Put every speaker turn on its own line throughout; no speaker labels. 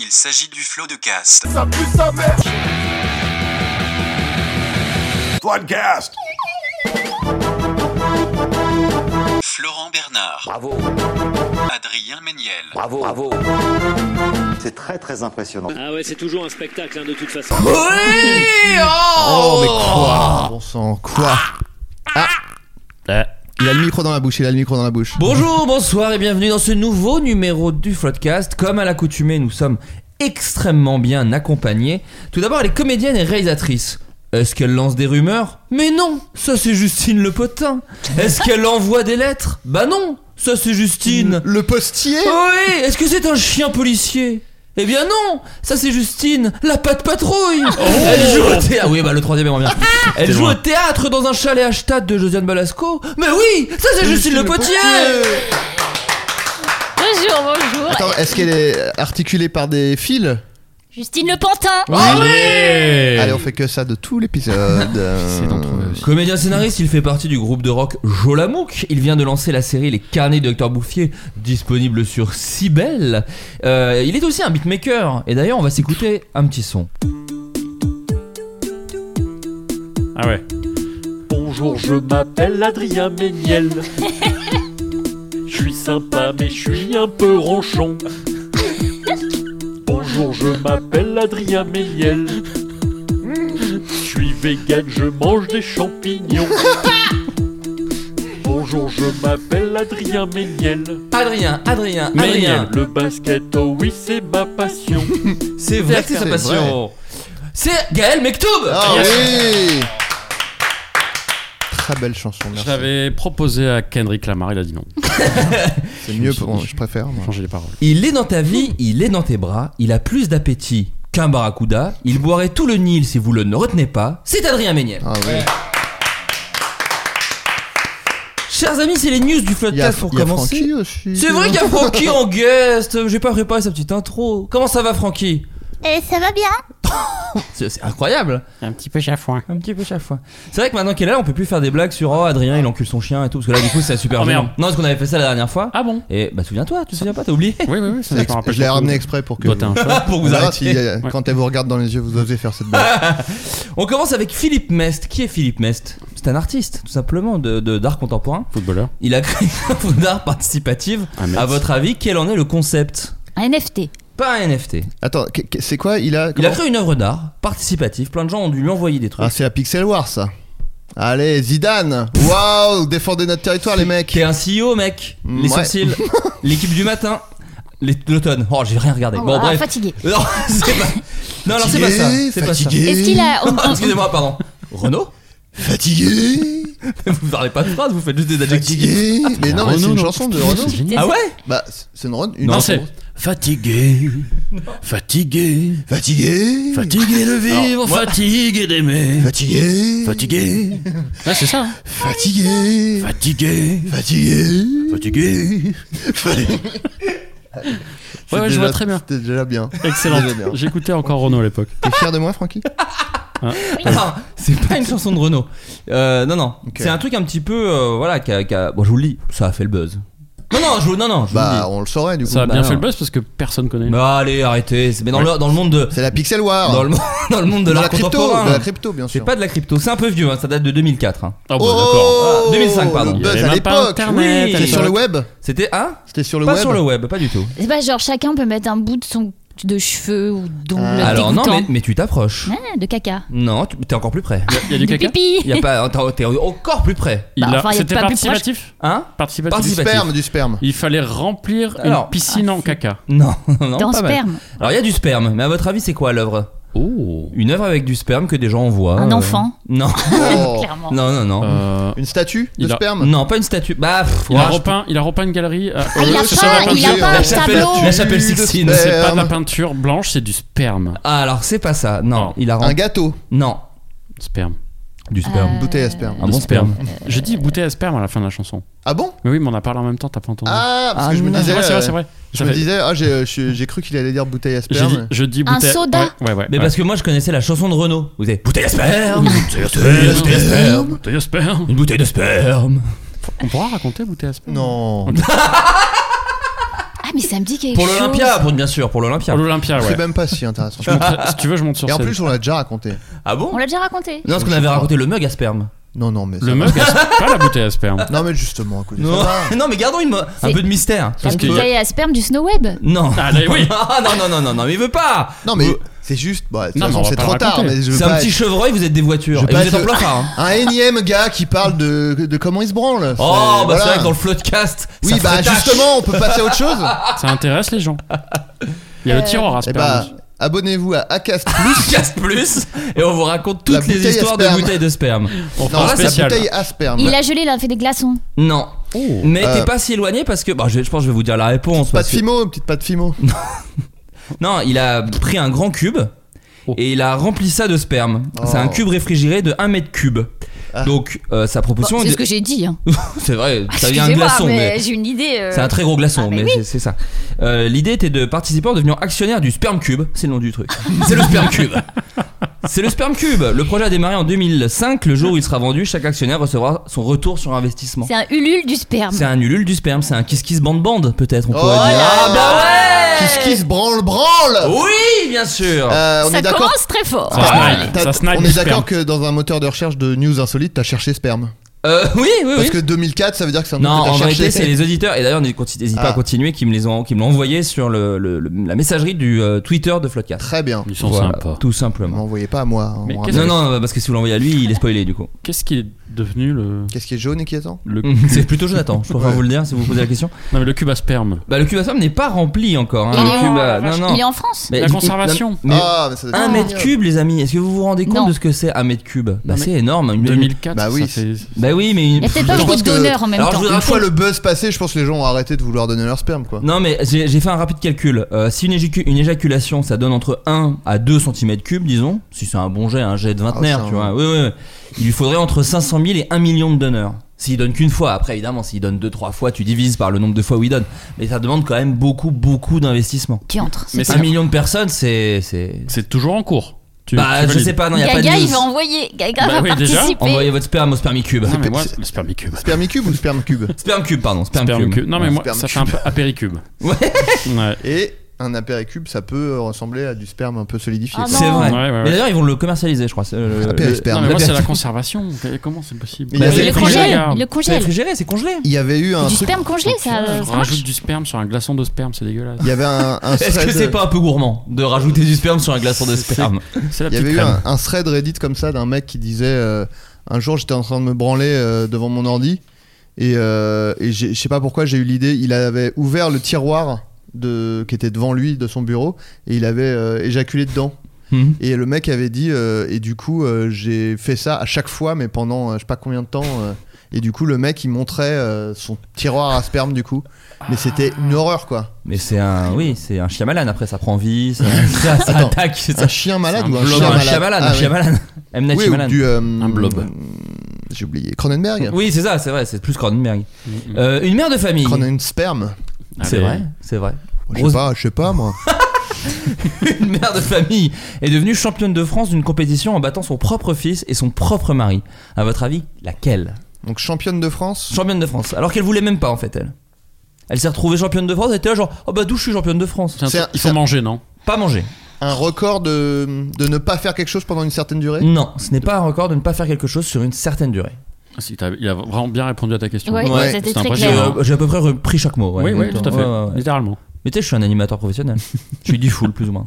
Il s'agit du flot de cast.
Floodcast.
Florent Bernard,
Bravo,
Adrien Méniel,
bravo, bravo.
C'est très très impressionnant.
Ah ouais, c'est toujours un spectacle hein, de toute façon.
Oh, mais quoi Bon sang, quoi Ah Il a le micro dans la bouche, il a le micro dans la bouche.
Bonjour, bonsoir et bienvenue dans ce nouveau numéro du Floodcast. Comme à l'accoutumée, nous sommes extrêmement bien accompagnés. Tout d'abord, les comédiennes et réalisatrices. Est-ce qu'elle lance des rumeurs Mais non, ça c'est Justine Le Potin. Est-ce qu'elle envoie des lettres Bah non, ça c'est Justine.
Le postier
Oui, est-ce que c'est un chien policier eh bien non, ça c'est Justine, la patte patrouille. Elle joue au théâtre. Oh. Oui, bah le troisième est moins bien. Elle joue au théâtre dans un chalet à Stade de Josiane Balasco. Mais oui, ça c'est Justine le potier.
Bonjour, bonjour.
Attends, est-ce qu'elle est articulée par des fils
Justine Le Pantin.
Ah
Allez, on fait que ça de tout l'épisode. Euh,
Comédien scénariste, il fait partie du groupe de rock Jolamouk. Il vient de lancer la série Les Carnets de Docteur Bouffier, disponible sur Cybelle. Euh, il est aussi un beatmaker. Et d'ailleurs, on va s'écouter un petit son.
Ah ouais.
Bonjour, je m'appelle Adrien Méniel. Je suis sympa, mais je suis un peu ronchon. Bonjour, je m'appelle Adrien Méniel. Je suis vegan, je mange des champignons. Bonjour, je m'appelle Adrien Méniel.
Adrien, Adrien, Adrien.
Le basket, oh oui, c'est ma passion.
C'est vrai que c'est sa
C'est
passion. C'est Gaël Mektoub.
Ah oui Très belle chanson,
Je
merci.
l'avais proposé à Kendrick Lamar, il a dit non.
C'est mieux pour moi, je préfère. moi.
Changer les paroles.
Il est dans ta vie, il est dans tes bras, il a plus d'appétit qu'un barracuda, il boirait tout le Nil si vous le ne retenez pas, c'est Adrien Méniel.
Ah oui.
Chers amis, c'est les news du
Il y a,
Floodcast pour
il y a
commencer.
Francky aussi.
C'est vrai qu'il y a Francky en guest, j'ai pas préparé sa petite intro. Comment ça va Francky
Et ça va bien
C'est c'est incroyable
Un petit peu chafouin.
Un petit peu chaque fois. C'est vrai que maintenant qu'il est là, on peut plus faire des blagues sur Oh Adrien il encule son chien et tout, parce que là du coup c'est super
Oh,
gênant.
merde.
Non, parce qu'on avait fait ça la dernière fois.
Ah bon
Et bah souviens-toi, tu te souviens pas, t'as oublié
Oui, oui, oui, ça
C'est ex- Je l'ai ramené exprès pour que.
Toi, t'es un chat.
Pour
On
que vous
verra
arrêtiez.
si, euh, Quand elle vous regarde dans les yeux, vous osez faire cette blague.
On commence avec Philippe Mest. Qui est Philippe Mest C'est un artiste, tout simplement, de de- d'art contemporain.
Footballeur.
Il a créé une œuvre d'art participative.
Un Metz.
À votre avis, quel en est le concept
Un NFT.
Pas un NFT.
Attends, qu- qu- c'est quoi Il a.
Il a
comment-
créé une œuvre d'art participative. Plein de gens ont dû lui envoyer des trucs.
Ah, c'est la Pixel War, ça. Allez, Zidane Waouh Défendez notre territoire, les mecs
Qui est un CEO, mec.
Mm,
Les
ouais.
sourcils. L'équipe du matin. Les- L'automne. Oh, j'ai rien regardé.
Oh,
bon,
ah,
bref.
fatigué.
Non, c'est pas. Non, alors c'est pas ça. C'est pas ça.
fatigué,
Est-ce qu'il a. on-
Oh,
on-
Excusez-moi, pardon. Renault
Fatigué
Vous parlez pas de phrases, vous faites juste des adjectifs.
Fatigué Mais non, mais c'est
Renaud,
une
non.
chanson de Renaud.
Ah ouais
Bah, c'est une Renaud. Une
Non,
chanson.
c'est fatigué, fatigué,
Fatigué
fatigué de vivre, fatigué d'aimer,
Fatigué
fatigué. Ah, c'est ça. hein.
Fatigué
Fatigué,
Fatigué
fatigué. Ouais, ouais, je vois très bien.
C'était déjà bien.
Excellent.
Déjà bien.
J'écoutais encore Renault à l'époque.
T'es fier de moi, Francky
Non, Ah, c'est pas une chanson de Renault. Euh, non, non.
Ok.
C'est un truc un petit peu. euh, voilà, qui a- qui a- bon, je vous le dis, ça a fait le buzz. Non, non, je, non, non. Je
Bah, on le saurait du coup.
Ça a
Bah,
bien
non.
fait le buzz parce que personne connaît.
Bah, allez, arrêtez. C'est- Mais dans,
Ouais.
le, dans le monde de.
C'est la Pixel War.
Dans le, monde- dans le monde de
De la
l'art
crypto,
contemporain.
de la crypto, bien
C'est
sûr.
pas de la crypto, c'est un peu vieux, hein, ça date de 2004. hein.
Ah bah d'accord.
Oh,
Ah, 2005, pardon.
Le
Il y
buzz
avait
à
même pas
l'époque.
Internet,
oui.
C'était sur le web.
C'était hein
C'était sur le
Pas
web.
sur le web, pas du tout.
C'est pas genre chacun peut mettre un bout de son de cheveux ou
Ah.
d'ongles
Euh, Alors non,
dégoûtants.
mais, mais tu t'approches.
Ah, de caca.
Non, tu- t'es encore plus près.
Il y a du
de
caca
pipi.
Y a pas, attends, t'es encore plus près.
Il
Bah,
a-
enfin, il y a
C'était
pas plus
participatif
Hein
Participatif.
Du
Participatif.
sperme, du sperme.
Il fallait remplir
Alors,
une piscine en caca.
Non, non,
Dans
pas mal.
sperme.
Alors il y a du sperme, mais à votre avis c'est quoi l'œuvre
Oh.
Une œuvre avec du sperme que des gens envoient.
Un
euh,
enfant.
Non,
Oh.
Clairement.
non, non, non.
Euh,
Une statue de
Il a-
sperme.
Non, pas une statue. Bah, pff,
il,
ouais,
a
je-
repeint, il a repeint une galerie. à-
Ah, il a
euh, sur la
peint, il a
peinture.
peint
la
un
chapelle,
tableau.
la chapelle Sixtine.
Sperme.
C'est pas de la peinture blanche, c'est du sperme.
Ah, alors c'est pas ça. Non,
Oh.
il a
Un
rendu.
gâteau.
Non,
Sperme.
du sperme.
Euh.
Une bouteille à sperme.
Un bon
De
sperme.
J'ai dit bouteille à sperme à la fin de la chanson.
Ah bon
Mais oui, mais on a parlé en même temps, t'as pas entendu.
Ah, parce
Ah,
que je me
non.
c'est
disais.
vrai, c'est
euh,
vrai, c'est vrai.
Je
Ça
me
fait-
disais, ah, j'ai- j'ai j'ai cru qu'il allait dire bouteille à
J'ai dit,
sperme.
je dis
Un
bouteille.
soda
Ouais, ouais, ouais.
Mais
ouais.
parce que moi je connaissais la chanson de Renaud. Vous avez bouteille à sperme, bouteille
Bouteille
à
à
sperme, bouteille à
sperme,
sperme,
bouteille à sperme.
une bouteille de sperme.
On pourra raconter bouteille à sperme
Non.
Ah, mais ça me dit quelque
Pour
chose.
l'Olympia, pour- bien sûr, pour l'Olympia.
Pour l'Olympia, ouais.
C'est même pas si intéressant.
Je monte- si tu veux, je monte sur
Et en
scène.
plus, on l'a déjà raconté.
Ah bon
On l'a déjà raconté.
Non, parce qu'on avait raconté le mug à sperme.
Non, non, mais. ça
le
va.
mug, à sperme, pas la bouteille à sperme.
Non, mais justement, écoutez, ça
Non,
va.
non, mais gardons une, un
C'est-
peu de mystère.
La
Parce qu'il y a-
bouteille à euh, sperme du Snow Web.
Non.
Ah, là, oui.
Ah, non, non, non, non, non, mais il veut pas.
Non, mais
Vous-
c'est juste. Bah, de toute
Non, mais
façon,
on va
c'est
pas
trop
le
tard.
raconter.
Mais je veux
C'est un
pas
petit
être-
chevreuil, vous êtes des voitures.
Je
Et vous
passe-
êtes en plein phare. hein.
Un énième gars qui parle de, de comment il se branle. C'est-
Oh, bah
voilà.
c'est vrai que dans le floodcast. ça
Oui,
ferait
bah
tâche.
justement, on peut passer à autre chose.
Ça intéresse les gens. Il y a
Euh,
le tiroir à
Et
sperme.
bah,
aussi.
abonnez-vous à Acast Plus.
Floodcast plus. Et on vous raconte
La
toutes les
bouteille à
histoires de
sperme.
bouteilles de sperme.
On fera
Non,
un
la
spécial.
bouteille à sperme.
Il a gelé, il a fait des glaçons.
Non. Mais
Euh.
t'es pas si éloigné parce que. Bah, je, je pense que je vais vous dire la réponse.
Pas de
parce que-
fimo, petite pas de fimo.
Non, il a pris un grand cube
Oh.
et il a rempli ça de sperme.
Oh.
C'est un cube réfrigéré de 1 mètre cube.
Ah.
Donc euh, sa proposition
Bon,
est
c'est
de-
ce que j'ai dit. hein.
c'est vrai, ça vient un
Excusez-moi,
glaçon, mais,
j'ai une idée. euh,
c'est un très gros glaçon,
Ah, mais
mais, c'est- c'est ça. Euh, L'idée était de participants devenir actionnaires du sperme cube, c'est le nom du truc. c'est le sperme cube. C'est le sperme cube. Le projet a démarré en 2005. Le jour où il sera vendu, chaque actionnaire recevra son retour sur investissement.
C'est un ulule du sperme.
C'est un ulule du sperme, c'est un kiss kiss bande bande peut-être on
Oh
pourrait dire. Oh.
là
Ah
là.
Euh,
bah ouais
Qu'est-ce qui se branle, branle
Oui, bien sûr.
Euh, On
Ça
est d'accord.
commence très fort.
Ça
Ah,
snipe,
t'as-
ça snipe
on
du
est d'accord
sperme.
que dans un moteur de recherche de news insolite, t'as cherché sperme.
Euh, oui, oui,
Parce
oui.
que 2004, ça veut dire que c'est un
Non,
nom que
en
t'as
vérité,
cherché.
c'est les auditeurs. Et d'ailleurs, n'hésitez pas
Ah.
à continuer qui me les ont, qui me l'ont envoyé sur le, le- le- la messagerie du euh, Twitter de Floodcast.
Très bien.
Ils sont
Voilà,
sympas.
Tout simplement.
M'envoyez pas à moi. hein,
Mais
on
qu'est-ce
Non,
rappelle.
non, bah, parce que si vous l'envoyez à lui, il est spoilé du coup.
Qu'est-ce qui est devenu le.
Qu'est-ce qui est jaune et qui est temps
le...
C'est plutôt Jonathan, je préfère
Ouais.
vous le dire si vous posez la question.
Non, mais le cube à sperme.
Bah, le cube à somme n'est pas rempli encore. hein,
Il
le
est-
cube à-
la vache,
Non, non.
Il est en France.
Mais-
La
il-
conservation.
non, mais
Ah, mais ça doit
Un
être-
mètre cube, les amis, est-ce que vous vous rendez compte
Non.
de ce que c'est un mètre cube Bah,
Non, mais-
c'est énorme. une-
2004.
Bah oui,
ça fait-
Bah oui, mais.
Il n'y a peut-être pas
Je
beaucoup
pense
de
que-
donneurs en même
Alors, je
temps.
vous
Une fois
raconte-
le buzz passé, je pense que les gens ont arrêté de vouloir donner leur sperme, quoi.
Non, mais j'ai j'ai fait un rapide calcul. Euh, si une, éjacu- une éjaculation, ça donne entre 1 à 2 cm3, disons, si c'est un bon jet, un jet de vingtenaire,
Ah, c'est
tu
un-
vois, oui, oui, oui. il lui faudrait entre 500 000 et 1 million de donneurs. S'il donne qu'une fois, après évidemment, s'il donne 2-3 fois, tu divises par le nombre de fois où il donne. Mais ça demande quand même beaucoup, beaucoup d'investissement.
Tu entres.
Mais
Un
c'est-
million de personnes, c'est. c'est-
C'est toujours en cours. Tu,
Bah,
tu
je
valides.
sais pas, non, y a pas
Gaga,
de.
il
news.
va envoyer. Gaga
Bah
va
oui, déjà,
participer.
Envoyez votre sperme au spermicube.
Non, mais moi,
c'est-
le spermicube.
Spermicube ou spermcube
Spermicube, pardon, spermicube.
Spermicube. Non, mais
Ouais,
moi, ça fait un peu apéricube.
Ouais.
Ouais.
Et un apéricube, ça peut euh, ressembler à du sperme un peu solidifié.
Ah
quoi.
non.
C'est vrai.
Ouais, ouais, ouais.
Mais d'ailleurs, ils vont le commercialiser, je crois. c'est, euh, le-
Apérisperme.
Non, mais moi,
L'apéri-
c'est la conservation. Comment c'est possible
Il y a
Bah,
des-
les
Il le
frigo,
congèle.
regarde.
Il le
C'est
congèle.
réfrigéré, c'est congelé.
Il y avait eu un
Du
truc.
sperme congelé, ça.
Je
ça marche.
rajoute du sperme sur un glaçon de sperme, c'est dégueulasse.
Il y avait un, un
Est-ce que
thread-
c'est pas un peu gourmand de rajouter du sperme sur un glaçon de
C'est-
sperme
C'est la
Il y
petite
avait eu
crème.
un, un thread Reddit comme ça d'un mec qui disait euh, un jour j'étais en train de me branler euh, devant mon ordi et, euh, et j'ai- je sais pas pourquoi j'ai eu l'idée il avait ouvert le tiroir de qui était devant lui de son bureau et il avait euh, éjaculé dedans
Mhm.
et le mec avait dit euh, et du coup euh, j'ai fait ça à chaque fois mais pendant euh, je sais pas combien de temps euh, et du coup le mec il montrait euh, son tiroir à sperme du coup mais c'était une horreur quoi
Mais c'est un, oui, c'est un chiamalan après, ça prend vie, ça, ça, ça
Attends.
attaque, c'est
un
un
chien malade
un
ou un
blob,
chien
chiamalan,
malade
un chiamalan,
Ah,
un
oui.
chiamalan. M. Night
oui, ou
Shyamalan.
du euh,
Un blob.
j'ai oublié Cronenberg
Oui, c'est ça, c'est vrai, c'est plus Cronenberg.
Mm, mm.
Euh, une mère de famille. Ah,
Cronen sperme
C'est
Allez.
vrai, c'est vrai.
Je sais
Rose-
pas, je sais pas moi.
Une mère de famille est devenue championne de France d'une compétition en battant son propre fils et son propre mari. À votre avis, laquelle
Donc championne de France
Championne de France, alors qu'elle voulait même pas en fait elle. Elle s'est retrouvée championne de France, elle était là genre, oh bah d'où je suis championne de France
C'est un-
Ils sont mangés, non Pas manger.
Un record de, de ne pas faire quelque chose pendant une certaine durée
Non, ce n'est pas un record de ne pas faire quelque chose sur une certaine durée.
Ah, si, t'as- il a vraiment bien répondu à ta question.
Ouais, Ouais. c'était
C'est
très
impressionnant.
clair. J'ai à peu près repris chaque mot. ouais,
oui,
en
oui,
même temps.
tout à fait.
Ouais, ouais, ouais.
Littéralement.
Mais tu sais, je suis un animateur professionnel. je suis du full, plus ou moins.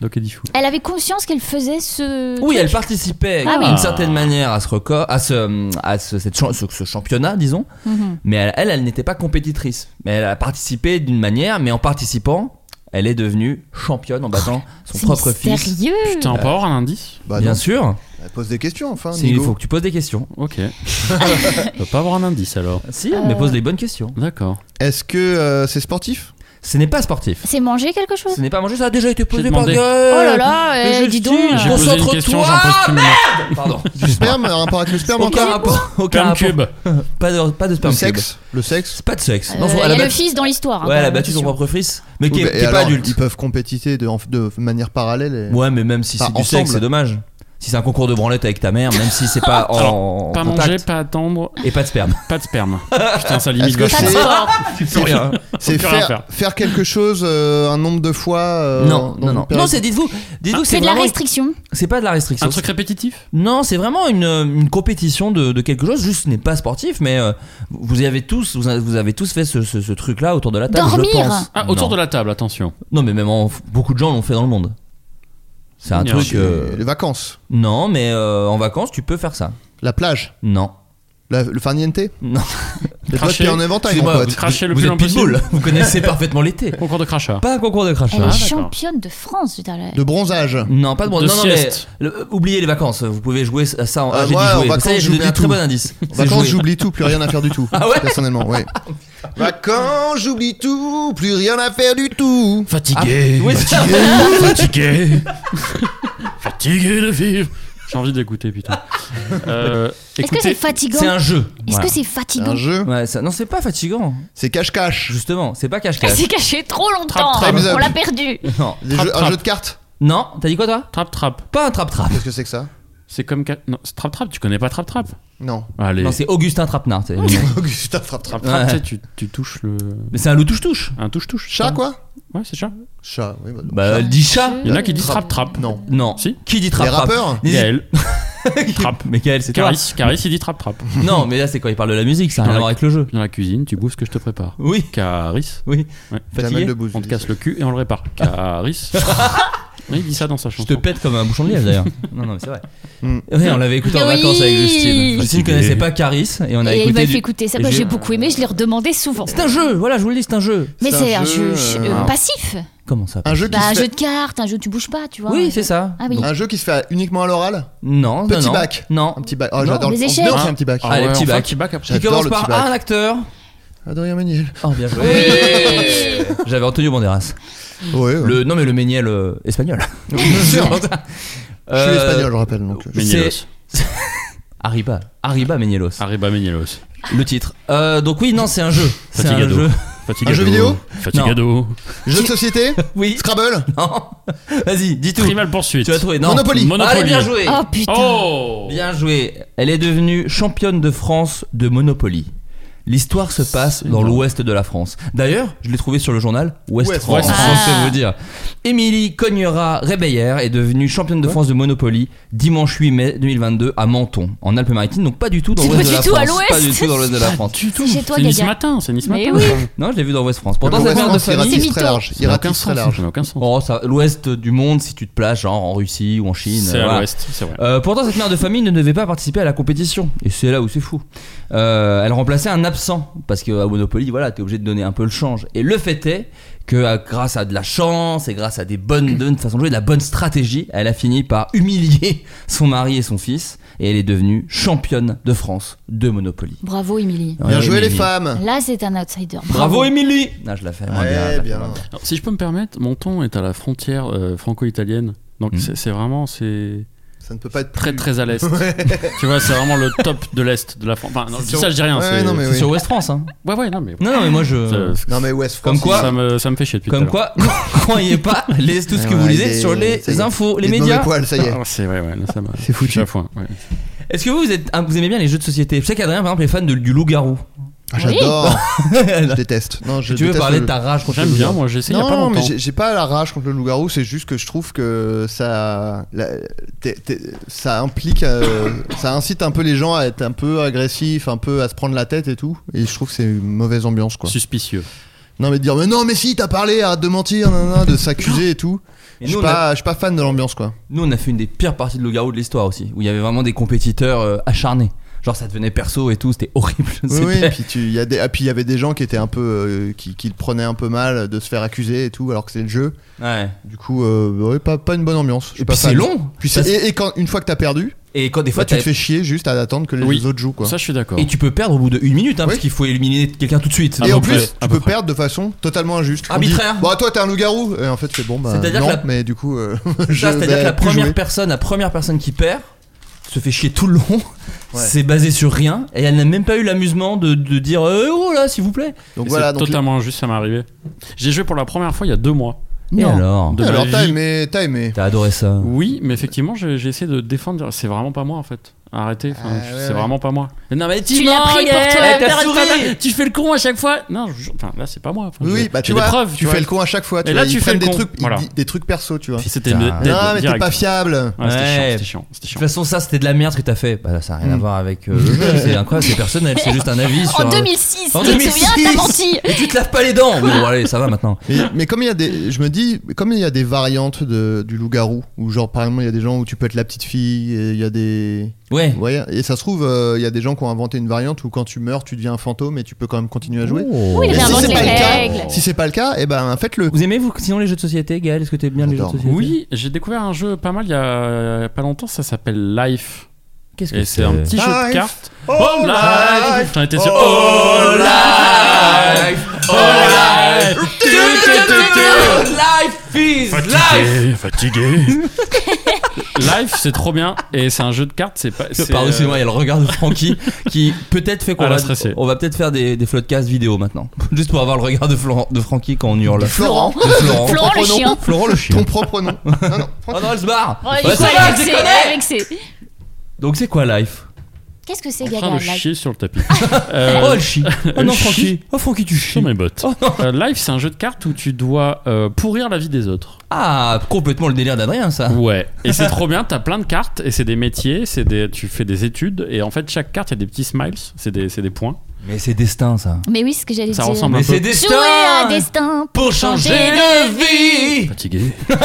Donc, il dit fou.
Elle avait conscience qu'elle faisait ce.
Oui,
truc
elle participait
Ah oui.
d'une certaine manière à ce record, à ce, à ce, cette chan- ce- ce championnat, disons.
Mhm.
Mais elle, elle, elle n'était pas compétitrice. Mais elle a participé d'une manière, mais en participant, elle est devenue championne en battant
Oh,
son
c'est
propre fils.
mystérieux. Putain, on peut
avoir un indice
Bien
Ah non.
sûr.
Bah, Pose des questions enfin.
C'est- Il
Nigo.
faut que tu poses des questions.
Ok. On peut pas avoir un indice alors.
Si, mais pose les bonnes questions.
D'accord.
Est-ce que euh, c'est sportif
Ce n'est pas sportif.
C'est manger quelque chose
Ce n'est pas manger, ça a déjà été posé
J'ai
par
demandé.
Gaël.
Oh là là,
Mais
eh,
je
dis
suis-
donc.
J'ai posé une question, j'en pose plus
merde Pardon.
Du sperme Un rapport avec le sperme
Aucun
encore
rapport. Aucun
Sperme
rapport.
cube.
Pas de, pas de
Le
sperme
sexe Le sexe
Pas de sexe.
Euh,
Non, faut-
il y
elle
a
a
le
battu-
fils dans l'histoire. hein,
Ouais,
quand
elle a
même,
battu son
attention.
propre fils, mais
Oui,
qui est,
bah,
qui
et
est pas
alors,
adulte.
Ils peuvent compétiter de, en- de manière parallèle. et-
Ouais, mais même si
Enfin,
c'est du
ensemble.
sexe, c'est dommage. Si c'est un concours de branlette avec ta mère, même si c'est pas en,
Alors, pas
en
manger,
contact
pas attendre,
et pas de sperme.
pas de sperme. Putain, ça
Est-ce
limite
que
vachement.
c'est-
Tu peux rien.
C'est
plus rien
faire,
faire.
faire. quelque chose euh, un nombre de fois euh,
Non,
dans
non,
une
non.
période.
Non, c'est dites-vous, dites-vous, que
Ah, C'est
c'est
de la
vraiment.
restriction.
C'est pas de la restriction.
Un truc répétitif
Non, c'est vraiment une, euh, une compétition de, de quelque chose. Juste, ce n'est pas sportif, mais euh, vous y avez tous, vous, vous avez tous fait ce, ce- ce truc-là autour de la table,
Dormir.
je pense.
Ah, autour
Non.
de la table, attention.
Non, mais même en- beaucoup de gens l'ont fait dans le monde. C'est un
Ignorant.
truc. euh,
Les vacances,
Non, mais euh, en vacances, tu peux faire ça.
la plage,
Non.
la- le farniente, les
Non.
doigts
Cracher.
de pied en éventail, mon
Excusez-moi,
pote.
vous-
Cracher Ah, le
vous
plus
êtes
loin possible.
pitbull, Vous connaissez parfaitement l'été.
Concours de crachat.
Pas un concours de
Elle
crachat.
est
d'accord.
championne de France. putain, elle-
De bronzage.
Non, pas de bronze.
De
non, non, mais
sieste.
le- euh, oubliez les vacances. Vous pouvez jouer à ça. En,
Euh,
ah, j'ai
moi,
dit
en
jouer.
vacances,
ça, y est, je vous
j'oublie
donne un très
tout.
bon indice.
En
C'est
Vacances,
jouer.
j'oublie tout, plus rien à faire du tout.
Ah ouais
personnellement, oui. Vacances, j'oublie tout, plus rien à faire du tout.
Fatigué.
Ah, Oui, c'est ça.
Fatigué. Fatigué de vivre. J'ai envie d'écouter, putain. Euh,
Est-ce que c'est
écoutez,
fatigant
C'est un jeu.
Est-ce
Voilà.
que c'est
C'est
fatigant
un jeu,
Ouais, ça- non, c'est pas fatigant.
c'est cache-cache.
Justement, c'est pas
Elle
cache-cache.
s'est cachée trop longtemps.
Trap, trap.
On l'a perdue.
Non,
Des
Trap,
jeux- Un
trap.
jeu de cartes.
non t'as dit quoi toi
trap trap.
Pas un trap-trap.
Qu'est-ce que c'est que ça
C'est comme ca- non, c'est trap trap. Tu connais pas trap trap
Non.
Allez.
Non, c'est Augustin Trapnard. c'est-
Augustin frappe
trap
frappe.
trap. tu
Ouais.
sais, Tu, tu touches le
Mais c'est un loup touche-touche.
un touche touche.
Chat quoi
Ouais, c'est chat.
Chat, oui. Bah, donc,
Bah,
chat.
elle dit chat.
Il y en a qui disent trap trap.
Non.
Non.
Si.
Qui dit
Les
trap-trap
rappeurs
Gaël.
Trap.
Trap.
Michael, c'est toi.
Caris. Caris, il dit trap trap.
Non, mais là, c'est quand il parle de la musique, ça n'a rien à voir avec le jeu.
Dans la cuisine, tu bouffes ce que je te prépare.
Oui,
Caris.
oui.
Ouais.
Jamel
Fatigué.
Debbouze.
On te casse le cul et on le répare. Caris. Oui, il dit ça dans sa
Je
chanson.
te pète comme un bouchon de lièvre d'ailleurs. non, non, mais c'est vrai.
Mm.
Ouais, on l'avait écouté en
Oui.
vacances avec Justine. Justine ne
Fatigué.
connaissait pas Caris et on a
Et
écouté.
il m'a
du-
fait écouter ça.
Et
Moi,
j'ai-
j'ai beaucoup aimé. Je l'ai redemandé souvent.
C'est un jeu, voilà, je vous le dis, c'est un jeu.
Mais c'est un jeu
euh,
euh,
Ah.
passif.
Comment ça
Un jeu qui
Bah, un
se
jeu
fait.
de cartes, un jeu où tu bouges pas, tu vois.
Oui, c'est ça.
Ah oui.
Un jeu qui se fait uniquement à l'oral
Non, non,
Petit
non.
bac.
Non.
Un petit bac. Oh,
Non,
j'adore
les
le-
échecs.
Non, c'est un petit bac.
Ah, les
ouais,
petits
on fait un
bacs.
petit bac après.
Qui
J'adore
commence
le
par
petit bac.
un acteur.
Adrien Méniel.
Oh, bien joué. J'avais Antonio Banderas.
Ouais, ouais.
Le, non, mais le Méniel euh, espagnol.
Bien sûr. Je suis
Euh,
espagnol, je rappelle. Donc.
Mais-
Ménielos.
Arriba. Arriba Menielos.
Ah.
Arriba Ménielos.
Le titre. Euh, donc, oui, non, c'est un jeu. C'est un
Fatigado.
jeu.
Fatigado.
Un jeu vidéo
Fatigado.
Jeu de société
Oui.
Scrabble
Non. Vas-y, dis tout.
Primal poursuite.
Tu as trouvé. Non.
Monopoly.
Monopoly.
Allez, bien joué.
Ah,
Oh putain.
Oh
Bien joué. Elle est devenue championne de France de Monopoly. L'histoire se passe
C'est
dans
énorme.
l'ouest de la France. D'ailleurs, je l'ai trouvé sur le journal Ouest
Ouest
France.
France.
ça, je
Ah.
peux vous dire. Émilie Cognera Rébeillère est devenue championne de France de Monopoly dimanche 8 mai 2022 à Menton, en Alpes-Maritimes. Donc pas du tout dans
C'est
l'ouest
pas
de la
du tout à
France. Pas
l'ouest.
du tout dans l'ouest de la France.
C'est chez toi,
C'est Nice
Gaga.
matin, c'est Nice
Mais
matin.
oui.
Non, je l'ai vu dans l'ouest France.
Le
Pourtant, c'est
West
pas de
France, il
famille.
C'est
ratisse très
mytho.
large.
Ça
Il
n'a
ratisse
sens,
très large.
Ça n'a aucun sens.
Oh, ça- l'ouest du monde, si tu te places genre en Russie ou en Chine.
C'est à
voilà.
l'ouest, c'est vrai.
Euh, pourtant, cette mère de famille ne devait pas participer à la compétition. Et c'est là où c'est fou. Euh, elle remplaçait un absent. Parce qu'à Monopoly, voilà, t'es obligé de donner un peu le change. Et le fait est que à- grâce à de la chance et grâce à des bonnes, bonnes façons de jouer, de la bonne stratégie, elle a fini par humilier son mari et son fils. Et elle est devenue championne de France de Monopoly.
Bravo, Émilie.
Bien
Ouais,
joué les
Émilie.
femmes.
Là, c'est un outsider.
Bravo, Émilie Ah, je la fais. moins bien, je la
Ouais,
fais moins
bien.
bien.
Alors, si je peux me permettre, Menton est à la frontière euh, franco-italienne. Donc
Mm.
c'est c'est vraiment c'est
Ça ne peut pas être
très
plus-
très à l'est. Tu vois, c'est vraiment le top de l'est de la France. Enfin, non, je dis
sur-
ça, je dis rien.
Ouais,
c'est-
non, mais
C'est
oui.
sur West France, hein.
Ouais, ouais, non, mais.
Non, non, mais moi je.
Ça-
Non mais West France.
Comme quoi-
ça me, ça me fait chier depuis
Comme
tout à
quoi, croyez pas, laisse tout ce
Ah
que vous
ouais,
lisez
des-
sur
ça y
les
est.
infos, les
il est de
médias.
mauvais poil, ça y est.
l'heure. Ah, c'est vrai, ouais, là, ça m'a.
C'est foutu.
Chaque fois, ouais.
Est-ce que vous, vous êtes, vous aimez bien les jeux de société Je sais qu'Adrien, par exemple, est fan de- du loup-garou.
Ah, J'adore. je déteste. Non, je
Tu veux
déteste
parler
le-
de ta rage contre
J'aime
le
bien,
loup-garou.
moi, j'ai essayé il y a
Non,
pas
non, mais
longtemps.
j'ai- j'ai pas la rage contre le loup-garou, c'est juste que je trouve que ça, la- t'es- t'es- ça implique, euh, ça incite un peu les gens à être un peu agressifs, un peu à se prendre la tête et tout. Et je trouve que c'est une mauvaise ambiance, quoi.
Suspicieux.
Non, mais de dire, mais non, mais si, t'as parlé, arrête de mentir, nan, nan, de s'accuser et tout.
Mais
Je suis
nous, on
pas, je suis pas fan de l'ambiance, quoi.
Nous, on a fait une des pires parties de loup-garou de l'histoire aussi, où il y avait vraiment des compétiteurs euh, acharnés. Genre, ça devenait perso et tout, c'était horrible.
Oui,
C'était-
oui, et puis tu- il y a des, ah, puis il y avait des gens qui étaient un peu, euh, qui, qui le prenaient un peu mal de se faire accuser et tout, alors que c'est le jeu.
Ouais.
Du coup, euh, ouais, pas, pas une bonne ambiance. Je suis
Et
pas
puis c'est
fan.
long.
Puis
Ça,
c'est- et, et quand une fois que t'as perdu,
Et quand des
bah,
fois,
tu te
t'as-
fais chier juste à attendre que les
Oui.
autres jouent quoi.
Ça, je suis d'accord.
Et tu peux perdre au bout de une minute, hein,
Oui.
parce qu'il faut éliminer quelqu'un tout de suite.
et
à
en
peu
plus,
près, à
tu
peu
peux
près.
perdre de façon totalement injuste. On
Arbitraire.
dit, Bah toi t'es un loup-garou. Et en fait c'est bon bah
C'est-à-dire
non,
que la-
mais du coup euh,
C'est
je
ça, C'est-à-dire
vais
que la
plus
première
jouer.
personne, la première personne qui perd, se fait chier tout le long.
Ouais.
C'est basé sur rien et elle n'a même pas eu l'amusement de, de dire euh, oh là s'il vous plaît.
Donc
Et c'est
voilà. Donc,
totalement injuste, ça m'est arrivé. J'ai joué pour la première fois il y a deux mois.
Et
Non.
alors
de
alors
ma
t'as
vie.
aimé, t'as aimé.
T'as adoré ça.
Oui, mais effectivement, j'ai j'ai essayé de défendre. C'est vraiment pas moi en fait. Arrêtez, enfin,
Ah,
je-
ouais,
c'est
ouais.
vraiment pas moi. Mais Non, mais
Tu l'as
mens,
pris pour
Gaël,
toi,
t'as
t'as
souri.
souri.
Tu fais le con à chaque fois. Non, je- enfin, là, c'est pas moi. Enfin,
Oui,
je-
oui, bah
j'ai
tu
des
vois,
preuves,
tu fais
vois.
le con à chaque fois. Tu
Et là,
vois, ils
tu fais le
prennent des
con.
trucs, ils
Voilà.
di- des trucs perso, tu vois.
C'était
Putain.
le dead
Non, mais t'es
Ah, direct.
pas fiable.
Ouais, c'était
Ouais.
chiant, c'était chiant, c'était
De
chiant.
toute façon ça c'était de la merde ce que t'as fait. Bah ça a rien à voir avec euh, le jeu, c'est incroyable, c'est personnel, c'est juste un avis sur.
En
un-
2006,
En
tu te
2006.
souviens, t'as menti.
Et tu te laves pas les dents. Bon allez ça va maintenant.
Mais, mais comme il y a des, je me dis, comme il y a des variantes de, du loup-garou, où genre par exemple il y a des gens où tu peux être la petite fille, et il y a des,
Ouais.
ouais, et ça se trouve euh, il y a des gens qui ont inventé une variante où quand tu meurs tu deviens un fantôme et tu peux quand même continuer à jouer.
Oui, il
Mais si
réinvente
c'est
les
pas le cas,
règles.
si c'est pas le cas, et ben faites-le.
Oh. Vous aimez vous sinon les jeux de société Gaël Est-ce que t'aimes bien les jeux de
J'adore.
société
Oui, j'ai découvert un jeu pas mal il y a pas longtemps, ça s'appelle Life.
Qu'est-ce que
Et c'est un petit jeu de
Life.
cartes.
Oh,
life J'en étais sûr.
Oh life, oh life, tu, tu, tu, tu, life is life.
fatigué. Life, c'est trop bien. Et c'est un jeu de cartes, c'est pas. c'est,
Par-dessus
euh,
moi, il y a le regard de Francky qui peut-être fait qu'on
Ah, la
va,
stressée.
on va peut-être faire des, des floodcasts vidéo maintenant. Juste pour avoir le regard de, Florent, de Francky quand on hurle.
Florent,
De Euh, Florent.
Florent le
Ton propre nom.
chien.
Florent le chien.
ton propre nom. Non, non,
Oh non, elle se barre.
Ouais,
Ouais,
du coup,
ça va,
avec
je
ses-
déconne.
avec ses-
Donc c'est quoi life
Qu'est-ce que c'est,
en
Gaga
train de
là
chier sur le tapis. Euh,
Oh elle chie. Oh
Elle
non
chie.
Francky. Oh Francky tu chies. Oh.
sur mes bottes. Euh, Life, c'est un jeu de cartes où tu dois euh, pourrir la vie des autres.
Ah complètement le délire d'Adrien ça.
Ouais. Et c'est trop bien. T'as plein de cartes et c'est des métiers. C'est des. Tu fais des études et en fait chaque carte il y a des petits smiles. C'est des. C'est des points.
Mais c'est destin ça.
Mais oui, c'est ce que j'allais
Ça
dire.
ressemble
Mais
un peu.
c'est destin.
Jouer à destin
Pour changer de vie.
Fatigué.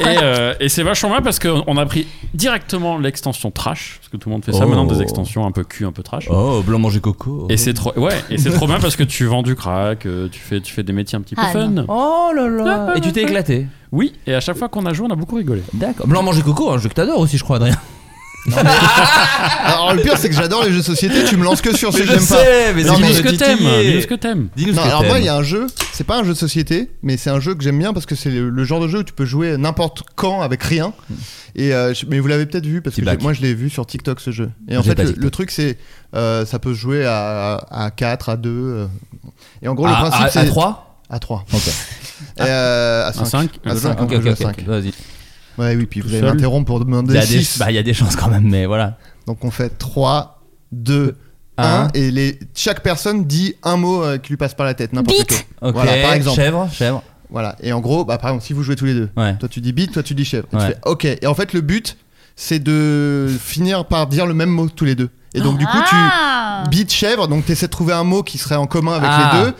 et euh, et c'est vachement bien parce qu'on a pris directement l'extension trash parce que tout le monde fait ça
Oh.
maintenant des extensions un peu cul un peu trash.
Oh blanc manger coco.
Et c'est trop, ouais, et c'est trop bien parce que tu vends du crack, euh, tu fais, tu fais des métiers un petit peu
Ah,
fun.
Oh là
Ah,
là Et tu t'es éclaté
Oui, et à chaque fois qu'on a joué, on a beaucoup rigolé.
D'accord. Blanc manger coco, un jeu que t'adores aussi, je crois, Adrien.
Alors le pire c'est que j'adore les jeux de société, tu me lances que sur ceux
Mais
que
je
j'aime pas.
sais, mais
Non,
dis-nous
mais
ce que
j'ai
t'aimes,
titillé.
dis-nous ce que t'aimes.
Dis-nous
Non,
ce que
alors moi il y
t'aimes.
a un jeu, c'est pas un jeu de société, mais c'est un jeu que j'aime bien parce que c'est le, le genre de jeu où tu peux jouer n'importe quand avec rien.
Hmm.
Et euh, je- mais vous l'avez peut-être vu parce que
Petit
j'ai-
bac.
moi je l'ai vu sur TikTok ce jeu. Et en
J'ai
fait
pas
le,
TikTok.
le truc c'est euh, ça peut se jouer à, à 4, à 2. euh. Et en gros
À-
le principe
à- Ah.
c'est
à 3
à 3.
Ok.
Et, euh, à 5.
cinq,
à
euh,
5,
Ok, ok, ok. Vas-y.
Ouais, oui, puis
Tout
vous allez
seul.
m'interrompre pour
Il y,
demander
a des,
6.
bah, il y a des chances quand même, mais voilà.
Donc on fait 3, 2,
Un.
1. Et les, chaque personne dit un mot euh, qui lui passe par la tête, n'importe
Bite.
quel.
Ok,
Voilà, par exemple.
chèvre, chèvre.
Voilà. Et en gros, bah, par exemple, si vous jouez tous les deux,
Ouais.
toi tu dis bite, toi tu dis chèvre. Et tu
Ouais.
fais ok. Et en fait, le but, c'est de finir par dire le même mot tous les deux. Et donc, du coup, tu
Ah.
bite, chèvre. Donc, tu essaies de trouver un mot qui serait en commun avec
Ah.
les deux.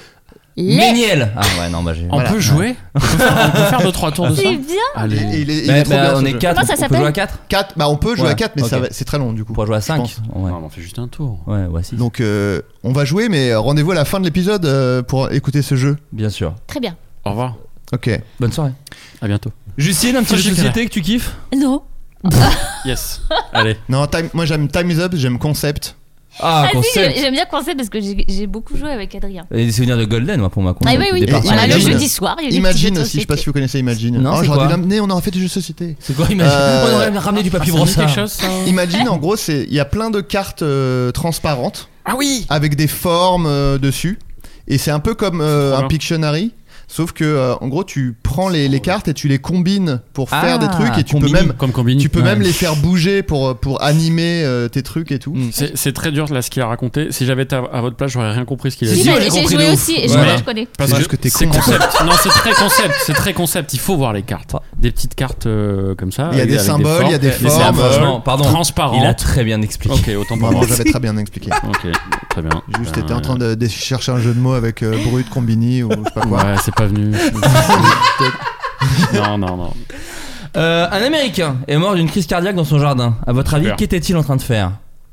Les-
Méniel Ah ouais, non, bah j'ai.
On peut jouer On peut faire- on peut faire 2-3 tours de ça
C'est bien.
Et,
Allez.
et il est, il est
Bah,
trop
bah,
bien,
on
ce
est
jeu.
4,
Comment ça
on peut jouer à
s'appelle
4
Quatre, bah, on peut jouer
Ouais,
à 4, mais
ok.
ça va- c'est très long du coup.
On pourra jouer à 5
pense.
Ouais,
Non, mais on fait juste un tour.
ouais, ouais, si.
Donc, euh, on va jouer, mais rendez-vous à la fin de l'épisode euh, pour écouter ce jeu.
Bien sûr.
Très bien.
Au revoir.
Ok.
Bonne soirée.
À bientôt.
Justine, un petit
Salut,
jeu de
Nicolas.
société que tu kiffes
Non.
Yes. Allez.
Non, time- moi j'aime Time is Up, j'aime Concept.
Ah,
Ah, si, j'ai-
concept
j'aime bien concept parce que j'ai j'ai beaucoup joué avec Adrien.
Et des souvenirs de Golden, moi, pour ma
Ah
concept.
oui, oui.
Départ.
On a le
Imagine.
jeudi soir. il y a eu des petits jeux
Imagine
de
aussi, je sais pas si vous connaissez Imagine. Oh,
Non, c'est
j'aurais
quoi
dû l'amener, on aurait fait des jeux de société.
C'est quoi, imagine
Euh,
On a ramené du papier
Ah, ça me dit
brossard.
quelque chose, ça
Imagine, en gros, c'est il y a plein de cartes euh, transparentes
Ah oui
avec des formes euh, dessus, et c'est un peu comme euh,
C'est trop
un
bien.
Pictionary. Sauf que, euh, en gros, tu prends les, les cartes et tu les combines pour faire
Ah,
des trucs et tu peux
combini,
même,
comme combini.
tu peux même
Ouais.
les faire bouger pour, pour animer euh, tes trucs et tout.
C'est c'est très dur là ce qu'il a raconté. Si j'avais été à, à votre place, j'aurais rien compris ce qu'il a
Si,
dit.
j'ai- j'ai
compris
joué
de ouf.
aussi, et je,
Voilà.
je connais.
Parce
C'est juste que t'es
c'est
con.
concept. non, c'est très concept. C'est très concept. Il faut voir les cartes. Des petites cartes euh, comme ça.
Il y a
avec-
des
avec
symboles,
formes.
il y a des
Mais c'est
formes,
un-
euh,
franchement,
pardon.
Transparent.
Il a très bien expliqué.
Ok, autant pour
Vraiment,
moi.
j'avais très bien expliqué.
Ok, très bien.
Juste,
Ben,
t'étais en train de, de chercher un jeu de mots avec euh, Brut, Combini ou je sais pas quoi.
Ouais, c'est pas venu. non, non, non.
Euh, un Américain est mort d'une crise cardiaque dans son jardin. À votre avis,
Super.
qu'était-il en train de faire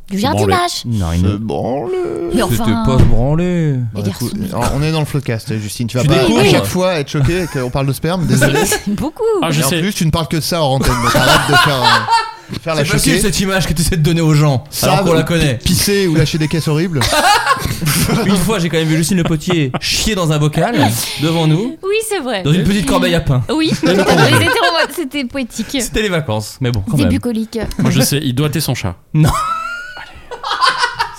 Du jardinage.
Non,
Mm.
il
Euh, bon, le-
Mais
C'était
enfin.
pas se branler.
Les
Bah,
garçons.
écoute, alors, on est dans le floodcast, Justine. Tu vas
Tu
pas
découvres.
à chaque fois être choqué qu'on parle de sperme, désolé.
C'est beaucoup.
Ah, je
Et en
sais.
plus, tu ne parles que de ça en antenne. Donc arrête de faire, euh, de faire la
C'est
choquée.
facile cette image que tu essaies de donner aux gens.
Ça,
Alors qu'on la
p-
connaît.
Pisser ou lâcher des caisses horribles.
Une fois, j'ai quand même vu Lucine Le Potier chier dans un bocal devant nous,
Oui, c'est vrai.
dans une petite corbeille à pain.
Oui, Mais c'était en mode- c'était poétique. C'était
C'était les vacances, mais bon, quand même.
bucolique.
Moi, je sais. Il doit être son chat.
Non.
Allez.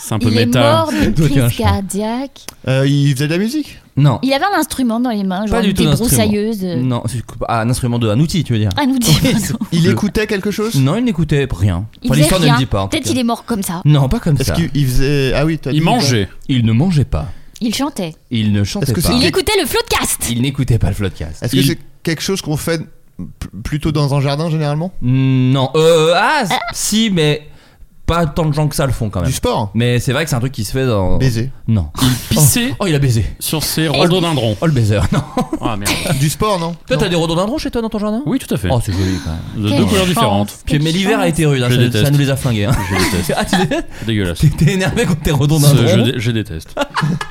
C'est un peu
Il est
méta.
mort d'une
Toi, t'es un
crise
chat.
cardiaque.
Euh, il faisait de la musique.
Non,
Il avait un instrument dans les mains, genre
pas du
une
tout d'instrument.
débroussailleuse.
Non, c'est ah, un instrument de, un outil, tu veux dire
Ah, nous dit.
Oui,
pardon.
Il
Le- Mm.
écoutait quelque chose
Non, il n'écoutait rien.
Il
Enfin,
faisait
l'histoire ne
rien.
le dit pas. en tout
Peut-être
cas.
il est mort comme ça.
Non, pas comme
Est-ce
ça.
qu'il il faisait. Ah oui, toi.
Il mangeait.
Il ne mangeait pas.
Il chantait.
Il ne chantait
Est-ce que
pas.
c'est-
Il
Ah.
écoutait le floodcast.
Il n'écoutait pas le floodcast.
Est-ce que c'est quelque chose qu'on fait p- plutôt dans un jardin généralement
Non. Euh, ah, c- si, mais pas tant de gens que ça le font quand même.
Du sport
Mais c'est vrai que c'est un truc qui se fait dans.
Baiser.
Non. Il
pissait.
Oh, oh, il a baisé.
Sur ses rhododendrons.
Oh, le baiser. Non.
Ah merde.
Du sport, non
Toi, t'as des rhododendrons chez toi dans ton jardin
Oui, tout à fait.
Oh, c'est joli quand même.
De
Quelle
deux couleurs
chance.
différentes.
Puis, mais
Quelle
l'hiver a
chance.
été rude, hein,
Je
ça,
déteste.
ça nous les a flingués. hein.
Je déteste.
ah, tu détestes
Dégueulasse.
T'es- T'es énervé contre tes
Ce- Je,
rhododendrons
dé- je déteste.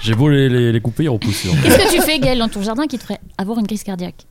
J'ai beau les, les, les couper, ils repoussent. toujours.
Qu'est-ce que tu fais, Gaël, dans ton jardin qui te ferait avoir une crise cardiaque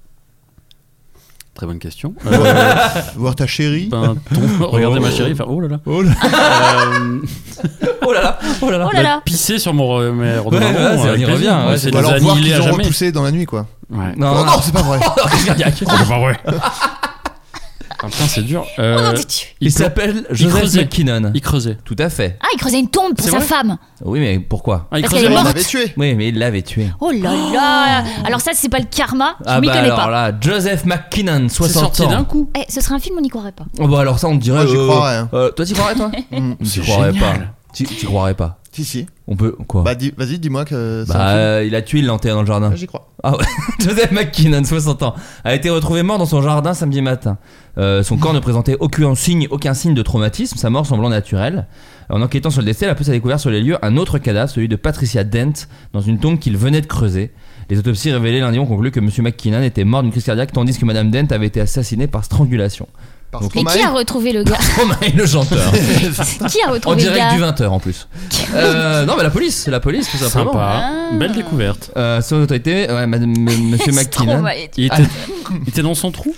Très bonne question.
euh, Voir ta chérie
Ben, ton- Regardez ma chérie faire oh là là.
Oh là
Euh,
Oh là là, oh là là.
Oh là là
pisser sur mon re- mes
Ouais,
rhododendrons.
ouais,
euh,
ça
avec
y
plaisir.
revient,
Ouais,
ouais,
c'est
c'est
de
Ou alors voir
vanille
qu'ils
à
ont
jamais.
repoussé dans la nuit, quoi.
Ouais.
Non,
Oh
non,
non, c'est pas vrai.
non, crise cardiaque.
Oh, bah ouais. Ah, putain, c'est dur. Euh,
Oh non, t'es tu.
Il
il, ple-
s'appelle
il
Joseph
creusait.
McKinnon.
il creusait.
Tout à fait.
Ah, il creusait une tombe pour
C'est
sa
vrai
femme.
Oui, mais pourquoi
Ah, il
Parce
creusait.
qu'elle est
On
morte.
l'avait tué.
Oui, mais il l'avait tué.
Oh là là Alors ça, c'est pas le karma, je
Ah
m'y
bah
connais
alors
pas.
là, Joseph McKinnon,
C'est
60
sorti
ans.
d'un coup.
Eh, ce serait un film, on n'y croirait pas.
Oh bah alors ça, on te dirait.
Ah, j'y
euh,
croirais, hein.
euh, toi, t'y croirais toi
Mm.
Tu
C'est
croirais pas.
génial.
Tu tu croirais pas.
Si, si.
On peut quoi
Bah, dis- vas-y, dis-moi que ça.
Bah, euh, il a tué, il l'a enterré dans le jardin.
J'y crois.
Ah ouais. Joseph McKinnon, 60 ans, a été retrouvé mort dans son jardin samedi matin. Euh, son corps ne présentait aucun signe, aucun signe de traumatisme, sa mort semblant naturelle. En enquêtant sur le décès, la police a découvert sur les lieux un autre cadavre, celui de Patricia Dent, dans une tombe qu'il venait de creuser. Les autopsies révélées lundi ont conclu que M. McKinnon était mort d'une crise cardiaque tandis que Mme Dent avait été assassinée par strangulation.
Parce qu'on
Et qui a retrouvé le gars
Romain le chanteur.
Qui a
en
retrouvé le
direct
gars
du 20h en plus. Euh, non, mais la police, la police, tout simplement.
Ah.
Sympa. Belle découverte.
Euh, son autorité, ouais, madame- m- monsieur
C'est trop
McKinnon.
mal.
Il était, il était dans son trou.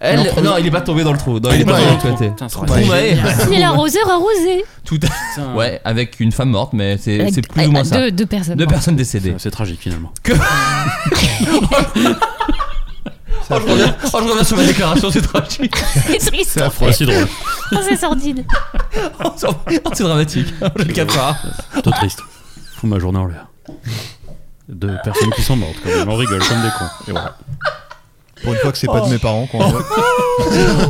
Elle-
Non, trop-
non, il est pas tombé dans le trou. Non, il est pas
Troumaille.
tombé dans le trou.
Putain, ça
Ouais.
aurait été
Troumaille.
Il est l'arroseur arrosé.
Tout à-
putain.
Ouais, avec une femme morte, mais c'est
Avec-
c'est plus ou moins
euh,
ça.
Deux, deux personnes.
Deux personnes décédées.
C'est- C'est tragique finalement.
Oh, je reviens, oh, je reviens sur ma déclaration, c'est tragique.
C'est triste.
Ouais, C'est drôle.
Oh, C'est sordide.
Oh, c'est- oh, c'est dramatique. Je le captera.
Trop triste. Fous ma journée en l'air. De personnes qui sont mortes, quand même. On rigole comme des cons. Et voilà.
Pour une fois que c'est pas de mes parents, quoi. en vrai.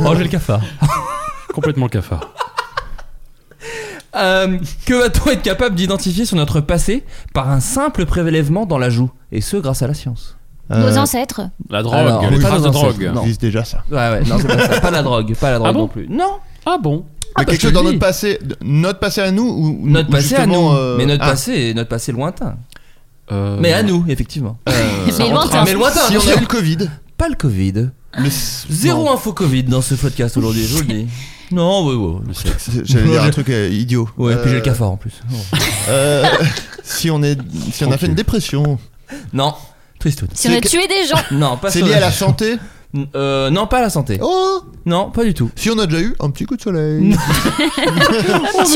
Oh, j'ai le cafard.
Complètement cafard.
Euh, que va-t-on être capable d'identifier sur notre passé par un simple prélèvement dans la joue Et ce, grâce à la science.
Nos
Euh,
ancêtres.
La drogue.
Alors,
les
oui,
traces
pas
de
dans un
drogue.
sens, non.
existe déjà ça.
Ouais, ouais, non, c'est pas ça. Pas la drogue, pas la drogue
bon
non plus. Non
Ah bon
Ah,
Mais
parce
quelque chose
que
dans
lui-
notre passé, de- notre passé à nous ou ou
Notre passé à
justement,
nous.
euh,
Mais notre
ah,
passé, notre passé lointain.
Euh,
Mais à nous, effectivement.
euh,
Mais lointain.
Mais lointain,
Si
on
on a
a-
eu le Covid,
Pas le Covid.
le
Zéro info Covid dans ce podcast aujourd'hui, je vous le dis. Non, oui, oui.
mais c'est-
J'allais dire
J'ai-
un truc euh, idiot.
Ouais, et puis j'ai le
Euh,
cafard en plus. Oh.
euh, si on est, si on a fait une dépression,
Non, tristoun.
Si on a
C'est que-
tué des gens.
Non, pas
c'est
sur
lié à la santé.
Euh, non, pas à la santé.
Oh,
Non, pas du tout.
si on a déjà eu un petit coup de soleil.
Non.
Tu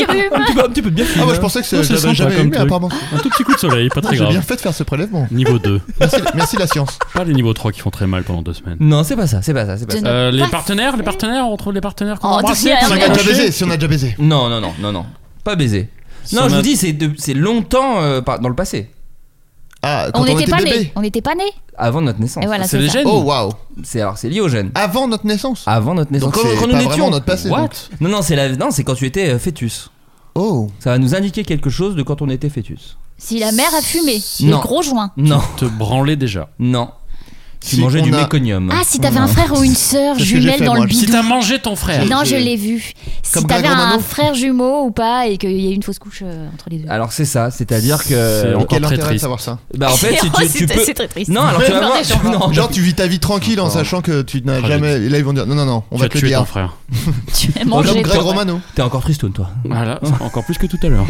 rhumes.
Un petit peu, un petit peu de hein. bien
Ah moi je pensais que
Non,
c'est-
c'est
j'avais
sympa
jamais eu,
comme
mais
truc.
apparemment.
Un tout petit coup de soleil,
Ah,
pas très
J'ai bien
grave.
fait de faire ce prélèvement.
Niveau 2.
Merci, merci la science.
Pas les niveaux 3 qui font très mal pendant deux semaines.
Non, c'est pas ça, c'est pas ça, c'est pas
De
ça.
notre
Euh, les
passé.
partenaires, les partenaires, on retrouve les partenaires qu'on
Bah, Oh,
a embrassés,
tiens,
qu'on a
Si on a déjà
gâchés.
baisé, si on a déjà baisé.
Non, non, non, non, non. Pas baiser.
Si on
Non, je
a-
vous dis, c'est de- c'est longtemps euh, par- dans le passé.
Ah, quand
On n'était pas
bébé.
nés. On n'était pas nés.
Avant notre naissance.
Et voilà, C'est c'est les ça. gènes.
Oh waouh.
C'est alors c'est lié aux gènes.
Avant notre naissance.
Avant notre naissance.
Donc c'est
Ah, quand, quand nous
pas
n'étions-
vraiment notre passé,
What
donc.
Non non c'est la non c'est quand tu étais euh, fœtus.
Oh.
Ça va nous indiquer quelque chose de quand on était fœtus.
Si la mère a fumé,
Non.
le gros joint.
Non.
Te branler déjà.
Non. Tu
Si
mangeais
on
du
a-
méconium.
Ah, si t'avais un frère ou une sœur
C'est ce que j'ai
jumelle
fait,
dans
moi.
le
Si
bidou.
t'as mangé ton frère.
Non, je l'ai vu.
Comme
si t'avais
Gregor
un
Nano.
frère jumeau ou pas et qu'il y a eu une fausse couche euh, entre les deux.
Alors c'est ça, c'est-à-dire
C'est
que
encore
Quel
très
intérêt de
triste.
savoir ça
bah en fait si tu,
Oh,
tu
c'est-
peux
c'est très triste.
Non, alors tu vas
Non,
voir,
mais
tu-
j'en vois.
non,
Genre tu Ah, vis ta vie tranquille en sachant que tu n'as
Tragique.
jamais. Et là ils vont dire non non non, on
Tu
va
as
te le
tué ton
dire.
frère.
tu as
Comme
mangé
Greg
ton-
Romano.
t'es encore tristoun toi.
Voilà, c'est encore plus que tout à l'heure.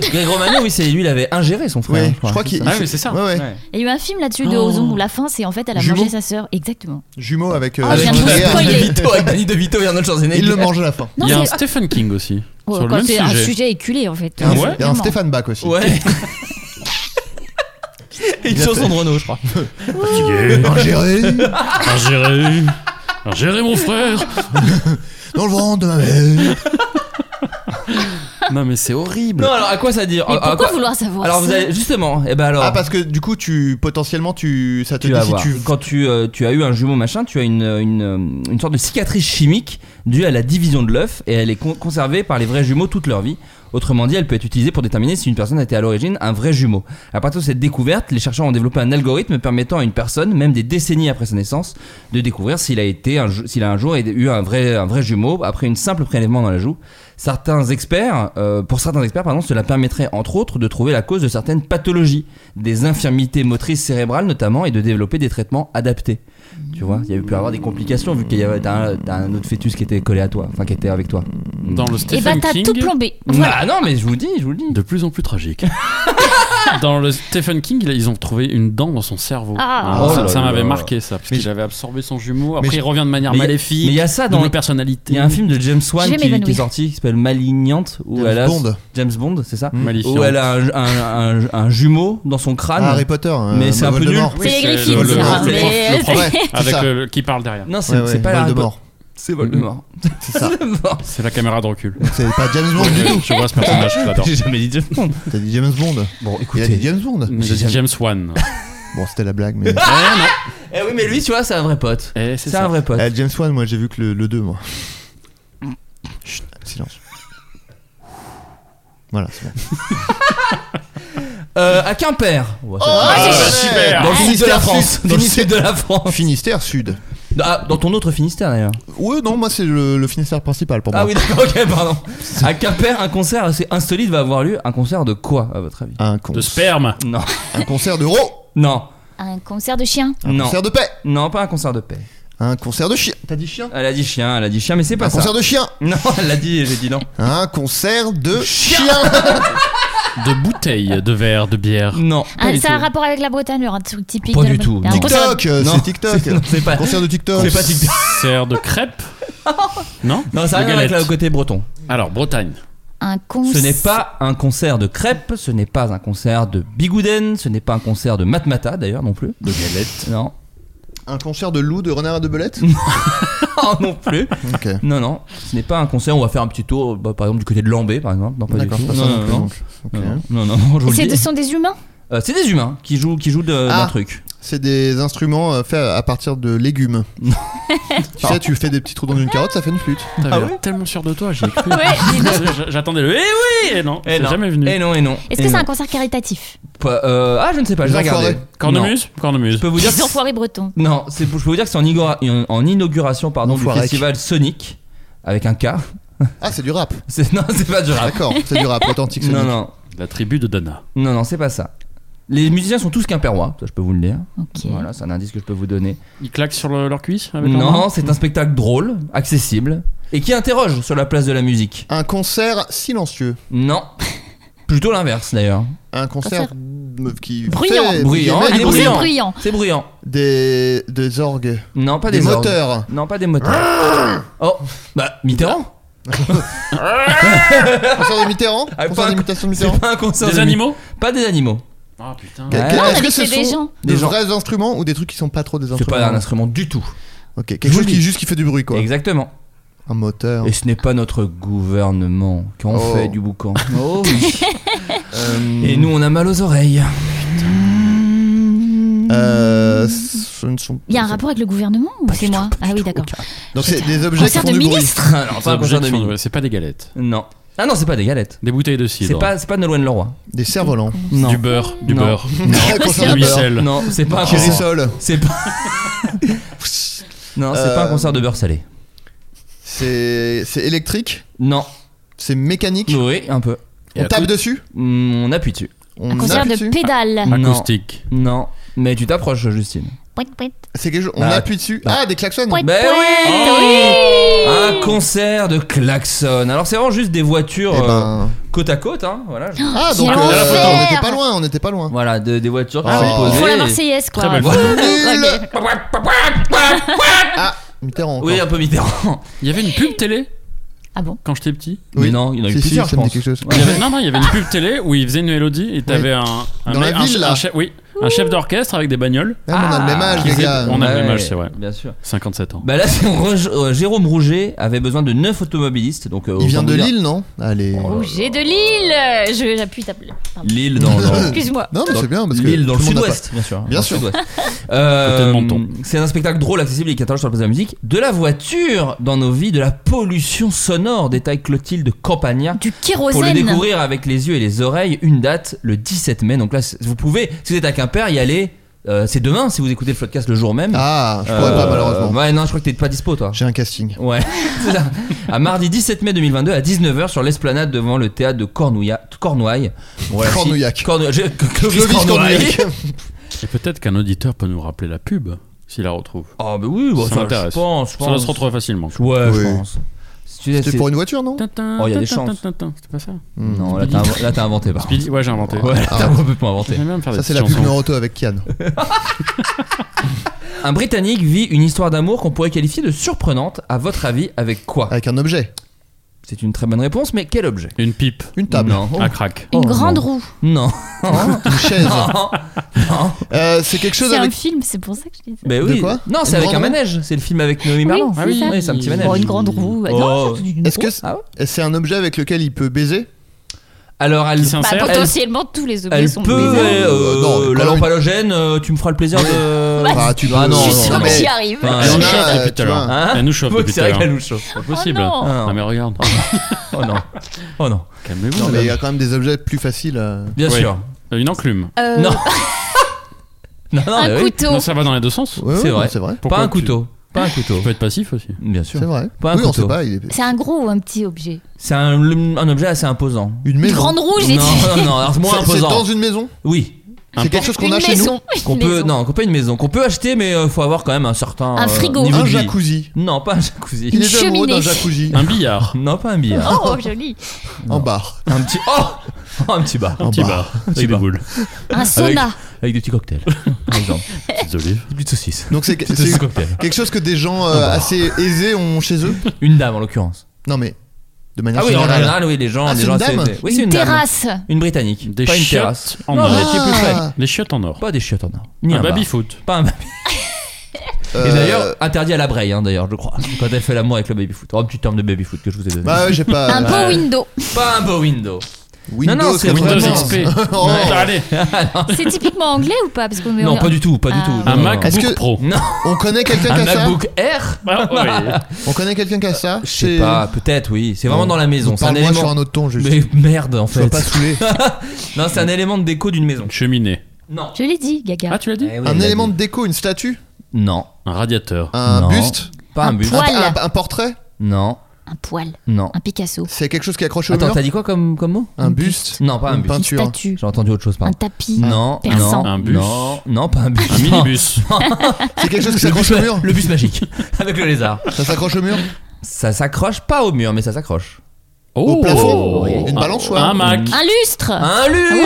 Greg Romano oui, c'est lui il avait ingéré son frère.
Oui, je crois qu'il.
ça. Ah oui, c'est ça.
Ouais, ouais.
Ouais.
Il y a eu un film là-dessus de
Oh.
Ozon où la fin c'est en fait elle a
Jumeaux.
mangé sa sœur. Exactement.
Jumeau avec.
Ah, je viens de vous
Schwarzenegger.
Danny
spoiler.
DeVito avec Danny DeVito et Arnold Schwarzenegger.
Il le mange à la fin.
Non,
Il y a un
c'est-
Stephen King aussi.
Ouais,
sur le
Oh, quand
même
c'est
sujet.
un sujet éculé en fait.
Ah
Et un-
Ouais.
Et un
Vraiment.
Stéphane Bach aussi.
Ouais. et une chanson de Renault je crois.
Fatigué.
Ingéré
Ingéré. Ingéré, mon frère.
dans le ventre de ma mère.
Non, mais c'est horrible.
Non alors à quoi ça dire
Mais
À- à
pourquoi
quoi-
vouloir savoir
Ah, Alors vous
ça
avez justement et ben alors
Ah parce que du coup tu potentiellement tu ça te
tu vas
dit si
voir.
tu
Quand tu, euh, tu as eu un jumeau machin, tu as une, euh, une, euh, une sorte de cicatrice chimique due à la division de l'œuf et elle est con- conservée par les vrais jumeaux toute leur vie. Autrement dit, elle peut être utilisée pour déterminer si une personne était à l'origine un vrai jumeau. À partir de cette découverte, les chercheurs ont développé un algorithme permettant à une personne, même des décennies après sa naissance, de découvrir s'il a été un ju- s'il a un jour eu un vrai un vrai jumeau après une simple prélèvement dans la joue. Certains experts, euh, pour certains experts, pardon, cela permettrait entre autres de trouver la cause de certaines pathologies, des infirmités motrices cérébrales notamment, et de développer des traitements adaptés. Tu vois, il y a pu avoir des complications vu qu'il y avait t'as un, t'as un autre fœtus qui était collé à toi, enfin qui était avec toi.
Dans le
Et bah
Stephen
t'as
King.
tout plombé. Voilà.
Ah non, mais je vous le dis, je vous le dis.
De plus en plus tragique. dans le Stephen King, il a- ils ont trouvé une dent dans son cerveau.
Ah.
Alors,
Oh
ça
là
ça
là.
m'avait marqué ça, parce
Mais
qu'il
je-
avait absorbé son jumeau. Après,
je-
il revient de manière
Mais il y a-
maléfique.
mais il y a ça
double
dans-
personnalité.
Il y a un film de James Wan
Je vais
qui, qui est
m'évanouir.
sorti qui s'appelle Malignante où
James
elle a
Bond.
James Bond, c'est ça
Maléfiant.
Où elle a un, un- un- un jumeau dans son crâne.
Ah, Harry Potter. euh,
Mais c'est un peu nul.
Voldemort.
C'est les Griffins,
le- le-
c'est
le-
rare,
le-
mais- euh,
le prof- le prof
C'est ça.
Avec le- le- qui parle derrière.
Non, c'est
Ouais, ouais,
c'est pas Harry Potter.
Voldemort.
C'est Voldemort. C'est ça.
C'est la caméra de recul.
C'est pas James Bond du tout.
Je vois ce personnage, je l'adore.
J'ai jamais dit James Bond.
T'as dit James Bond.
Bon,
Il a dit James Bond.
Mais j'ai dit Mmh. James Wan.
Bon, c'était la blague, mais.
Eh oui, mais lui, tu vois, c'est un vrai pote.
Eh, c'est
C'est un
ça.
vrai pote.
Eh, James Wan, moi j'ai vu que le, le 2, moi. Chut, silence. Voilà, c'est bon.
Euh, à Quimper. Ouais, ça
Oh
va.
super
Dans le sud de la
Finistère
France.
Sud.
Dans le
Finistère.
sud de la France.
Finistère Sud.
Ah, dans ton autre Finistère d'ailleurs.
Ouais, non, moi c'est le, le Finistère principal pour moi.
Ah oui, d'accord, ok, pardon. À Quimper, un concert assez insolite va avoir lieu. Un concert de quoi, à votre avis
Un, con-
De sperme.
Non.
un concert de ro
Non.
Un concert de chiens.
Un
Non.
concert de paix
Non, pas un concert de paix.
Un concert de chien T'as dit chien
Elle a dit chien, elle a dit chien, mais c'est pas
Un
ça.
concert de chien
Non, elle l'a dit et j'ai dit non.
Un concert de chien,
De bouteilles, de verre, de bière.
Non. pas
Ah,
du
ça a un
tout.
rapport avec la Bretagne, un truc typique.
Pas
de la
du
Bretagne.
tout,
Un
non.
concert-
TikTok euh,
Non,
C'est TikTok
non, c'est pas.
Concert de TikTok
C'est pas TikTok.
Serre de crêpes. Non
Non, ça a
De
rien à voir
galettes.
avec le côté breton.
Alors, Bretagne.
Un concert.
Ce n'est pas un concert de crêpes, ce n'est pas un concert de bigouden, ce n'est pas un concert de matmata d'ailleurs non plus.
De galettes.
Non.
Un concert de loup, de renard et de belette
Oh, non plus.
Ok.
Non, non. Ce n'est pas un concert où on va faire un petit tour, bah, par exemple du côté de Lambé par exemple. Non, pas du
D'accord,
tout.
c'est pas ça
non,
non plus.
non,
donc. Ok.
non, non, non, non, non, je vous le
C'est-
dis.
Ce sont des humains.
Euh, c'est des humains qui jouent, qui jouent de-
Ah.
d'un truc.
C'est des instruments euh, faits à partir de légumes. tu sais, tu fais des petits trous dans une carotte, ça fait une flûte.
T'avais
Ah
l'air
ouais
tellement sûr de toi, j'ai cru.
Ouais, dis donc.
J- J'attendais le. Eh oui Et non,
Eh
c'est
non.
jamais venu.
Et non, et non.
Est-ce
Eh
que c'est
non.
un concert caritatif
Pas- euh, Ah, je ne sais pas, je vais
Les enfoirés.
regarder. Non.
Cornemuse
Je
Cornemuse.
peux vous dire. que-
Des enfoirés bretons.
Non, c'est- je peux vous dire que c'est en, igora- en- en inauguration pardon, du
Enfoiré.
festival Sonic avec un K.
Ah, c'est du rap.
C'est- Non, c'est pas du rap.
D'accord, c'est du rap authentique.
Ah. Non,
Sonic.
non,
La tribu de Dana.
non, non, c'est pas ça. Les musiciens sont tous quimpérois, ça je peux vous le dire.
Ok.
Voilà, c'est un indice que je peux vous donner.
Ils claquent sur le- leurs cuisses
Ah,
avec leurs mains
Non, c'est un spectacle drôle, accessible et qui interroge sur la place de la musique.
Un concert silencieux.
Non, plutôt l'inverse d'ailleurs.
Un concert,
Concert.
m- qui
Bruyant.
fait
Bruyant,
qui émet
il est
du
Un concert
bruyant.
Ah, bruyant.
C'est bruyant.
des, des orgues,
Non, pas
des,
des, orgues.
moteurs.
Non, pas des moteurs. oh, bah Mitterrand.
concert de Mitterrand
Ah, pas
Concert
un-
d'imitation de Mitterrand
C'est pas un concert.
Des
de-
animaux
Pas des animaux.
Ah putain.
Quel-
Ouais.
quel-
Non,
mais
Est-ce que ce
c'est des
sont
gens.
des,
Des gens.
vrais instruments ou des trucs qui sont pas trop des
C'est
instruments
pas un instrument du tout.
Ok,
Je
quelque
vous
chose
le
qui
dis.
juste qui fait du bruit quoi.
Exactement.
Un moteur.
Et ce n'est pas notre gouvernement qui en
Oh.
fait du boucan. Oh oui.
Euh,
Et nous, on a mal aux oreilles.
Euh, ce ne sont-
Il y a un rapport avec le gouvernement ou c'est moi Ah oui, d'accord.
Donc c'est des objets qui
Concert
font
de
du bruit.
ministre
non, c'est pas un concert de minuit.
C'est pas des galettes.
Non. Ah non, c'est pas des galettes.
Des bouteilles de cidre.
C'est pas, c'est pas Nolwenn Leroy.
Des cerfs-volants.
Non.
Du beurre. Du
Non.
beurre.
Concert de
Du
beurre.
sel.
Non, c'est pas un
Qui
concert.
rissole.
C'est pas. non, c'est pas un
Euh,
concert de beurre salé.
C'est c'est électrique,
Non.
c'est mécanique.
Oui, un peu.
On tape dessus.
Mm, on appuie dessus.
On
Un concert
appuie
de
dessus. Ah.
pédale.
Non.
Acoustique.
Non. Mais tu t'approches, Justine.
Pouet, pouet,
C'est quelque chose. On
Bah,
appuie dessus.
bah.
Ah, des klaxons.
pouet,
Ben
pouet.
Ah.
Un concert de klaxon. Alors c'est vraiment juste des voitures
Eh
euh,
ben.
côte à côte, hein. Voilà. je-
Ah, donc
Quel
euh,
enfer.
on était pas loin, on était pas loin.
Voilà, de- des voitures qui
Ah,
sont
oui.
posées.
Ils font la Marseillaise, quoi.
Très belle
Voilà.
Nul. Ah, Mitterrand. Encore.
Oui, un peu Mitterrand.
Il y avait une pub télé
Ah bon
quand j'étais petit.
Mais non, il y en a eu
Si, si,
plusieurs, je
ça me dit
pense.
quelque chose.
Il y avait- non, non, il y avait une pub télé où il faisait une mélodie et t'avais un, un,
Dans la
mec- un
ville,
che-
là.
un chef, oui, un chef d'orchestre avec des bagnoles.
Ah, mais on a le même âge,
qui
les
faisait-
gars.
On a le même
Ouais,
âge, c'est vrai.
Bien sûr.
57 ans.
Bah là, c'est Ro- euh, Jérôme Rouget avait besoin de 9 automobilistes. Donc, euh,
Il vient
autant
de
vous dire-
Lille, non Allez.
Rouget de Lille Je- J'appuie ta. Pardon.
Lille dans, dans-
Excuse-moi.
Non, mais
dans-
c'est bien parce que
Lille dans le
tout monde n'a
sud-ouest, bien sûr.
Bien
Dans le
sûr.
sud-ouest. Euh,
Côté de Menton.
c'est un spectacle drôle, accessible et qui interroge sur le place de la musique, de la voiture dans nos vies, de la pollution sonore, détaille Clotilde Campagna.
Du
Pour le
kérosène.
découvrir avec les yeux et les oreilles, une date, le 17 mai. Donc là, c'est- vous pouvez, si vous êtes à Quimper, y aller. Euh, c'est demain si vous écoutez le podcast le jour même.
pas. Ah, je pourrais
Euh,
pas malheureusement.
Ouais, non, je crois que t'es pas dispo toi.
J'ai un casting.
Ouais, c'est ça. À mardi 17 mai 2022 à 19h sur l'esplanade devant le théâtre de Cornouilla, Cornouailles. Voilà, si-
Cornouillac.
Cornou- je- Clovis
Clovis
Cornouailles.
Cornouac.
Et peut-être qu'un auditeur peut nous rappeler la pub s'il la retrouve.
Ah, bah oui, bah,
Ça
ça, je
m'intéresse.
pense. Je
Ça va
pense.
se retrouver facilement.
Ouais, je
Oui.
pense. Si tu sais,
C'était
c'est-
pour une voiture, non
Oh, il y a des
Tintin,
chances.
tintin, C'était pas ça.
Non, là t'as inv- là, t'as inventé, par
Speedy, ouais, j'ai inventé.
contre. Ouais,
Ah.
là, t'as complètement inventé.
J'aime bien me faire
Ça,
des
c'est
petites
la pub
chansons.
Naruto avec Kian.
Un Britannique vit une histoire d'amour qu'on pourrait qualifier de surprenante, à votre avis, avec quoi
Avec un objet.
C'est une très bonne réponse, mais quel objet
Une pipe.
Une table. Oh,
Non.
À crack.
Une
Oh,
grande
non.
roue.
Non.
Une chaise.
Non. Non.
Euh, c'est quelque chose
C'est un
avec.
film, c'est pour ça que je dis ça.
Mais Ben oui.
quoi
non,
Une
c'est avec un
grande roue
manège. C'est le film avec Noémie
Oui,
Merlant.
c'est Ah oui. ça.
c'est un petit manège.
Bon, une grande roue.
Oh.
Non, c'est une
Est-ce que
roue.
c'est
Ah ouais
est-ce que c'est un objet avec lequel il peut baiser
Alors, elle,
Qui s'insère.
Bah,
Elle-
potentiellement, tous les objets
elle
sont
peut.
baisables.
euh,
Euh, non,
euh,
quand
la
même.
lampe halogène, euh, tu me feras le plaisir de.
Bah, tu
Ah
peux-
non, non,
Je suis
non,
sûre que
mais-
j'y arrive.
Enfin,
Elle
non,
nous
mais-
chauffe
euh,
depuis tout à
tu
l'heure.
vois.
Hein
Elle nous chauffe depuis tout
C'est
à
vrai qu'elle
l'heure.
nous chauffe.
Pas possible.
non.
Ah, mais regarde.
Oh non. Oh non.
Calmez-vous.
Non, mais il y
madame.
a quand même des objets plus faciles. euh.
Bien
Oui.
sûr.
Une enclume.
Euh,
Non. Non, non, mais
Un
oui.
couteau.
Non, ça va dans les deux sens.
Ouais, ouais,
C'est
non,
vrai.
C'est vrai.
Pas
Pourquoi
un
tu-
couteau. Pas un couteau.
Tu peux être passif aussi.
Bien sûr.
C'est vrai.
Pas un
oui, on
couteau.
sait pas. il est-
C'est un gros ou un petit objet
C'est un, un objet assez imposant.
Une
Une
maison.
grande roue, j'ai dit.
non, non, non, alors, moins
C'est- C'est
imposant.
dans une maison.
Oui,
Un
C'est quelque chose qu'on
Une
a chez nous.
maison. Une
qu'on peut,
maison.
non, qu'on peut une maison, qu'on peut acheter, mais euh, faut avoir quand même un certain euh,
Un frigo.
niveau
Un
de vie.
jacuzzi.
Non, pas un jacuzzi.
Il est amoureux d'un
cheminée.
jacuzzi.
Un billard.
Non, pas un billard.
Oh, joli.
Un bar.
Un petit, oh, Oh, un petit bar
Un petit bar. C'est des
bar.
boules.
Un sauna.
avec des petits cocktails, par exemple.
Petites olives.
Des petites saucisses.
Donc c'est
Des
c'est
saucisses cocktails.
quelque chose que des gens euh,
Un bar.
assez aisés ont chez eux.
Une dame en l'occurrence.
Non mais de manière
Ah oui, en
générale.
général, oui, les gens,
Ah,
les
c'est
gens
une
assez-
dame
Oui, c'est
Une
une dame.
terrasse.
Une britannique.
Des
pas une
chiottes
terrasse.
en
non,
or.
vous étiez plus près.
Ah.
Les chiottes en or.
Pas des chiottes en or. Ni
un
bar.
baby-foot.
Pas un baby. Et
Euh,
d'ailleurs, interdit à la braille, hein, d'ailleurs, je crois. Quand elle fait l'amour avec le baby foot. Oh, un petit terme de baby foot que je vous ai donné.
Bah ouais, j'ai pas.
Un beau window.
Pas un beau window.
Windows,
Non, non, c'est
vraiment-
Windows
vraiment-
XP.
Oh.
Ouais. Allez.
C'est typiquement anglais ou pas Parce qu'on est-
Non, pas du tout, pas du
Ah.
tout.
Un
Non,
Mac
Est-ce que-
Pro.
Non,
On connaît quelqu'un qui
un
a ça
MacBook Air
Ah, oui.
On connaît quelqu'un qui a ça
Je sais pas, peut-être, oui. C'est vraiment dans la maison. C'est un
Parle-moi
élément.
sur un autre ton juste.
Mais merde, en
Je sois
fait.
pas saoulé.
non, c'est un élément de déco d'une maison.
Une cheminée.
Non. Eh
Je l'ai dit, Gaga.
Ah, tu l'as dit
Un élément de déco, une statue,
Non.
Un radiateur.
un
Non.
buste,
Pas un but.
un,
poil. Voilà.
un- un portrait.
Non.
Un poil.
Non.
Un Picasso.
C'est quelque chose qui est accroché au
Attends,
mur.
t'as dit quoi comme, comme mot
Un buste.
Non, pas un
Une
but.
Une
peinture.
statue.
J'ai entendu autre chose,
Un
pardon.
tapis.
Non, non,
persan.
Un bus.
non, non, pas un bus.
Un minibus.
C'est quelque chose qui
Le bus,
s'accroche au mur.
le bus magique avec le lézard.
Ça s'accroche au mur.
Ça s'accroche pas au mur, mais ça s'accroche.
Oh.
plafond.
Oh.
Une
Un-
balançoire.
Un Mac.
Un lustre.
Un luxe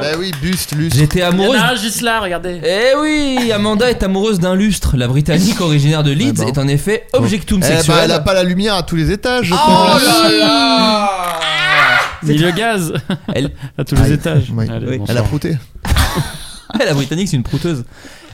Bah oui, buste, lustre.
J'étais amoureuse.
Gisela, regardez.
Eh oui, Amanda est amoureuse d'un lustre. La Britannique originaire de Leeds
Ah bon.
est en effet objectum
Eh
sexuel.
bah, elle a pas la lumière à tous les étages, je
Oh
pense.
là là
Ni le gaz.
Ah, elle, Ah,
À tous les étages.
Oui.
Allez,
Oui.
bonsoir.
Elle a prouté.
La Britannique, Eh, c'est une prouteuse.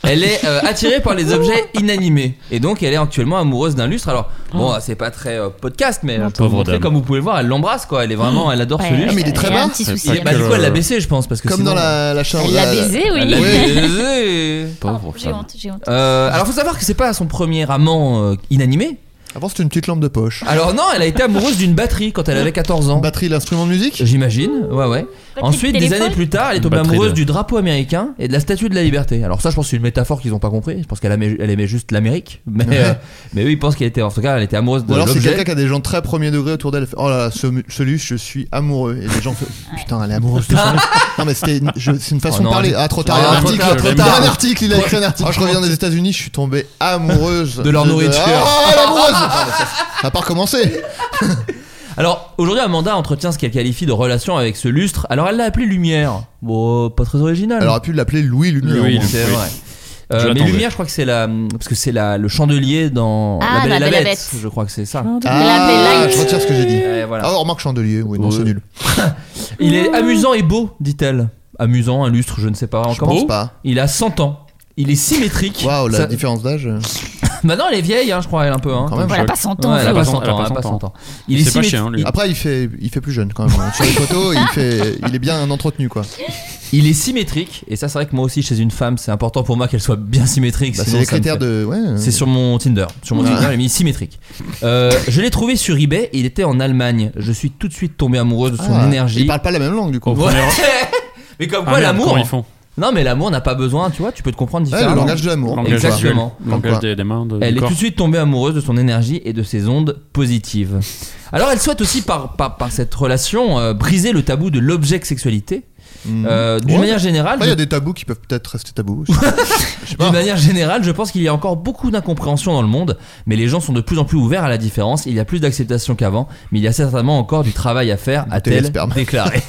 Elle est euh, attirée par les objets inanimés. Et donc, elle est actuellement amoureuse d'un lustre. Alors, bon, c'est pas très euh, podcast, mais pour
pauvre
vous montrer,
dame.
comme vous pouvez le voir, elle l'embrasse, quoi. Elle est vraiment, elle adore
Ouais,
ce lustre.
elle-
mais il est très
elle a un
bas.
petit
C'est
souci.
pas
Et bah, du coup, elle l'a baissé, je pense. Parce que
Comme
sinon-
dans la, la chambre.
Elle l'a baisé, oui.
Elle l'a baisé.
Pauvre
J'ai
femme.
honte, j'ai honte.
Euh, alors, faut savoir que c'est pas son premier amant euh, inanimé.
Avant, c'était une petite lampe de poche.
Alors, non, elle a été amoureuse d'une batterie quand elle avait 14 ans.
Batterie, l'instrument de musique
J'imagine, ouais, ouais.
Batterie de
Ensuite, des
téléphone
années plus tard, elle est tombée
Batterie
amoureuse
de-
du drapeau américain et de la statue de la liberté. Alors, ça, je pense que c'est une métaphore qu'ils ont pas compris. Je pense qu'elle aimait, elle aimait juste l'Amérique. Mais,
Ouais.
euh, mais eux, ils pensent qu'elle était, en tout cas, elle était amoureuse de
Ou alors c'est quelqu'un
l'objet.
qui a des gens très premier degré autour d'elle. elle fait, Oh là là, ce, celui, je suis amoureux. Et les gens font Putain, elle est amoureuse de son mec. Non, mais c'était une, je- c'est une façon
Oh non,
de parler.
mais-
Ah, trop tard,
Ah,
il y a un
trop
article.
tard, trop
il y a un
tard.
article, il a écrit un article. Ah, je reviens des États-Unis, je suis tombée amoureuse
De leur nourriture.
Ah, elle est amoureuse Ah, mais ça- Ça a pas recommencé.
Alors, aujourd'hui, Amanda entretient ce qu'elle qualifie de relation avec ce lustre. Alors, elle l'a appelé Lumière. Bon, pas très original.
Elle aurait pu l'appeler Louis Lumière.
Louis
au moins.
c'est
oui.
vrai.
Je
Euh, mais
l'attendais.
Lumière, je crois que c'est la. Parce que c'est la, le chandelier dans
Ah,
La Belle et la,
La Belle et la
Bête.
Bête.
Je crois que c'est ça.
appelé
Ah,
Light.
je retire ce que j'ai dit.
Ouais, voilà.
Ah, remarque chandelier, oui, non,
Ouais.
c'est nul.
Il est amusant et beau, dit-elle. Amusant, un lustre, je ne sais pas.
Je
encore.
pense pas.
Il a 100 ans. Il est symétrique.
Waouh, la
Ça-
différence d'âge. euh,
Maintenant, elle est vieille, hein, je crois, elle un peu. hein.
Quand même.
Voilà, pas 100 ans.
Ouais, elle a
faut-
pas
cent-
100
elle a
ans.
pas
elle a pas
100
100 ans. Il est
C'est
Ah,
pas
symétrique.
chiant, lui.
Après, il fait, il fait plus jeune quand même. Sur les photos, il, fait, il est bien entraîné quoi. Bah,
Il est symétrique. Et ça, c'est vrai que moi aussi, chez une femme, c'est important pour moi qu'elle soit bien symétrique.
Bah,
sinon
c'est les
ça me
critères
fait-
de. Ouais. euh,
C'est sur mon Tinder. Sur mon
Mmh. Ouais.
Tinder, il a mis symétrique. Euh, je l'ai trouvé sur eBay. Il était en Allemagne. Je suis tout de suite tombé amoureux de son
Ah,
énergie.
Ils parlent pas la même langue du coup.
Au
Ouais.
premier rang.
Mais comme
Ah,
quoi,
merde,
l'amour.
comment ils font
Non, mais l'amour n'a pas besoin. Tu vois, tu peux te comprendre
Ouais, le
différemment.
langage de l'amour.
Langage
Exactement.
visuel, Langage des, des mains, de,
Elle
du
est
corps.
tout de suite tombée amoureuse de son énergie et de ses ondes positives. Alors elle souhaite aussi par, par, par cette relation euh, briser le tabou de l'objet sexualité.
Mm.
Euh, D'une
Ouais.
manière générale,
Après, il y a
je-
des tabous qui peuvent peut-être rester tabous. aussi. Je sais pas.
d'une manière générale, je pense qu'il y a encore beaucoup d'incompréhension dans le monde, mais les gens sont de plus en plus ouverts à la différence. Il y a plus d'acceptation qu'avant, mais il y a certainement encore du travail à faire,
Bouteille
a-t-elle
d'asperme.
déclaré.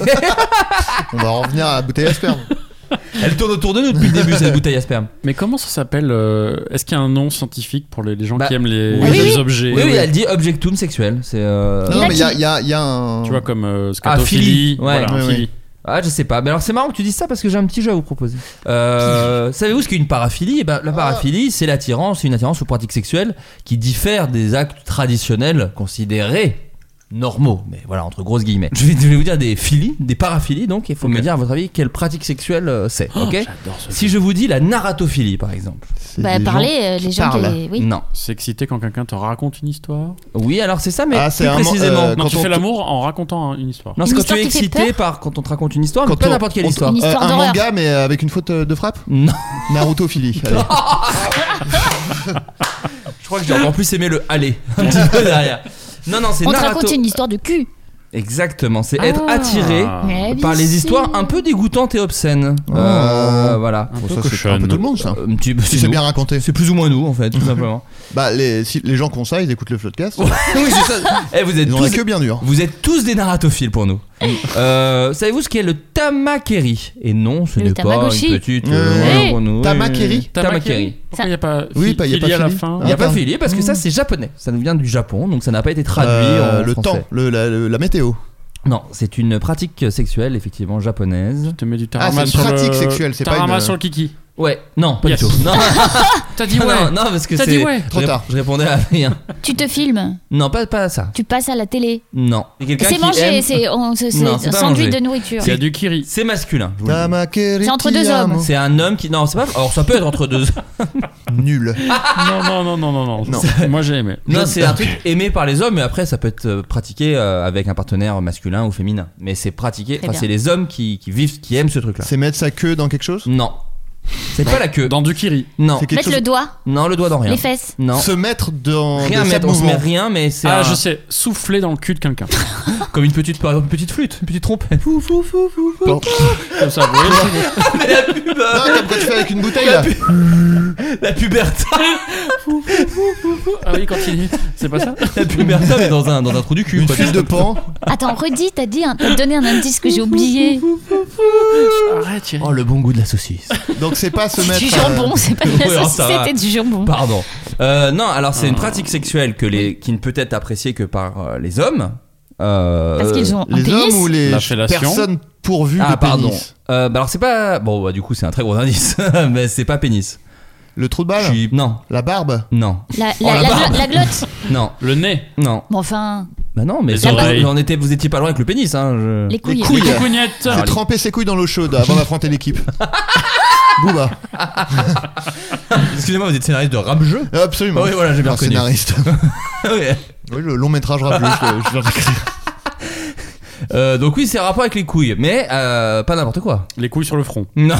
On va en revenir à la bouteille à sperme.
Elle tourne autour de nous depuis le début cette bouteille à sperme.
Mais comment ça s'appelle euh, Est-ce qu'il y a un nom scientifique pour les, les gens
Bah,
qui aiment les,
oui,
les
oui,
objets
Oui, oui, elle dit objectum sexuel. C'est euh,
Non, non, mais il y a,
qui-
il y a- il y a un.
Tu vois, comme euh,
philie,
scatophilie.
Ah, ouais.
voilà,
Ouais,
philie.
Ah, je sais pas. Mais alors, c'est marrant que tu dises ça parce que j'ai un petit jeu à vous proposer. Euh, Savez-vous ce qu'est une paraphilie Eh ben, La paraphilie, c'est l'attirance, une attirance aux pratiques sexuelles qui diffère des actes traditionnels considérés normaux. Mais voilà, entre grosses guillemets. Je vais, je vais vous dire des philies, des paraphilies, donc il faut me dire à votre avis quelle pratique sexuelle euh, c'est. ok
J'adore ce
Si je vous dis la naratophilie, par exemple.
C'est
Bah,
des gens-
parler, euh, les gens
parlent.
qui. Oui.
Non.
S'exciter quand quelqu'un te raconte une histoire
Oui, alors c'est ça, mais
Ah, c'est
plus
un mo-
précisément.
euh,
Non,
Quand
tu
on
fais
te-
l'amour en racontant hein, une histoire.
non, c'est
Une
quand tu es
histoire qui fait
excité
peur
par quand on te raconte une histoire, mais
Quand
pas
on-
n'importe quelle
on-
histoire.
Une histoire
Euh, un
d'horreur.
manga, mais euh, avec une faute euh, de frappe
Non.
Narutophilie. Allez.
Je crois que j'ai encore plus aimé le aller un petit peu derrière. Non, non, c'est
On te
Naruto.
raconte une histoire de cul.
Exactement, c'est être
Ah.
attiré
Eh bien
par les
sûr.
histoires un peu dégoûtantes et obscènes. Euh, voilà. Euh,
Un
Bon,
peu
ça, c'est un
cochonne.
peu tout le monde, ça.
Un petit-
Si
C'est
Ah. c'est
nous.
bien raconté.
C'est plus ou moins nous en fait, tout simplement.
Bah, les, si- les gens qu'on ça, ils écoutent le podcast.
oui, c'est ça. Eh, vous êtes
Ils ont la
tous
queue Mm. bien dure.
vous êtes tous des narratophiles pour nous. Euh, Savez-vous ce qu'est le tamakeri Et non, ce
Le
n'est pas
Tamagotchi.
une petite.
Euh,
pour nous.
Tamakeri
Tamakeri.
Pourquoi il n'y a pas
Oui, pas- il y a
philie
pas Ah.
à la
philie.
fin
Il n'y a
Attends.
pas filié parce
Mm.
que ça c'est japonais. Ça nous vient du Japon, donc ça n'a pas été traduit
Euh,
en
le
français.
temps, le- la, le- la météo.
Non, c'est une pratique sexuelle effectivement japonaise.
Tu te mets du
Ah,
tarama
c'est une
sur
pratique
le...
sexuelle, c'est pas
tarama
une-
sur le kiki.
Ouais, non, pas
Yes.
du tout. Non,
T'as dit
non,
ouais.
non, parce que
T'as
c'est.
dit ouais.
je
Trop
rép-
tard.
Je répondais à rien.
Tu te filmes,
Non, pas, pas ça.
tu passes à la télé.
Non. Il y a quelqu'un
C'est
qui
manger,
aime-
c'est on- c'est-
Non,
c'est
c'est
un
pas
sandwich
manger.
de nourriture.
Il y a du kiri.
C'est masculin. je vous le dis.
Tamakeri.
C'est entre
ti
deux
amo.
hommes.
C'est un homme qui. Non, c'est pas. Alors ça peut être entre deux.
Nul.
Ah.
Non, non, non, non, non, non. Moi j'ai aimé.
Non, c'est un truc aimé par les hommes, mais après ça peut être euh, pratiqué euh, avec un partenaire masculin ou féminin. Mais c'est pratiqué.
Très
Enfin,
bien.
c'est les hommes qui, qui vivent, qui aiment ce truc-là.
C'est mettre sa queue dans quelque chose
Non. C'est pas la queue.
Dans du kiri.
Non.
C'est quelque
Mettre
chose.
le doigt,
Non, le doigt dans rien.
les fesses.
Non.
Se mettre dans
Rien,
des
mais
sables
on se met
mouvants.
rien, mais c'est
Ah,
un-
je sais. Souffler dans le cul de quelqu'un.
comme une petite, par exemple, une petite flûte, une petite trompette.
Bon.
Comme ça, vous voyez.
mais la pub, euh,
Non, comme quand tu fais avec une bouteille là.
la puberté,
Ah oui, continue. C'est pas ça
la puberté, mais dans un dans un trou du cul.
Une
quoi.
file de pan.
Attends, redis, t'as dit, un- t'as donné un indice que j'ai oublié.
Arrête, Thierry.
Oh le bon goût de la saucisse.
Donc c'est pas se mettre.
Du
euh,
jambon, c'est pas de
Oui,
la
alors,
saucisse,
ça va. Bah,
c'était du jambon.
Pardon. Euh, non, alors c'est une
Ah.
pratique sexuelle que les qui ne peut être appréciée que par euh, les hommes. Euh,
Parce qu'ils ont un
Les
pénis.
hommes ou les
La fellation.
personnes pourvues
Ah
de
pardon.
pénis.
Euh, bah alors c'est pas bon bah du coup c'est un très gros indice mais c'est pas pénis.
Le trou de balle
Non.
La barbe
Non.
La,
Oh,
la,
la
la
barbe.
glo- la glotte
Non.
Le nez
Non.
Bon, enfin,
Bah non, mais
Les
c'est-
oreilles.
j'en étais, vous étiez pas loin avec le pénis. Hein, je-
les couilles.
couilles.
Les coucougnettes.
C'est tremper ses couilles dans l'eau chaude avant d'affronter l'équipe. Booba.
Excusez-moi, vous êtes scénariste de rap jeu
Euh, Absolument.
Ah oui, voilà, j'ai bien
Un
reconnu.
scénariste. oui, le long métrage rap, je, je viens d'écrire.
Euh, Donc oui, c'est rapport avec les couilles, mais euh, pas n'importe quoi.
Les couilles sur le front.
Non,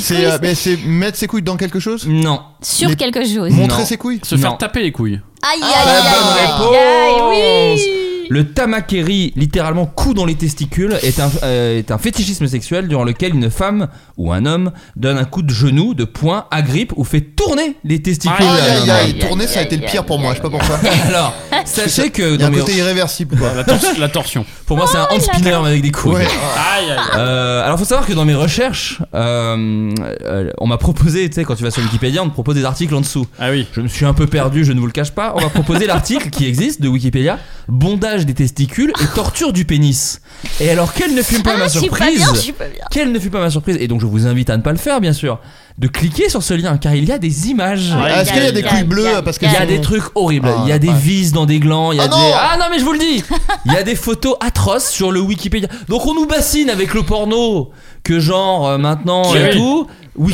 C'est, euh, mais c'est mettre ses couilles dans quelque chose
non.
Sur
Les-
quelque chose.
Mon-
Montrer
Non.
ses couilles
Se
Non.
faire taper les couilles.
Aïe, aïe,
La
aïe,
bonne
aïe,
réponse.
aïe, oui.
Le tamakeri, littéralement coup dans les testicules, est un, euh, est un fétichisme sexuel durant lequel une femme ou un homme donne un coup de genou, de poing, à grippe ou fait tourner les testicules.
Aïe
Aïe,
aïe aïe,
aïe,
tourner ça a
aïe,
été le pire
aïe,
pour moi, je sais pas pourquoi.
Alors, sachez que
Il y a
non,
un
mais
côté irréversible quoi.
La, tors- la torsion.
pour moi c'est
Oh
un hand spinner mais avec des couilles.
Ouais.
Aïe, aïe, aïe.
Euh, alors faut savoir que dans mes recherches, euh, euh, on m'a proposé, tu sais, quand tu vas sur Wikipédia, on te propose des articles en dessous.
Ah oui.
Je me suis un peu perdu, je ne vous le cache pas. On m'a proposé l'article qui existe de Wikipédia Bondage des testicules et torture du pénis. Et alors, quelle ne fut pas
Ah,
ma
je suis pas bien, je
surprise
suis pas bien.
Quelle ne fut pas ma surprise Et donc, je vous invite à ne pas le faire, bien sûr, de cliquer sur ce lien car il y a des images.
Ah, Est-ce qu'il y a des
Aïe,
couilles
aïe,
bleues
aïe,
parce que
Il y a
sinon-
des trucs horribles.
Ah,
il y a des
ouais.
vis dans des glands. Il y a
Ah
Oh
des...
non
ah non, mais je vous le dis. Il y a des photos atroces sur le Wikipédia. Donc on nous bassine avec le porno que genre euh, maintenant
Oui.
et tout.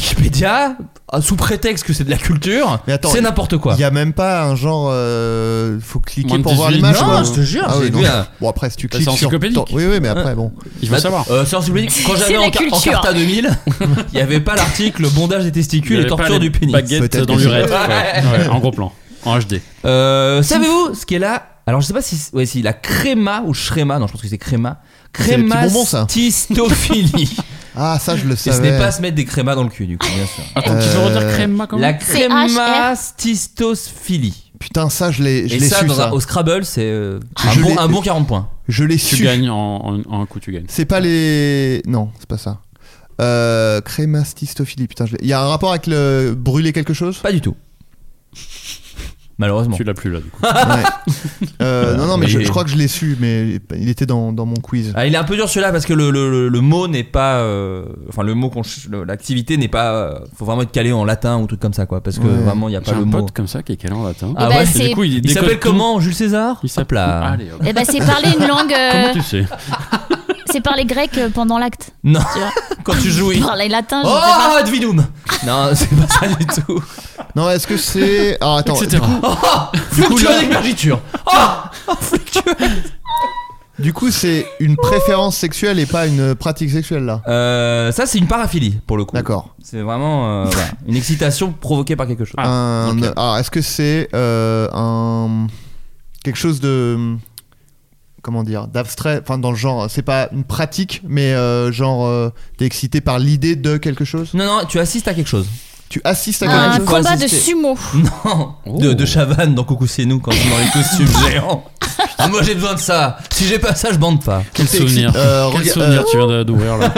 Wikipédia ah, sous prétexte que c'est de la culture,
Mais attends,
c'est n'importe quoi.
Il y a même pas un genre euh, faut cliquer
Moins de
pour voir
18.
l'image
Non,
quoi.
je te jure,
Ah
j'ai
oui,
vu
non.
un-
Bon après si tu
Bah,
cliques
c'est
sur
encyclopédique.
Oui oui, mais après bon.
Il faut
Bah,
savoir.
euh, c'est encyclopédique. Quand
C'est
j'avais
la
en, car- en
culture.
Carta 2000, il n'y avait pas l'article bondage des
Il y
testicules et
avait pas
torture
les
du pénis.
Baguette
Peut-être
dans
que c'est-
l'urette. quoi.
Ouais.
Ouais, En gros plan. En HD.
Euh, Savez-vous ce qu'est là Alors je sais pas si, ouais, si la créma ou shrema, non je pense que c'est créma.
C'est les petits bonbons, ça.
Crémastistophilie.
Ah ça je le
Et ce
savais.
n'est pas se mettre des crémas dans le cul du coup, bien sûr.
Attends, tu veux
Euh,
redire crème comment
La
C'est
crémastistophilie.
Putain ça je l'ai je
Et
l'ai
ça,
su
dans un-
ça.
au Scrabble, c'est euh, un,
Je
bon,
l'ai-
un bon 40 points.
Je l'ai
Tu
su.
gagnes en, en- en un coup, tu gagnes.
C'est pas les non, c'est pas ça. Euh, crémastistophilie, putain, je l'ai- il y a un rapport avec le brûler quelque chose
Pas du tout. Malheureusement.
Tu l'as plus là du coup.
Ouais. Euh, Non, non, mais
Oui.
je, je crois que je l'ai su, mais il était dans, dans mon quiz.
Ah, il est un peu dur celui-là parce que le, le- le- le mot n'est pas. euh, enfin, le mot, qu'on ch- le- l'activité n'est pas. euh, faut vraiment être calé en latin ou truc comme ça, quoi. Parce que
Ouais.
vraiment, il n'y a pas
J'ai
le
un
mot.
pote comme ça qui est calé en latin.
Ah
Eh ben,
ouais,
c'est-
Et du coup, il,
Il
décode
s'appelle
tout.
comment Jules César
Il s'appelle.
Hop là.
Allez, hop.
Eh ben, c'est parler une langue. euh,
Comment tu sais
c'est parler grec euh, pendant l'acte.
Non,
Tu vois.
quand tu jouis.
Parler latin. je sais pas.
Oh, Advinum Non, c'est pas ça du tout.
Non, est-ce que c'est. Alors attends,
Etc.
Fluctueux
là-
d'émergiture Oh Fluctueux
du coup, c'est une préférence sexuelle et pas une pratique sexuelle là.
Euh, Ça, c'est une paraphilie pour le coup.
D'accord.
C'est vraiment euh, voilà, une excitation provoquée par quelque chose.
Ah.
Un-
ok.
Alors, est-ce que c'est euh, un. Quelque chose de. Comment dire D'abstrait, enfin, dans le genre. C'est pas une pratique, mais euh, genre, euh, t'es excité par l'idée de quelque chose
Non, non, tu assistes à quelque chose.
Tu assistes à quelque
Un
faut
combat de
assister.
sumo.
Non de, de Chavannes dans Coucou c'est nous quand ils sont dans les costumes géants. Ah, moi j'ai besoin de ça. Si j'ai pas ça, je bande pas.
Quel
C'est-
souvenir.
euh,
Quel
rega-
souvenir tu viens de- d'ouvrir là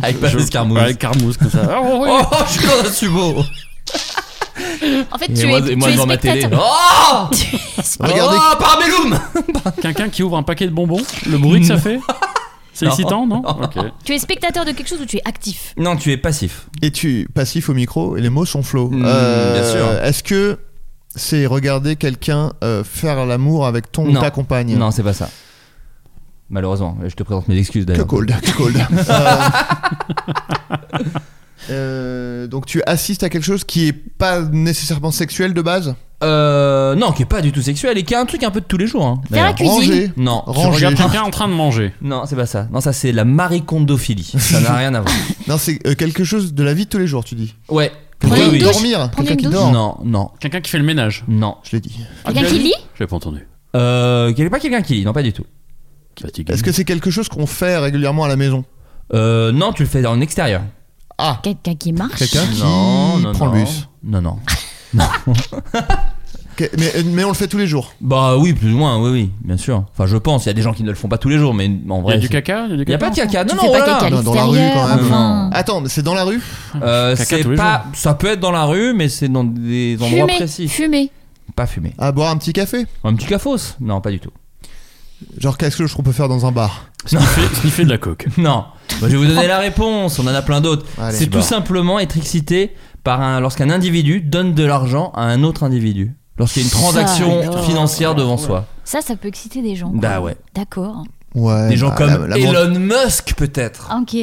Avec pas
Je-
d'escarmouche.
Ouais, Carmousse comme ça.
Oh, je suis dans un sumo.
En fait,
Et
tu
moi,
es, tu
et moi
es
devant ma télé.
spectateur.
Oh
Regardez.
Oh, Parabellum
Quelqu'un qui ouvre un paquet de bonbons, le bruit que ça fait C'est
Non.
excitant, non Ok.
Tu es spectateur de quelque chose ou tu es actif
Non, tu es passif.
Et tu passif au micro et les mots sont flots. Euh,
Mm, bien sûr.
Est-ce que c'est regarder quelqu'un euh, faire l'amour avec ton
Non.
ou ta compagne
Non, c'est pas ça. Malheureusement, je te présente mes excuses
Que
d'ailleurs.
cold, que cold. Euh, euh, donc tu assistes à quelque chose qui est pas nécessairement sexuel de base.
Euh, non, qui est pas du tout sexuel et qui a un truc un peu de tous les jours. hein,
Faire la
d'ailleurs.
cuisine.
Ranger.
Non,
Tu
Ranger.
regardes quelqu'un en train de manger.
non, c'est pas ça. Non, ça c'est la maricondophilie. Ça n'a rien à voir.
Non, c'est euh, quelque chose de la vie de tous les jours, tu dis.
Ouais.
Prenez
Oui,
une
oui.
douche.
Dormir,
Prendre
quelqu'un
une
qui
douche.
dort.
Non, non,
Quelqu'un qui fait le ménage.
non.
Je l'ai dit.
Ah,
Quelqu'un
tu l'as
qui
dit
lit
Je l'ai pas entendu.
Euh, quel- pas quelqu'un qui lit, non, pas du tout.
Fatigué.
Est-ce que c'est quelque chose qu'on fait régulièrement à la maison
Euh, non, tu le fais en extérieur.
Ah,
Quelqu'un qui marche
quelqu'un qui
non, non,
prend
non.
le bus.
Non, non.
Que- Mais, euh, mais on le fait tous les jours.
Bah oui, plus ou moins, oui, oui, bien sûr. Enfin, je pense. Il y a des gens qui ne le font pas tous les jours, mais en
Il y
vrai.
a du
c'est-
caca Il y a du
Il y a
caca
pas de caca. Non,
Tu
non, oh
fais pas
voilà.
caca à
Non, dans la rue,
l'extérieur,
quand même. Ah,
enfin.
Attends, mais c'est dans la rue
Euh,
Caca tous
c'est
les
pas. Ça peut être dans la rue, mais c'est dans des endroits
Fumer,
précis.
fumer.
Pas fumé.
À boire un petit café
Un petit cafos Non, pas du tout.
Genre, qu'est-ce que je- qu'on peut faire dans un bar
Sniffer- Sniffer de la coke.
Non. Bah, je vais vous donner la réponse. On en a plein d'autres.
Allez.
C'est
Tu
tout
barres.
simplement être excité par un, lorsqu'un individu donne de l'argent à un autre individu. Lorsqu'il y a une
Ça,
transaction
alors.
financière devant soi.
Ça, ça peut exciter des gens. quoi.
Bah ouais.
D'accord. Ah,
Ouais,
Des gens
bah,
comme
la- la-
Elon Musk peut-être.
Ok.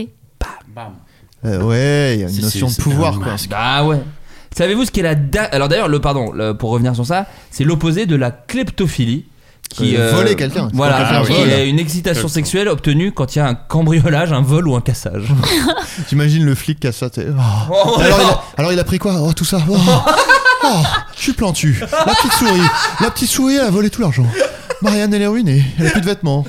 Euh, ouais, il y a une
Si,
notion
si,
de
c'est
pouvoir
Elon
quoi.
Musk.
Bah ouais. Savez-vous ce qu'est la da- alors d'ailleurs le pardon le- pour revenir sur ça c'est l'opposé de la kleptophilie qui
Euh,
euh,
voler quelqu'un. c'est
voilà
quand quelqu'un
Ah
qui
oui.
vole.
est une excitation
Klepto.
sexuelle obtenue quand il y a un cambriolage un vol ou un cassage
T'imagines le flic qui a ça, t'es- oh.
Oh,
alors, il
non.
a, alors il a pris quoi Oh, tout ça. Oh, Oh, je suis plantu. La petite souris. La petite souris, elle a volé tout l'argent. Marianne, elle est ruinée. Elle a plus de vêtements.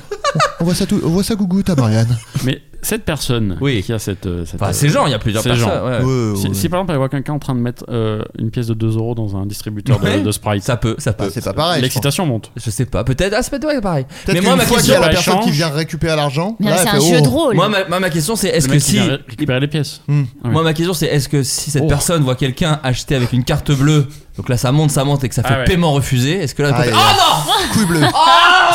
On voit ça, tout, on voit ça gougoute à Marianne.
Mais cette personne
Oui.
qui a cette. euh, cette,
Enfin,
euh,
ces gens, il y a plusieurs
ces
personnes.
gens.
ouais.
Ouais,
Si,
Oh, ouais.
si par exemple elle voit quelqu'un en train de mettre euh, une pièce de 2 euros dans un distributeur de-
Ouais.
de, Sprite,
Ça peut, ça
Ah,
peut.
c'est pas pareil. je pense.
l'excitation monte.
Je sais pas, peut-être. Ah, c'est peut-être ouais, pareil.
Peut-être
Mais moi,
qu'une
ma
fois qu'il y
question,
a la
elle
personne qui
change.
vient récupérer l'argent,
Mais
là,
c'est
elle
un
fait,
jeu
oh.
de rôle.
moi, ma, moi, ma question, c'est est-ce
Le
que
mec qui
si.
vient ré- récupérer les pièces.
Hmm.
Ah oui.
Moi, ma question, c'est est-ce que si cette
Oh.
personne voit quelqu'un acheter avec une carte bleue, donc là, ça monte, ça monte et que ça fait
Ah ouais.
paiement refusé, est-ce que là. elle peut
Ah,
faire-
et- Couille bleue.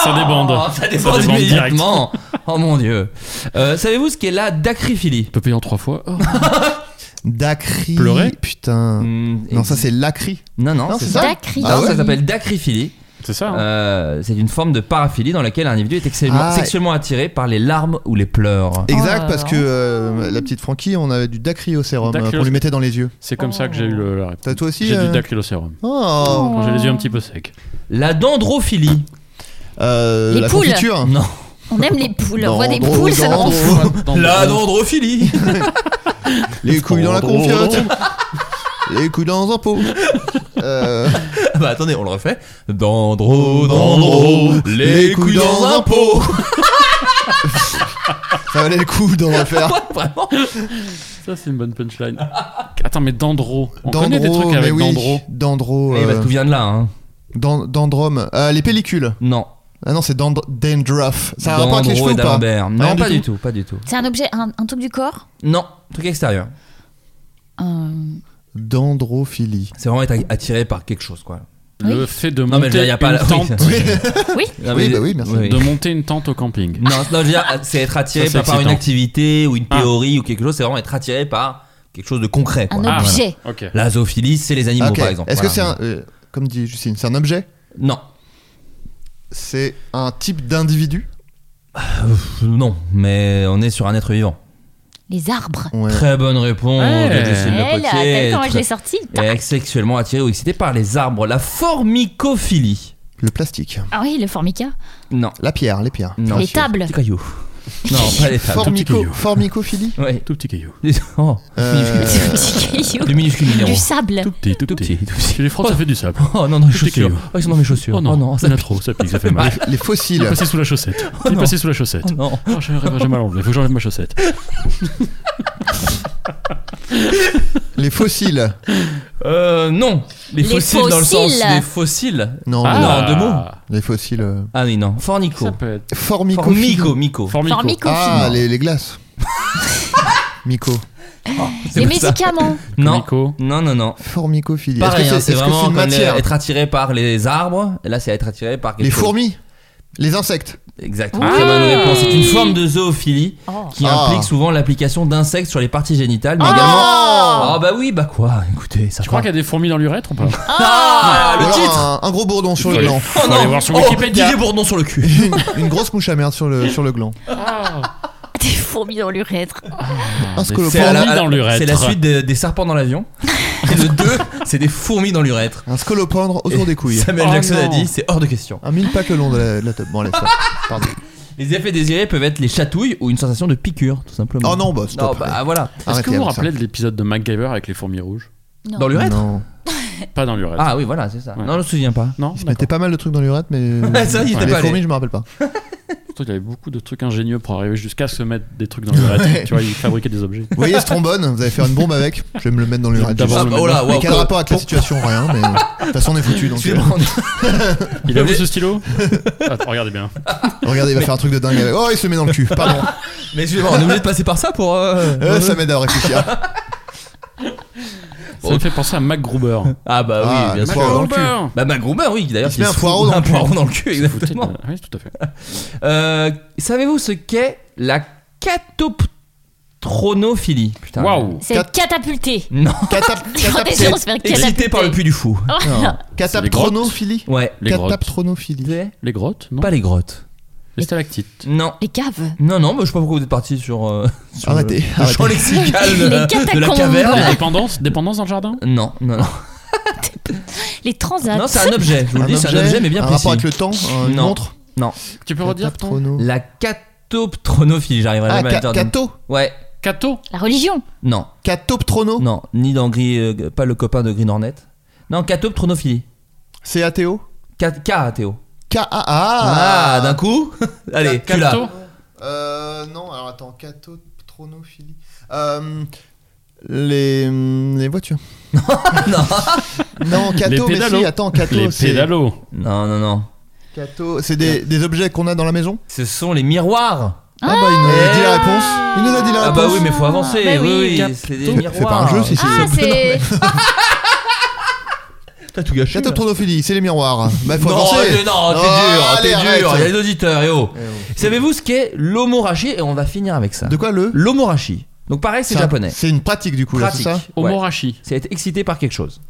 Ça
Oh,
débande.
ça dépend
débande
immédiatement. oh mon dieu. Euh, Savez-vous ce qu'est la dacryphilie
peut payer en 3 fois. Oh.
Dacry.
Pleurer
Mm.
Putain. Hum, Non, ça, c'est lacry.
Hmm, Non, non,
Non,
c'est
c'est
ça.
ça
Dacry.
Non,
Ah ouais
ça s'appelle dacryphilie.
C'est ça. hein.
Euh, c'est une forme de paraphilie dans laquelle un individu est sexuellement,
Ah.
sexuellement attiré par les larmes ou les pleurs.
Exact,
Oh.
parce que euh, la petite Frankie, on avait du dacryocérum
Dacrylo-
euh, qu'on lui mettait dans les yeux.
C'est comme ça que j'ai eu le, la réponse.
T'as toi aussi
J'ai
euh,
du dacrylocérum.
Oh.
Quand j'ai les yeux un petit peu secs.
La dendrophilie.
Euh,
Les
la
poules.
confiture.
Non.
On aime les poules.
Dans-
On voit des
dans-
poules, ça nous
Oh. dans-
rend fou.
Oh. La dendrophilie.
Les couilles dans la confiote. Les couilles dans un pot. Euh,
bah attendez, on le refait. Dendro,
Dendro,
dendro, les couilles dans un pot.
ça valait le coup d'en refaire.
Vraiment
Ça, c'est une bonne punchline. Attends, mais Dendro. On connaît des
Dendro,
trucs
mais
avec
oui.
Dendro.
Dendro.
Eh bah,
euh,
tout vient de là, hein.
dan- dendrome. Euh, les pellicules.
Non.
Ah non, c'est dend- dandruff. Ça a un rapport avec les
Dendro
cheveux
et
ou pas
D'Alembert. Non, pas du tout, pas du tout.
C'est un objet, un, un truc du corps
Non, truc extérieur.
Euh,
Dendrophilie.
C'est vraiment être attiré par quelque chose, quoi.
Le fait de
Non, mais je veux dire,
monter
y a pas
une
la- oui,
tente.
c'est-
Oui, bah oui, merci.
De monter une tente au camping.
Non, non, je veux dire, c'est être attiré
Ça, c'est
pas par une
excitant.
activité ou une
Ah.
théorie ou quelque chose, c'est vraiment être attiré par quelque chose de concret. quoi.
Un
Ah, voilà.
objet.
Ok.
La zoophilie, c'est les animaux,
Ok.
par exemple.
Est-ce que c'est
Voilà.
un. euh, comme dit Justine, c'est un objet
Non.
C'est un type d'individu
Pff, Non, mais on est sur un être vivant.
Les arbres.
Ouais.
Très bonne réponse
Ouais.
de Justine Le
Elle, t'as
Potier.
vu comment je l'ai
Très-
sorti
Et être sexuellement attiré ou excité par les arbres. La formicophilie.
Le plastique.
Ah oui, le formica.
Non.
La pierre, les pierres.
non.
Les tables.
Petit caillou. Non, pas les tables.
Formico,
caillou.
formicophilie
Ouais.
Tout petit caillou.
Oh.
Euh,
Du petit caillou.
Le minuscule minéraux.
Du sable.
Tout petit, tout
Tout
petit.
petit, tout petit.
Les francs, ça fait du sable.
Oh non, dans les
Tout est
chaussures.
caillou.
Oh, ils sont dans mes chaussures.
Oh non,
ça
ça a trop, ça pique, ça fait mal.
Les
Il
fossiles.
est passé sous la chaussette. Il
non.
est passé sous la chaussette.
Oh non.
Oh, j'ai j'ai mal enlevé. Faut que j'enlève ma chaussette.
Les fossiles.
Euh, non. Les,
Les
fossiles, dans le sens
fossiles.
des fossiles.
Non,
Ah.
mais non.
en deux mots.
Les fossiles. euh,
Ah oui, non. Fornico.
Ça peut être.
Formicophilie.
Formico, Mico.
Formico.
Formico.
Ah, les, les glaces. Mico.
C'est
Les
pas ça.
médicaments.
Non.
Comico.
non, non, non.
Formicophilie. Est-ce
Pareil,
que
hein, c'est
c'est est-ce que c'est
vraiment
une
comme les-
matière
être attiré par les arbres. Et Là, c'est être attiré par quelque
Les
chose.
fourmis. Les insectes.
Exactement. Très bonne réponse. C'est une forme de zoophilie
Oh.
qui
Ah.
implique souvent l'application d'insectes sur les parties génitales, mais également. Ah bah oui, bah quoi Écoutez, ça
Tu crois qu'il y a des fourmis dans l'urètre ou pas
Ah,
Ou
le
alors
titre
un, un gros bourdon
Faut
sur le
aller-
gland.
Faut aller voir sur Wikipédia.
Oh, Didier Bourdon sur le cul.
une, une grosse mouche à merde sur le, sur le gland.
Ah, Des fourmis dans l'urètre.
Un
C'est à
scolopendre.
la- Ah. Fourmis dans l'urètre.
c'est la suite de- des serpents dans l'avion. Et le 2, c'est des fourmis dans l'urètre.
Un scolopendre autour
Et
des couilles.
Samuel
Oh
Jackson a
non.
dit, c'est hors de question.
Un mille pattes le long de la, de la tête. Bon, allez, ça. Pardon.
Les effets désirés peuvent être les chatouilles ou une sensation de piqûre, tout simplement.
Oh non, bah, stop.
Non, bah ah, voilà.
Est-ce
Arrêtez
que vous vous
avec ça.
rappelez de l'épisode de MacGyver avec les fourmis rouges
Non.
Dans l'urètre
Non.
Pas dans l'urètre.
Ah oui, voilà, c'est ça.
Ouais.
Non, je me souviens pas.
non
Il se mettait pas mal de trucs dans l'urette, mais.
Ouais, ça, il était
les
pas allé.
fourmis, je me rappelle pas.
Surtout, Il y avait beaucoup de trucs ingénieux pour arriver jusqu'à se mettre des trucs dans l'urètre.
Ouais.
Tu vois, ils fabriquaient des objets.
Vous voyez ce trombone Vous allez faire une bombe avec Je vais me le mettre dans l'urette.
D'abord
juste.
le
Ah, oh là,
Mais
wow,
quel
quoi.
rapport avec la situation Rien, mais. De toute façon, on est foutu. Donc, euh,
Excusez-moi, on est-
Il a vu ce stylo Attends, Regardez bien.
euh, regardez, il va faire un truc de dingue avec. Oh, il se met dans le cul. Pardon.
Mais excusez-moi, on est obligé de passer par ça pour. euh,
Euh, ça m'aide à réfléchir.
Ça me fait penser à Mac Gruber.
Ah bah oui,
Ah,
bien sûr.
Mac Gruber.
Bah Mac Gruber, oui, d'ailleurs.
Il se met
qui
un
fout
poireau dans
un
le cul.
poireau dans le cul,
Foutez de-
exactement.
Oui, tout à fait.
Euh, Savez-vous ce qu'est la catop... Tronophilie. Putain.
Waouh.
C'est catapulté.
Non.
Quand t'es sûr, on se fait
Excité
catapulter.
par le puits du fou.
Ouais.
Oh,
Non.
Cataptronophilie
Ouais.
Les grottes.
Cataptronophilie.
Les grottes, non
Pas les grottes.
Les stalactites.
Non.
Les caves.
Non, non, mais je sais pas pourquoi vous êtes parti sur, euh, sur
Arrêtez,
le- le,
arrêtez.
champ lexical de,
Les
la- de la
catacombes.
caverne.
Les dépendances Dépendances dans le jardin
Non, non, non.
Les transats.
Non, c'est un objet. Je vous le dis, c'est un objet, mais bien
un
précis.
rapport avec le temps, euh, une
Non.
montre.
Non.
Tu peux redire ton
Cataptrono-
La catoptronophilie, j'arriverai
Ah,
jamais à le dire.
ca- cato
Ouais.
Cato
La religion.
Non.
Catoptrono
Non. Ni dans Gris. euh, pas le copain de Green Hornet. Non, catoptronophilie.
C'est ATO
Cat- K-A-T-O.
K-A-A
Ah, d'un coup Allez, tu l'as.
Cato
Euh, non, alors attends, catotronophilie. Euh, les, les voitures. non, cato, mais
pédalos.
si, attends, cato,
Les
c'est
pédalos.
Non, non, non.
cato, c'est des, des objets qu'on a dans la maison.
Ce sont les miroirs.
Ah, bah il nous a dit la réponse. Il nous a dit la
Ah,
réponse.
bah oui, mais faut avancer.
Bah oui.
oui, oui, c'est des
Fais-
miroirs.
fais pas un jeu, si c'est
Ah, c'est.
T'as tout gâché.
Catoptronophilie, c'est les miroirs. Bah faut
non,
avancer.
mais non, t'es
Oh,
dur,
allez,
t'es dur. Il y a
arrête. Eh
les auditeurs, et oh. Savez-vous ce qu'est l'omorashi Et on va finir avec ça.
De quoi le
L'omorashi. Donc pareil, c'est
un-
japonais.
C'est une pratique du coup, là, c'est
Pratique.
ça
Ouais.
Omorashi.
C'est être excité par quelque chose.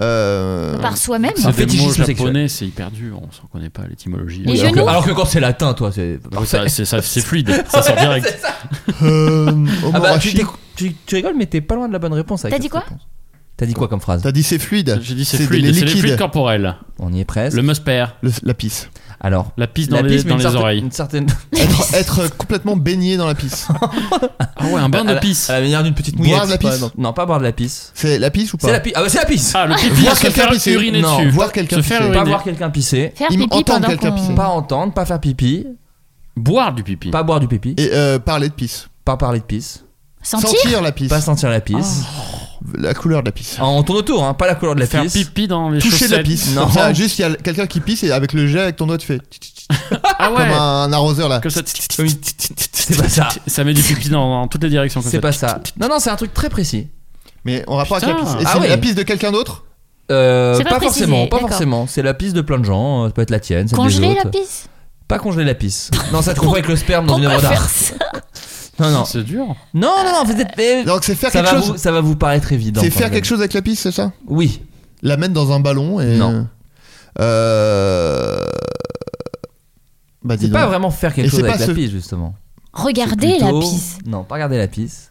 Euh,
Par soi-même.
C'est un
C'est des mots
fétichisme
japonais, c'est hyper dur, on s'en connaît pas l'étymologie.
Les
Oui,
genoux.
alors
Alors que quand c'est latin, toi, Ah, c'est
que- alors, Ah, ça- c'est ça- c'est fluide, ça sort direct.
C'est ça. Ah
euh,
bah, tu,
Omorashi.
t'es- tu- tu rigoles, mais t'es pas loin de la bonne réponse. avec
T'as
cette
dit quoi
réponse. T'as dit quoi comme phrase
T'as dit c'est fluide.
J'ai dit c'est
des-
fluide,
les
c'est les fluides
liquides.
corporels.
On y est presque.
Le musper,
Le- la pisse.
Alors,
la pisse dans
la
les,
piste, mais
dans
une
les
certaine-
oreilles.
Une certaine...
Être, être complètement baigné dans la pisse.
Ah ouais, un bain
à
de
la-
pisse.
À la manière d'une petite
Boire
mouillette.
de la pisse.
Ouais, non, pas boire de la pisse.
C'est la pisse ou pas
C'est la pisse. Ah bah c'est la pisse.
Ah, le pipi,
Voir
se
quelqu'un
faire
pisser.
uriner
Non,
dessus.
voir quelqu'un
Se faire
pisser.
Pas
uriner.
voir quelqu'un pisser.
Faire
Il
pipi
entend
pendant
quelqu'un pisser.
qu'on.
Pas entendre, pas faire pipi,
Boire du
Mm.
pipi.
pas boire du pipi,
Et euh, parler de pisse.
pas parler de pisse,
Sentir.
la pisse.
pas sentir la pisse.
La couleur de la
Oh.
pisse.
On tourne autour, hein, pas la couleur de la
Faire
pisse.
pipi dans les
Toucher
chaussettes.
la pisse.
Non.
Comme ça, juste, il y a quelqu'un qui pisse et avec le jet, avec ton doigt, tu fais tch, tch, tch,
Ah
comme
ouais.
un arroseur là.
Comme ça.
Oui. C'est pas ça.
Ça met du pipi dans, dans toutes les directions. comme
C'est
ça.
pas ça. Non, non, c'est un truc très précis.
Mais en rapport
Putain.
avec la pisse. Et
Ah
c'est
ouais.
la pisse de quelqu'un d'autre
Euh,
C'est pas précisé,
forcément, pas
d'accord.
forcément. C'est la pisse de plein de gens. euh, Ça peut être la tienne, celle des
Congeler
autres.
la pisse.
Pas congeler la pisse. Non, ça te confond avec le sperme dans une
Pourquoi
œuvre
faire
d'art.
ça
Non, non,
C'est dur.
non, non, non. Vous êtes. mais
Donc c'est faire
ça
quelque
va
chose.
vous, ça va vous paraître évident.
C'est
quand
faire
même.
quelque chose avec la pisse, c'est ça
Oui.
La mettre dans un ballon et.
Non.
Euh. Bah, dis
C'est pas
donc.
vraiment faire quelque
Et
chose
c'est
avec
pas
la
ce-
pisse justement.
Regarder la
Plutôt-
pisse.
Non, pas regarder la pisse.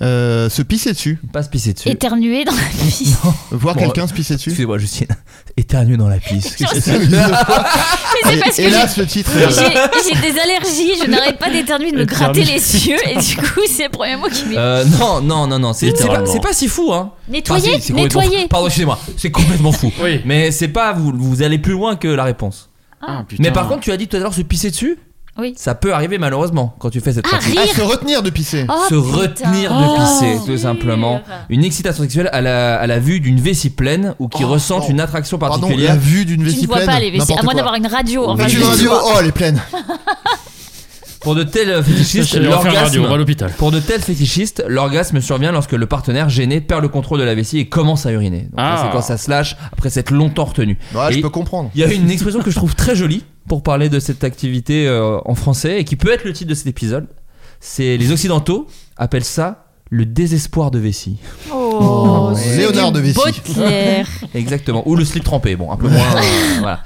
Euh, se pisser dessus.
Pas se pisser dessus.
Éternuer dans la pisse.
Voir
Bon,
quelqu'un se pisser dessus.
Excusez-moi, Justine. Éternuer dans la pisse.
Genre,
C'est
c'est parce que
Et là, ce titre.
J'ai
euh,
j'ai des allergies, je n'arrête pas d'éternuer, de me gratter les yeux, et du coup, c'est le premier mot qui m'est.
Euh, non, non, non, non, c'est c'est pas,
Littéralement.
c'est pas si fou, hein.
Nettoyer,
Enfin, si, c'est complètement
nettoyer.
fou. Pardon, excusez-moi, c'est complètement fou.
Oui.
Mais c'est pas, vous, vous allez plus loin que la réponse.
Ah, putain.
Mais par contre, tu as dit tout à l'heure se pisser dessus.
Oui.
Ça peut arriver malheureusement quand tu fais cette
Ah,
pratique.
Ah,
rire.
se retenir de pisser.
Oh,
Ah, se
putain.
retenir
Oh,
de pisser, tout
dur.
simplement. Une excitation sexuelle à la, à la vue d'une vessie pleine ou qui
Oh,
ressent
non.
une attraction
Pardon,
particulière.
la vue d'une
Tu
vessie
ne vois
pleine.
pas les vessies, à
n'importe
moins
quoi.
d'avoir une radio. Enfin,
Vêtue
je
de radio,
vois.
oh, elle est pleine.
Pour de tels euh,
Ça,
fétichistes,
c'est- on va faire radio, on va à
l'orgasme.
l'hôpital.
Pour de tels fétichistes, l'orgasme survient lorsque le partenaire gêné perd le contrôle de la vessie et commence à uriner. Donc ça,
Ah.
c'est quand ça se lâche après s'être longtemps retenu.
Ouais,
Et
je peux comprendre.
Il y a une expression que je trouve très jolie pour parler de cette activité euh, en français et qui peut être le titre de cet épisode. C'est les Occidentaux appellent ça le désespoir de vessie.
Oh, c'est
Léonard
du
de Vessie.
Baudelaire.
Exactement. Ou le slip trempé, bon, un peu moins. euh, voilà.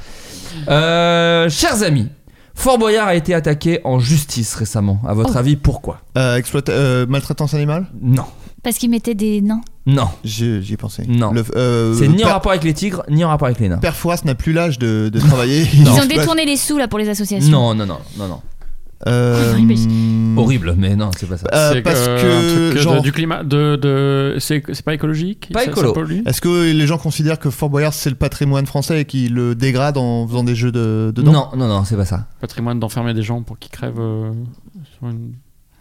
Euh, chers amis, Fort Boyard a été attaqué en justice récemment. À
Oh.
votre avis, pourquoi
Euh, exploita- euh, maltraitance animale
Non,
Parce qu'il mettait des nains.
non.
J'y j'y ai pensé.
Non.
Le- euh,
C'est ni en
Père-
rapport avec les tigres, ni en rapport avec les nains.
Père Fouas n'a plus l'âge de, de travailler. Il
Ils ont
exploite-
détourné les sous là pour les associations.
Non, non, non, non, non.
Euh,
Oh, mais-
euh,
Horrible, mais non, c'est pas ça.
euh,
C'est,
parce
euh, un
que,
truc de-
genre,
du climat de, de c'est, c'est pas écologique
Pas
Ça- ça
écolo.
pollue
est-ce que les gens considèrent que Fort Boyard c'est le patrimoine français et qu'ils le dégradent en faisant des jeux de, euh, dedans
Non, non, non, c'est pas ça.
patrimoine d'enfermer des gens pour qu'ils crèvent euh, sur une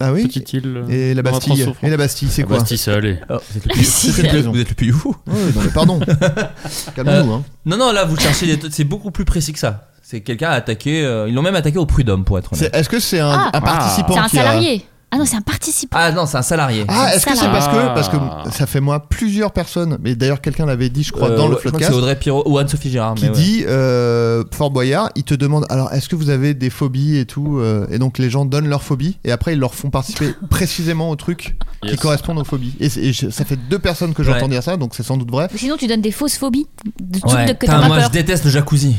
Ah oui
petite île euh,
Et la
dans un
Bastille
transfo-
Et la Bastille, c'est
La
quoi
Bastille, c'est allé.
Oh.
vous êtes le
Si,
C'était
c'est-
le
Vous êtes le plus fou.
Ouais, non, mais Pardon.
Euh,
Calmons-nous. hein.
Non, non, là, vous cherchez des. C'est beaucoup plus précis que ça. C'est quelqu'un a attaqué. euh, ils l'ont même attaqué au prud'homme, pour être
C'est-
honnête.
Est-ce que c'est un,
Ah.
un participant
C'est un
qui a-
salarié.
Ah non, c'est un participant.
Ah non, c'est un salarié.
Ah,
C'est
est-ce que c'est
salarié.
parce que,
Ah.
parce que ça fait moi plusieurs personnes, mais d'ailleurs quelqu'un l'avait dit, je crois,
Euh,
dans le
ouais, je crois que
podcast.
c'est Audrey Pirot ou Anne-Sophie Gérard.
qui
mais ouais.
dit euh, Fort Boyard, il te demande alors est-ce que vous avez des phobies et tout euh, Et donc les gens donnent leurs phobies et après ils leur font participer précisément aux trucs qui
Yes.
correspondent aux phobies. Et, c'est- et je- ça fait deux personnes que j'entends
Ouais.
dire ça, donc c'est sans doute vrai.
Sinon, tu donnes des fausses phobies. De trucs
Ouais.
de- que
Putain,
t'auras
moi
peur.
je déteste le jacuzzi.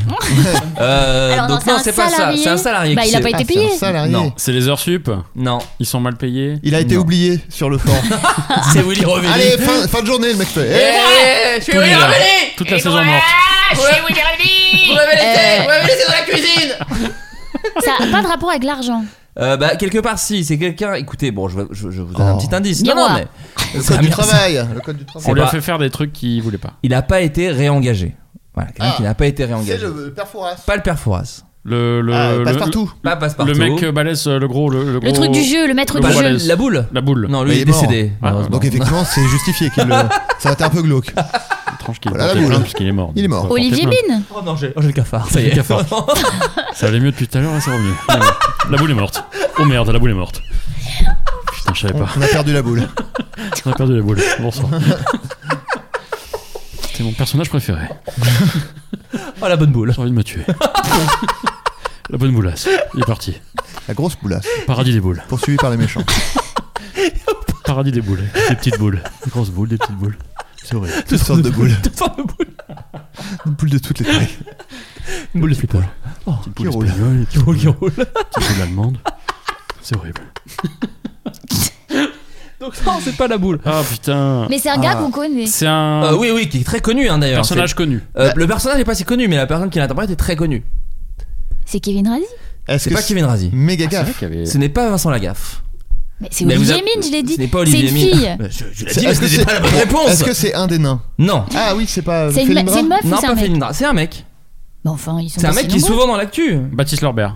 Euh,
Alors, non,
donc
c'est
non,
un
c'est pas ça,
salarié.
c'est un salarié.
Bah,
qui
il a
s'est-
pas été
Ah, c'est
payé.
un salarié.
Non.
C'est les heures sup
Non,
Ils sont mal payés
Il a été
Non.
oublié sur le fort.
Ah.
c'est Willy Revelli.
Allez, fin, fin de journée, le mec fait. Eh
Eh, je suis
Tout
Willy
l'hiver.
Revelli
Toute la saison morte.
Ah,
Vous m'avez
Euh.
laissé, vous m'avez laissé dans la cuisine
Ça n'a pas de rapport avec l'argent.
Euh, bah, quelque part, si, c'est quelqu'un. Écoutez, bon, je, je, je vous donne un
Oh.
petit indice. Non,
Miroir.
non, mais.
Le
Ça-
code du
ça-
travail, le code du
C'est
On
travail.
lui a
pas-
fait faire des trucs qu'il voulait pas.
Il n'a pas été réengagé. Voilà, quelqu'un
Ah.
qui n'a pas été
C'est
réengagé.
le perforas.
Pas le père Fouras.
Le, le,
Ah,
le-
passe-partout.
Pas passe
le,
partout.
mec euh, balèze euh, le gros. Le,
Le truc du jeu, le maître
le
du
Pas
gros
jeu.
Oh. le-
balèze.
la boule.
La boule.
Non,
Mais
lui, il est
il est mort.
décédé.
Ah,
malheureusement.
Donc effectivement, c'est justifié qu'il le. Ça va être un peu glauque.
Tranche qu'il
Voilà,
portait
Oh la boule.
plainte parce qu'il est mort.
Il est mort.
Donc, euh,
Olivier
portez plainte.
Mine
Oh non, j'ai oh, j'ai le cafard. Ça y
Le
est.
cafard. Ça allait mieux depuis tout à l'heure, là, c'est revenu. Non, mais La boule est morte. Oh merde, la boule est morte. Putain, je savais
On,
pas.
on a perdu la boule.
On a perdu la boule. Bon sang. C'est mon personnage préféré.
oh, la bonne boule.
J'ai envie de me tuer. La bonne boulasse. Il est parti.
La grosse boulasse.
Paradis des boules.
Poursuivie par les méchants.
Paradis des boules. Des petites boules. Des grosses boules, des petites boules. C'est horrible.
Toutes sortes de boules.
Toute forme de boule.
Une boule de toutes les tailles.
Une boule de flipper.
Petite
Oh, qui
boule
roule.
espagnole,
Qui roule, qui roule.
petite boule allemande. C'est horrible.
Donc, non, c'est pas la boule.
Ah putain.
Mais c'est un gars
Ah.
qu'on connaît.
C'est un
Euh, oui, oui, qui est très connu hein, d'ailleurs.
Ah. personnage connu.
C'est- euh, le personnage n'est pas si connu, mais la personne qui l'interprète est très connue.
C'est Kevin Razi
Est-ce
C'est
que
pas Kevin Razi.
Méga
C'est vrai
gaffe.
qu'il y avait-
Ce n'est pas Vincent Lagaffe.
Mais c'est
Mais vous
Olivier
avez-
Mine, je l'ai dit.
Ce n'est pas
C'est
Olivier
une
Mine.
fille.
Bah, Je, je l'ai
C'est-
dit, mais ce n'était pas la bonne réponse.
Est-ce que c'est un des nains
Non.
Ah oui, c'est pas.
C'est une, me-
Felindra
c'est une meuf ou
Non,
c'est un
pas
mec
Felindra. C'est un mec.
Mais enfin, ils sont
C'est un
pas
mec
si
qui est
nombreux.
souvent dans l'actu.
Baptiste Lorbert.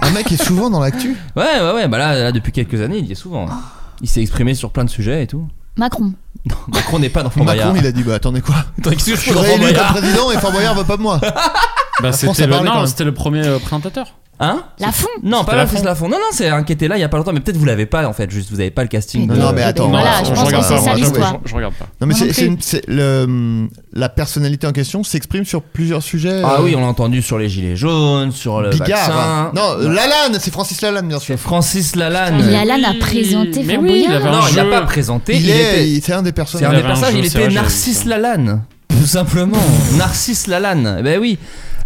Un mec qui est souvent dans l'actu.
Ouais, ouais, ouais. Bah là, là, depuis quelques années, il y est souvent.
Oh.
Il s'est exprimé sur plein de sujets et tout.
Macron.
Non, Macron n'est pas dans Fort
Macron,
Boyard.
il a dit Bah attendez quoi
Attends, qu'est-ce que je
Je
fais
suis
dans Fort
réélu comme
Boyard
président et Fort Boyard veut pas de moi.
Bah
France
c'était
a
le,
parlé, quand
non,
même.
c'était le premier euh, présentateur.
Hein
Lafont.
Non, pas
C'était
Fabrice Lafont. Non, non, c'est un qui était là il y a pas longtemps, mais peut-être vous l'avez pas en fait. Juste, vous avez pas le casting.
Non,
de-
non, mais attends.
Voilà,
on-
je
on
pense que
regarde
c'est
pas, on
ça
regarde pas.
l'histoire.
Je, je regarde pas.
Non mais
Moi non
c'est- c'est
plus.
une- c'est le la personnalité en question s'exprime sur plusieurs sujets.
Ah
euh,
oui, on l'a entendu sur les gilets jaunes, sur le vaccin.
Bigard. Non, euh, Lalanne, c'est Francis Lalanne bien sûr.
c'est Francis Lalanne.
Mais Alan a présenté
Mais
Fort
oui, il
Boyard.
avait un
Non, il n'a
jeu.
pas présenté.
Il,
il était-
est, il- c'est un
C'est
des
un
personnages.
Il
des
avait un
personnages,
jeu,
il
c'est
était
vrai, j'avais vu
Narcisse
ça.
Lalanne. Tout simplement. Narcisse Lalanne. Ben oui.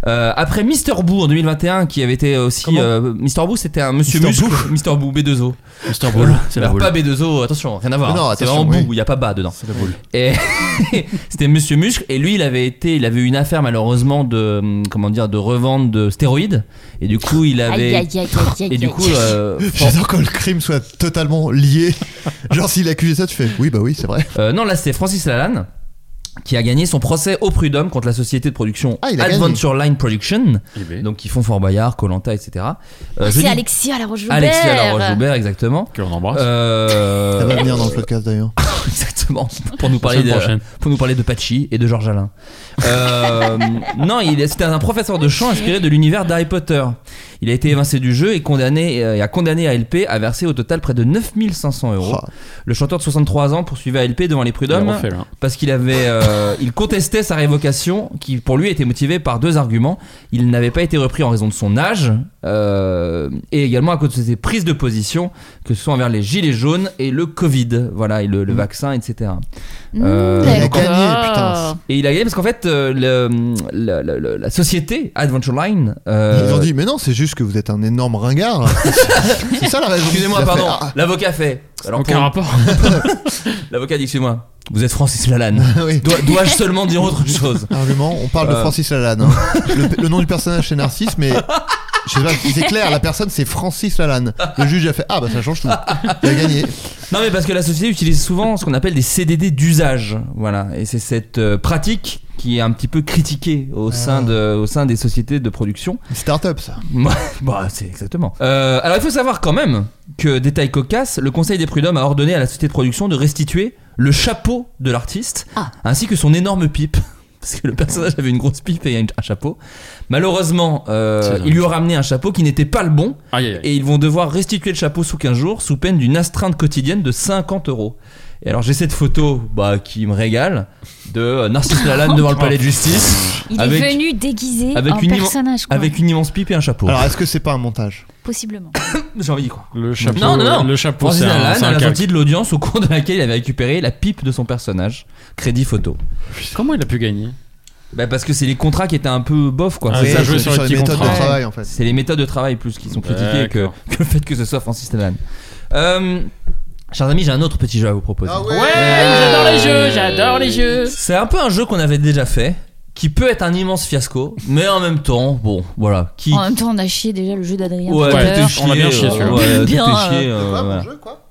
Euh, après Mister Boo en 2021, qui avait été aussi.
Comment
euh, Mister Boo, c'était un monsieur
Mr.
muscle. Mister Boo, B2O.
Mr. Bull, c'est la
Alors,
boule.
Euh, bah, pas B2O, attention, rien à voir.
Mais non,
c'est
attention,
vraiment
oui.
Boo, il n'y a pas bas dedans.
C'est la boule.
Et c'était Monsieur Muscle et lui il avait été il avait eu une affaire malheureusement de hum, comment dire de revente de stéroïdes et du coup il avait
Aïe, aïe, aïe, aïe, aïe.
et du
aïe.
coup euh, Fran-
J'adore quand le crime soit totalement lié. Genre s'il accusait ça, tu fais oui bah oui c'est vrai.
euh, non là c'était Francis Lalanne qui a gagné son procès au prud'homme contre la société de production
Ah, il a gagné.
Adventure Line Production
IB.
donc ils font Fort Boyard Colanta etc euh,
Ah, C'est
dis-
Alexis à la roche
Alexis Alain Joubert exactement
Que l'on embrasse.
Ça va
euh,
venir dans le podcast d'ailleurs.
exactement pour nous parler
Semaine
de,
prochaine.
pour nous parler de Pachi et de Georges Alain. Euh, non, il est- c'était un professeur de chant inspiré de l'univers d'Harry Potter. Il a été évincé du jeu et, condamné, euh, et a condamné ALP à verser au total près de 9500 euros.
Oh.
Le chanteur de 63 ans poursuivait ALP devant les
Il
prud'hommes
l'a refait, hein. là.
parce qu'il avait, euh, il contestait sa révocation qui pour lui était motivée par deux arguments. Il n'avait pas été repris en raison de son âge euh, et également à cause de ses prises de position que ce soit envers les gilets jaunes et le Covid, voilà, et le,
Mm.
le vaccin, etc.
Hmm,
Euh,
Il a
D'accord.
gagné putain.
Et il a gagné parce qu'en fait, euh, le- la, la- la- la société Adventureline. euh,
Ils ont dit mais non c'est juste que vous êtes un énorme ringard. c'est ça la raison.
Excusez-moi,
Il a fait,
pardon.
ah,
L'avocat fait. Alors,
Aucun
pour-
rapport.
l'avocat dit excusez-moi, vous êtes Francis Lalanne.
ah, oui.
Dois- Dois-je seulement dire autre chose
Argument, on parle de
Euh.
Francis Lalanne. hein. Le, le nom du personnage c'est Narcisse, mais je sais pas, c'est clair, la personne c'est Francis Lalanne. Le juge a fait Ah bah ça change tout. Il a gagné.
Non, mais parce que la société utilise souvent ce qu'on appelle des CDD d'usage. Voilà. Et c'est cette euh, pratique qui est un petit peu critiquée
Ah.
au, sein, de, au sein des sociétés de production.
Une Start-up ça.
Ouais, bah, c'est exactement. Euh, alors, il faut savoir quand même que, détail cocasse, le Conseil des prud'hommes a ordonné à la société de production de restituer le chapeau de l'artiste,
Ah.
ainsi que son énorme pipe. parce que le personnage avait une grosse pipe et un un chapeau. Malheureusement, euh,
C'est vrai.
ils lui ont ramené un chapeau qui n'était pas le bon
Aïe, aïe, aïe.
et ils vont devoir restituer le chapeau sous 15 jours sous peine d'une astreinte quotidienne de 50 euros. Et alors j'ai cette photo bah, qui me régale de euh, Narcisse Lalanne devant le palais de justice
Il
avec,
est venu déguisé
avec
en
une immen-
personnage. quoi.
avec une immense pipe et un chapeau.
Alors, est-ce que c'est pas un montage
Possiblement.
J'ai envie d'y croire.
Le chapeau,
non, non, non. Oh,
Le chapeau,
Francis
c'est un,
Lalanne,
c'est
à
un
la
calque.
sortie de l'audience, au cours de laquelle il avait récupéré la pipe de son personnage. Crédit photo.
Comment il a pu gagner
Bah parce que c'est les contrats qui étaient un peu bof quoi.
Ah,
C'est-
ça
c'est-
jouait sur
c'est-
les petits
méthodes
contrats.
travail, en fait.
C'est les méthodes de travail plus qui sont critiquées que,
D'accord.
que le fait que ce soit Francis Lalanne. Euh, chers amis, j'ai un autre petit jeu à vous proposer.
Ah
j'adore les jeux, j'adore les jeux.
C'est un peu un jeu qu'on avait déjà fait, qui peut être un immense fiasco, mais en même temps, bon, voilà, qui.
En même temps, on a chié déjà le jeu d'Adrien.
Ouais,
tout à
tout est
l'heure.
chié,
On a bien chié, celui-là.
euh, ouais, tout est
Bien,
chié,
euh,
euh,
Quoi,
voilà.
mon jeu, quoi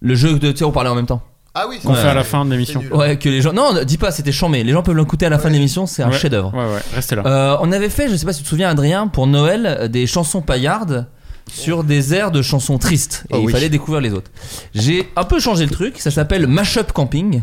Le jeu de, tu sais, on parlait en même temps.
Ah oui, c'est
Qu'on
Ouais.
fait à la fin de l'émission.
Ouais, que les gens. Non, dis pas, c'était mais Les gens peuvent l'écouter à la fin de l'émission, c'est un
Ouais.
chef-d'œuvre.
Ouais, ouais, restez là.
Euh, on avait fait, je sais pas si tu te souviens, Adrien, pour Noël, euh, des chansons paillardes sur des airs de chansons tristes. Et
Oh
il
oui.
fallait découvrir les autres. J'ai un peu changé le truc, ça s'appelle Mashup Camping.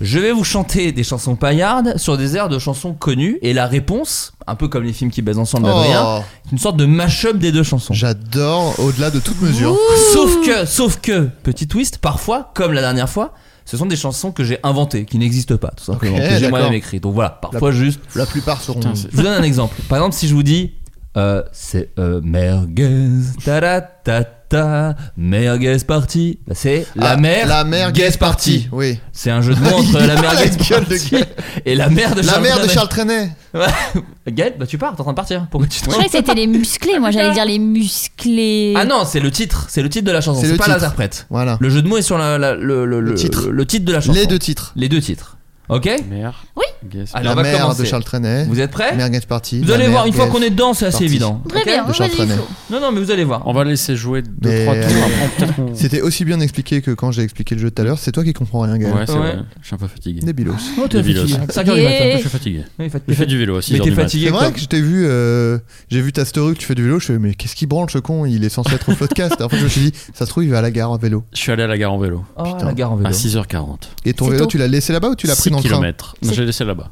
Je vais vous chanter des chansons paillardes sur des airs de chansons connues. Et la réponse, un peu comme les films qui baisent ensemble, Adrien,
Oh.
c'est une sorte de mashup des deux chansons.
J'adore au-delà de toute mesure.
Sauf que, sauf que, petit twist, parfois, comme la dernière fois, ce sont des chansons que j'ai inventées, qui n'existent pas, tout simplement,
Ok,
que j'ai
d'accord.
moi-même écrites. Donc voilà, parfois
La-
juste.
La plupart seront.
Je vous donne un exemple. Par exemple, si je vous dis, euh, c'est euh, merguez, ta ta ta, merguez party, Bah, c'est la
Ah,
mer,
la mer
guez
guest party.
party.
Oui.
C'est un jeu de mots entre
Il
la
a
mer
la
guez
gueule de
party
gueule.
et la mer de
La
Charles
mère de
Trenet.
Charles Trenet.
Ouais. Gaël, bah tu pars, t'es en train de partir. Pourquoi tu te
Je croyais que c'était les musclés. Moi, j'allais dire les musclés.
Ah non, c'est le titre, c'est le titre de la chanson,
C'est
c'est
le
pas
titre.
l'interprète.
Voilà.
Le jeu de mots est sur la- la- le, le- le-
titre.
le titre de la chanson.
Les deux titres.
Les deux titres. Ok
Merde.
Oui.
Guess-
Alors,
La
on va
mère
commencer.
de Charles Trenet.
Vous êtes prêts
Merguez party.
Vous
la
allez
mère
voir, une fois
guest
qu'on est dedans, c'est assez
party.
évident.
Très
Ok
bien,
De Charles
vas-y,
Trenet.
Flo.
Non, non, mais vous allez voir.
On va laisser jouer deux,
Mais-
trois
euh,
tours. Après, peut-être qu'on-
C'était aussi bien expliqué que quand j'ai expliqué le jeu tout à l'heure. C'est toi qui comprends rien, Gaël.
Ouais, c'est
Ouais.
vrai. Je suis un peu fatigué.
Débilos.
Oh, t'es
Débilos.
fatigué. 5 heures du
Je
matin.
suis fatigué.
Oui, fait-
J'ai fait du vélo à 6
Mais
heures
t'es
du mat.
fatigué
C'est vrai
comme-
que je t'ai vu, euh, j'ai vu ta story que tu fais du vélo. Je fais mais qu'est-ce qui branle ce con Il est censé être au podcast. en fait, je me suis dit ça se trouve il va à la gare en vélo.
Je suis allé à la gare en vélo
Oh,
Putain.
la gare en vélo.
à 6h40.
Et ton
C'est
vélo,
tôt.
tu l'as laissé là-bas ou tu l'as pris
6
dans le train
km. J'ai laissé là-bas.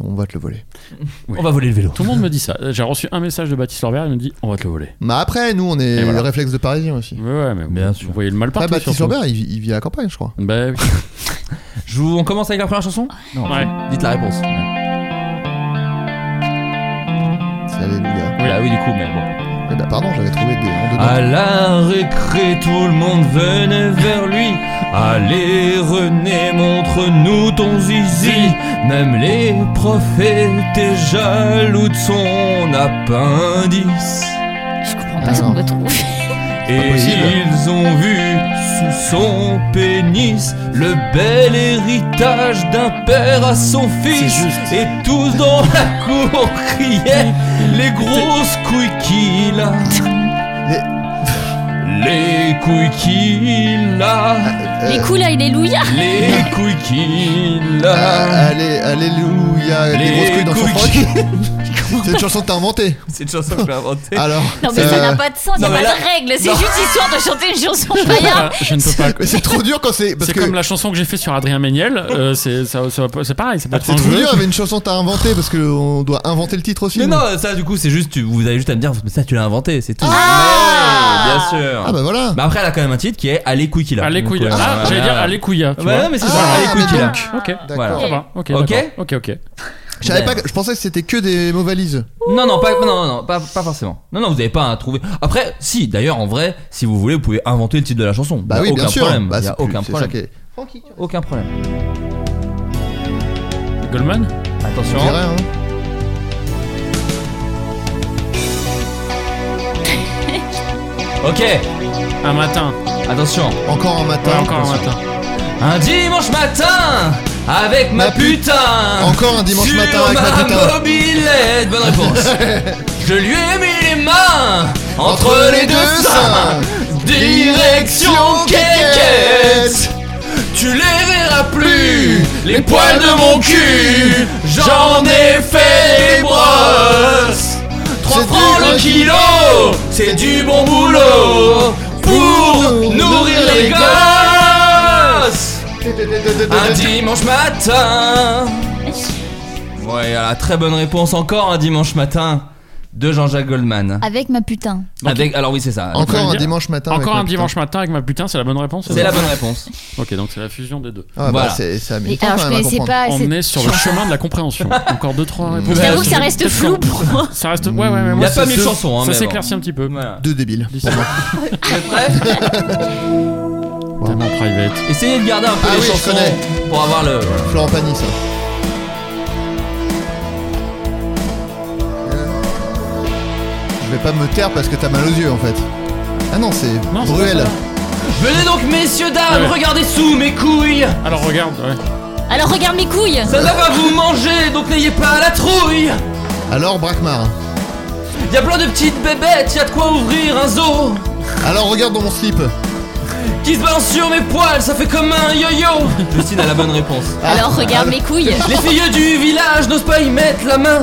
On va te le voler.
Oui.
On va voler le vélo.
Tout le monde me dit ça. J'ai reçu un message de Baptiste Lorbert. Il me dit On va te le voler.
Mais après, nous, on
Et
est
voilà.
le réflexe de Parisien aussi.
Ouais, ouais, mais
Bien sûr.
Vous voyez le mal
Après,
partout.
Baptiste
surtout.
Lambert, il, vit- il vit à la campagne, je crois.
Bah oui.
Je vous... On commence avec la première chanson Non.
Ouais.
Dites la réponse.
C'est Alléluia.
Bah oui, du coup, mais bon.
Eh ben, pardon, j'avais trouvé des. en dedans.
À la récré, tout le monde venait vers lui. Allez, René, montre-nous ton zizi. Même les profs étaient jaloux de son appendice.
Je comprends pas ce qu'on
Ah.
retrouve.
Et
possible.
ils ont vu sous son pénis le bel héritage d'un père à son fils. Et tous dans la cour criaient les grosses couilles qu'il a. Les couilles qu'il a.
Euh,
Les coups là, il est louia.
Les couilles qu'il
Ah,
a.
allez, alléluia, les,
Les
grosses couilles dans son
couilles
froc. C'est une chanson que t'as inventée.
C'est une chanson que j'ai inventée.
Alors.
Non mais
euh,
ça n'a pas de sens, il
non,
a
mais
pas
là-
de règle, c'est
non.
juste histoire de chanter une chanson paillarde.
Je ne peux pas.
mais c'est trop dur quand c'est. Parce
C'est
que
comme la chanson que j'ai fait sur Adrien Méniel. euh, c'est ça- ça va pas- c'est pareil. C'est pas
c'est
un
trop
jeu.
dur avec une chanson que t'as inventée parce qu'on doit inventer le titre aussi.
Mais
nous.
non, ça du coup, c'est juste, tu- vous avez juste à me dire, mais ça tu l'as inventé, c'est tout. Mais, bien sûr.
Ah bah voilà.
Bah après, elle a quand même un titre qui est Allez couille qu'il a.
Allez couilla.
Donc, ouais,
Ah,
voilà.
j'allais dire allez couilla. tu
Bah
vois.
non, mais c'est
Ah,
ça, Allez couille
mais
qu'il a.
donc.
Ok.
Voilà.
Ça va. Ok.
Ok.
d'accord. Ok. Ok.
Je savais pas. que- Je pensais que c'était que des mots valises.
Non, non, pas, non, non, non, pas, pas forcément. Non, non, vous n'avez pas à trouver. Après, si, d'ailleurs, en vrai, si vous voulez, vous pouvez inventer le titre de la chanson.
Bah
Y a
oui,
aucun
bien sûr.
Problème.
Bah,
Y a
c'est plus-
aucun
c'est
problème.
ça qui est-
Aucun problème.
Goldman.
Attention.
On dirait, hein.
Ok,
Un matin.
attention.
Encore un
Ouais,
matin.
encore un matin.
Un dimanche matin avec ma
Ma pute.
putain.
Encore un dimanche
sur
matin avec ma putain.
mobilette. Bonne réponse. Je lui ai mis les mains entre, les deux seins. Direction quéquette. Tu les verras plus, les poils de mon cul. J'en ai fait les brosses. 3
C'est du
francs le
vrai
kilo, c'est du bon boulot pour nourrir les gosses. Un dimanche matin Ouais, la très bonne réponse encore un dimanche matin de Jean-Jacques Goldman.
Avec ma putain.
Avec, alors oui, c'est ça.
Encore un dimanche matin. avec
Encore
ma
un
putain.
dimanche matin avec ma putain, c'est la bonne réponse
C'est la bonne réponse.
Ok, donc c'est la fusion des deux.
Ah bah, c'est- ça a mis
Mais
du temps
alors,
quand
je
même à
connaissais
comprendre.
pas.
On
Ah, c'est-
est sur le chemin de la compréhension. Encore deux, trois réponses. Bah,
Je t'avoue que ça reste flou pour moi.
Ça reste. Ouais, ouais, ouais.
Il
moi,
n'y a
ça
pas mille
se-
chansons. Hein,
Ça
mais bon.
s'éclaircit un petit peu.
Voilà.
Deux débiles. pour moi.
Tellement private.
Essayez de garder un peu
Ah
les
oui, je
chansons
connais.
pour avoir le. voilà.
Florent hein. Pagny, ça. Je vais pas me taire parce que t'as mal aux yeux en fait. Ah non, c'est
Non, c'est pas
Bruel.
ça.
Venez donc, messieurs, dames,
Ouais.
regardez sous mes couilles
Alors regarde, ouais.
Alors regarde mes couilles.
Ça ne va vous manger, donc n'ayez pas la trouille
Alors Braquemar.
Y a plein de petites bébêtes, y a de quoi ouvrir un zoo
Alors regarde dans mon slip.
Eh. Qui se balance sur mes poils, ça fait comme un yo-yo Justine a la bonne réponse.
Alors regarde mes couilles.
Les filles du village n'osent pas y mettre la main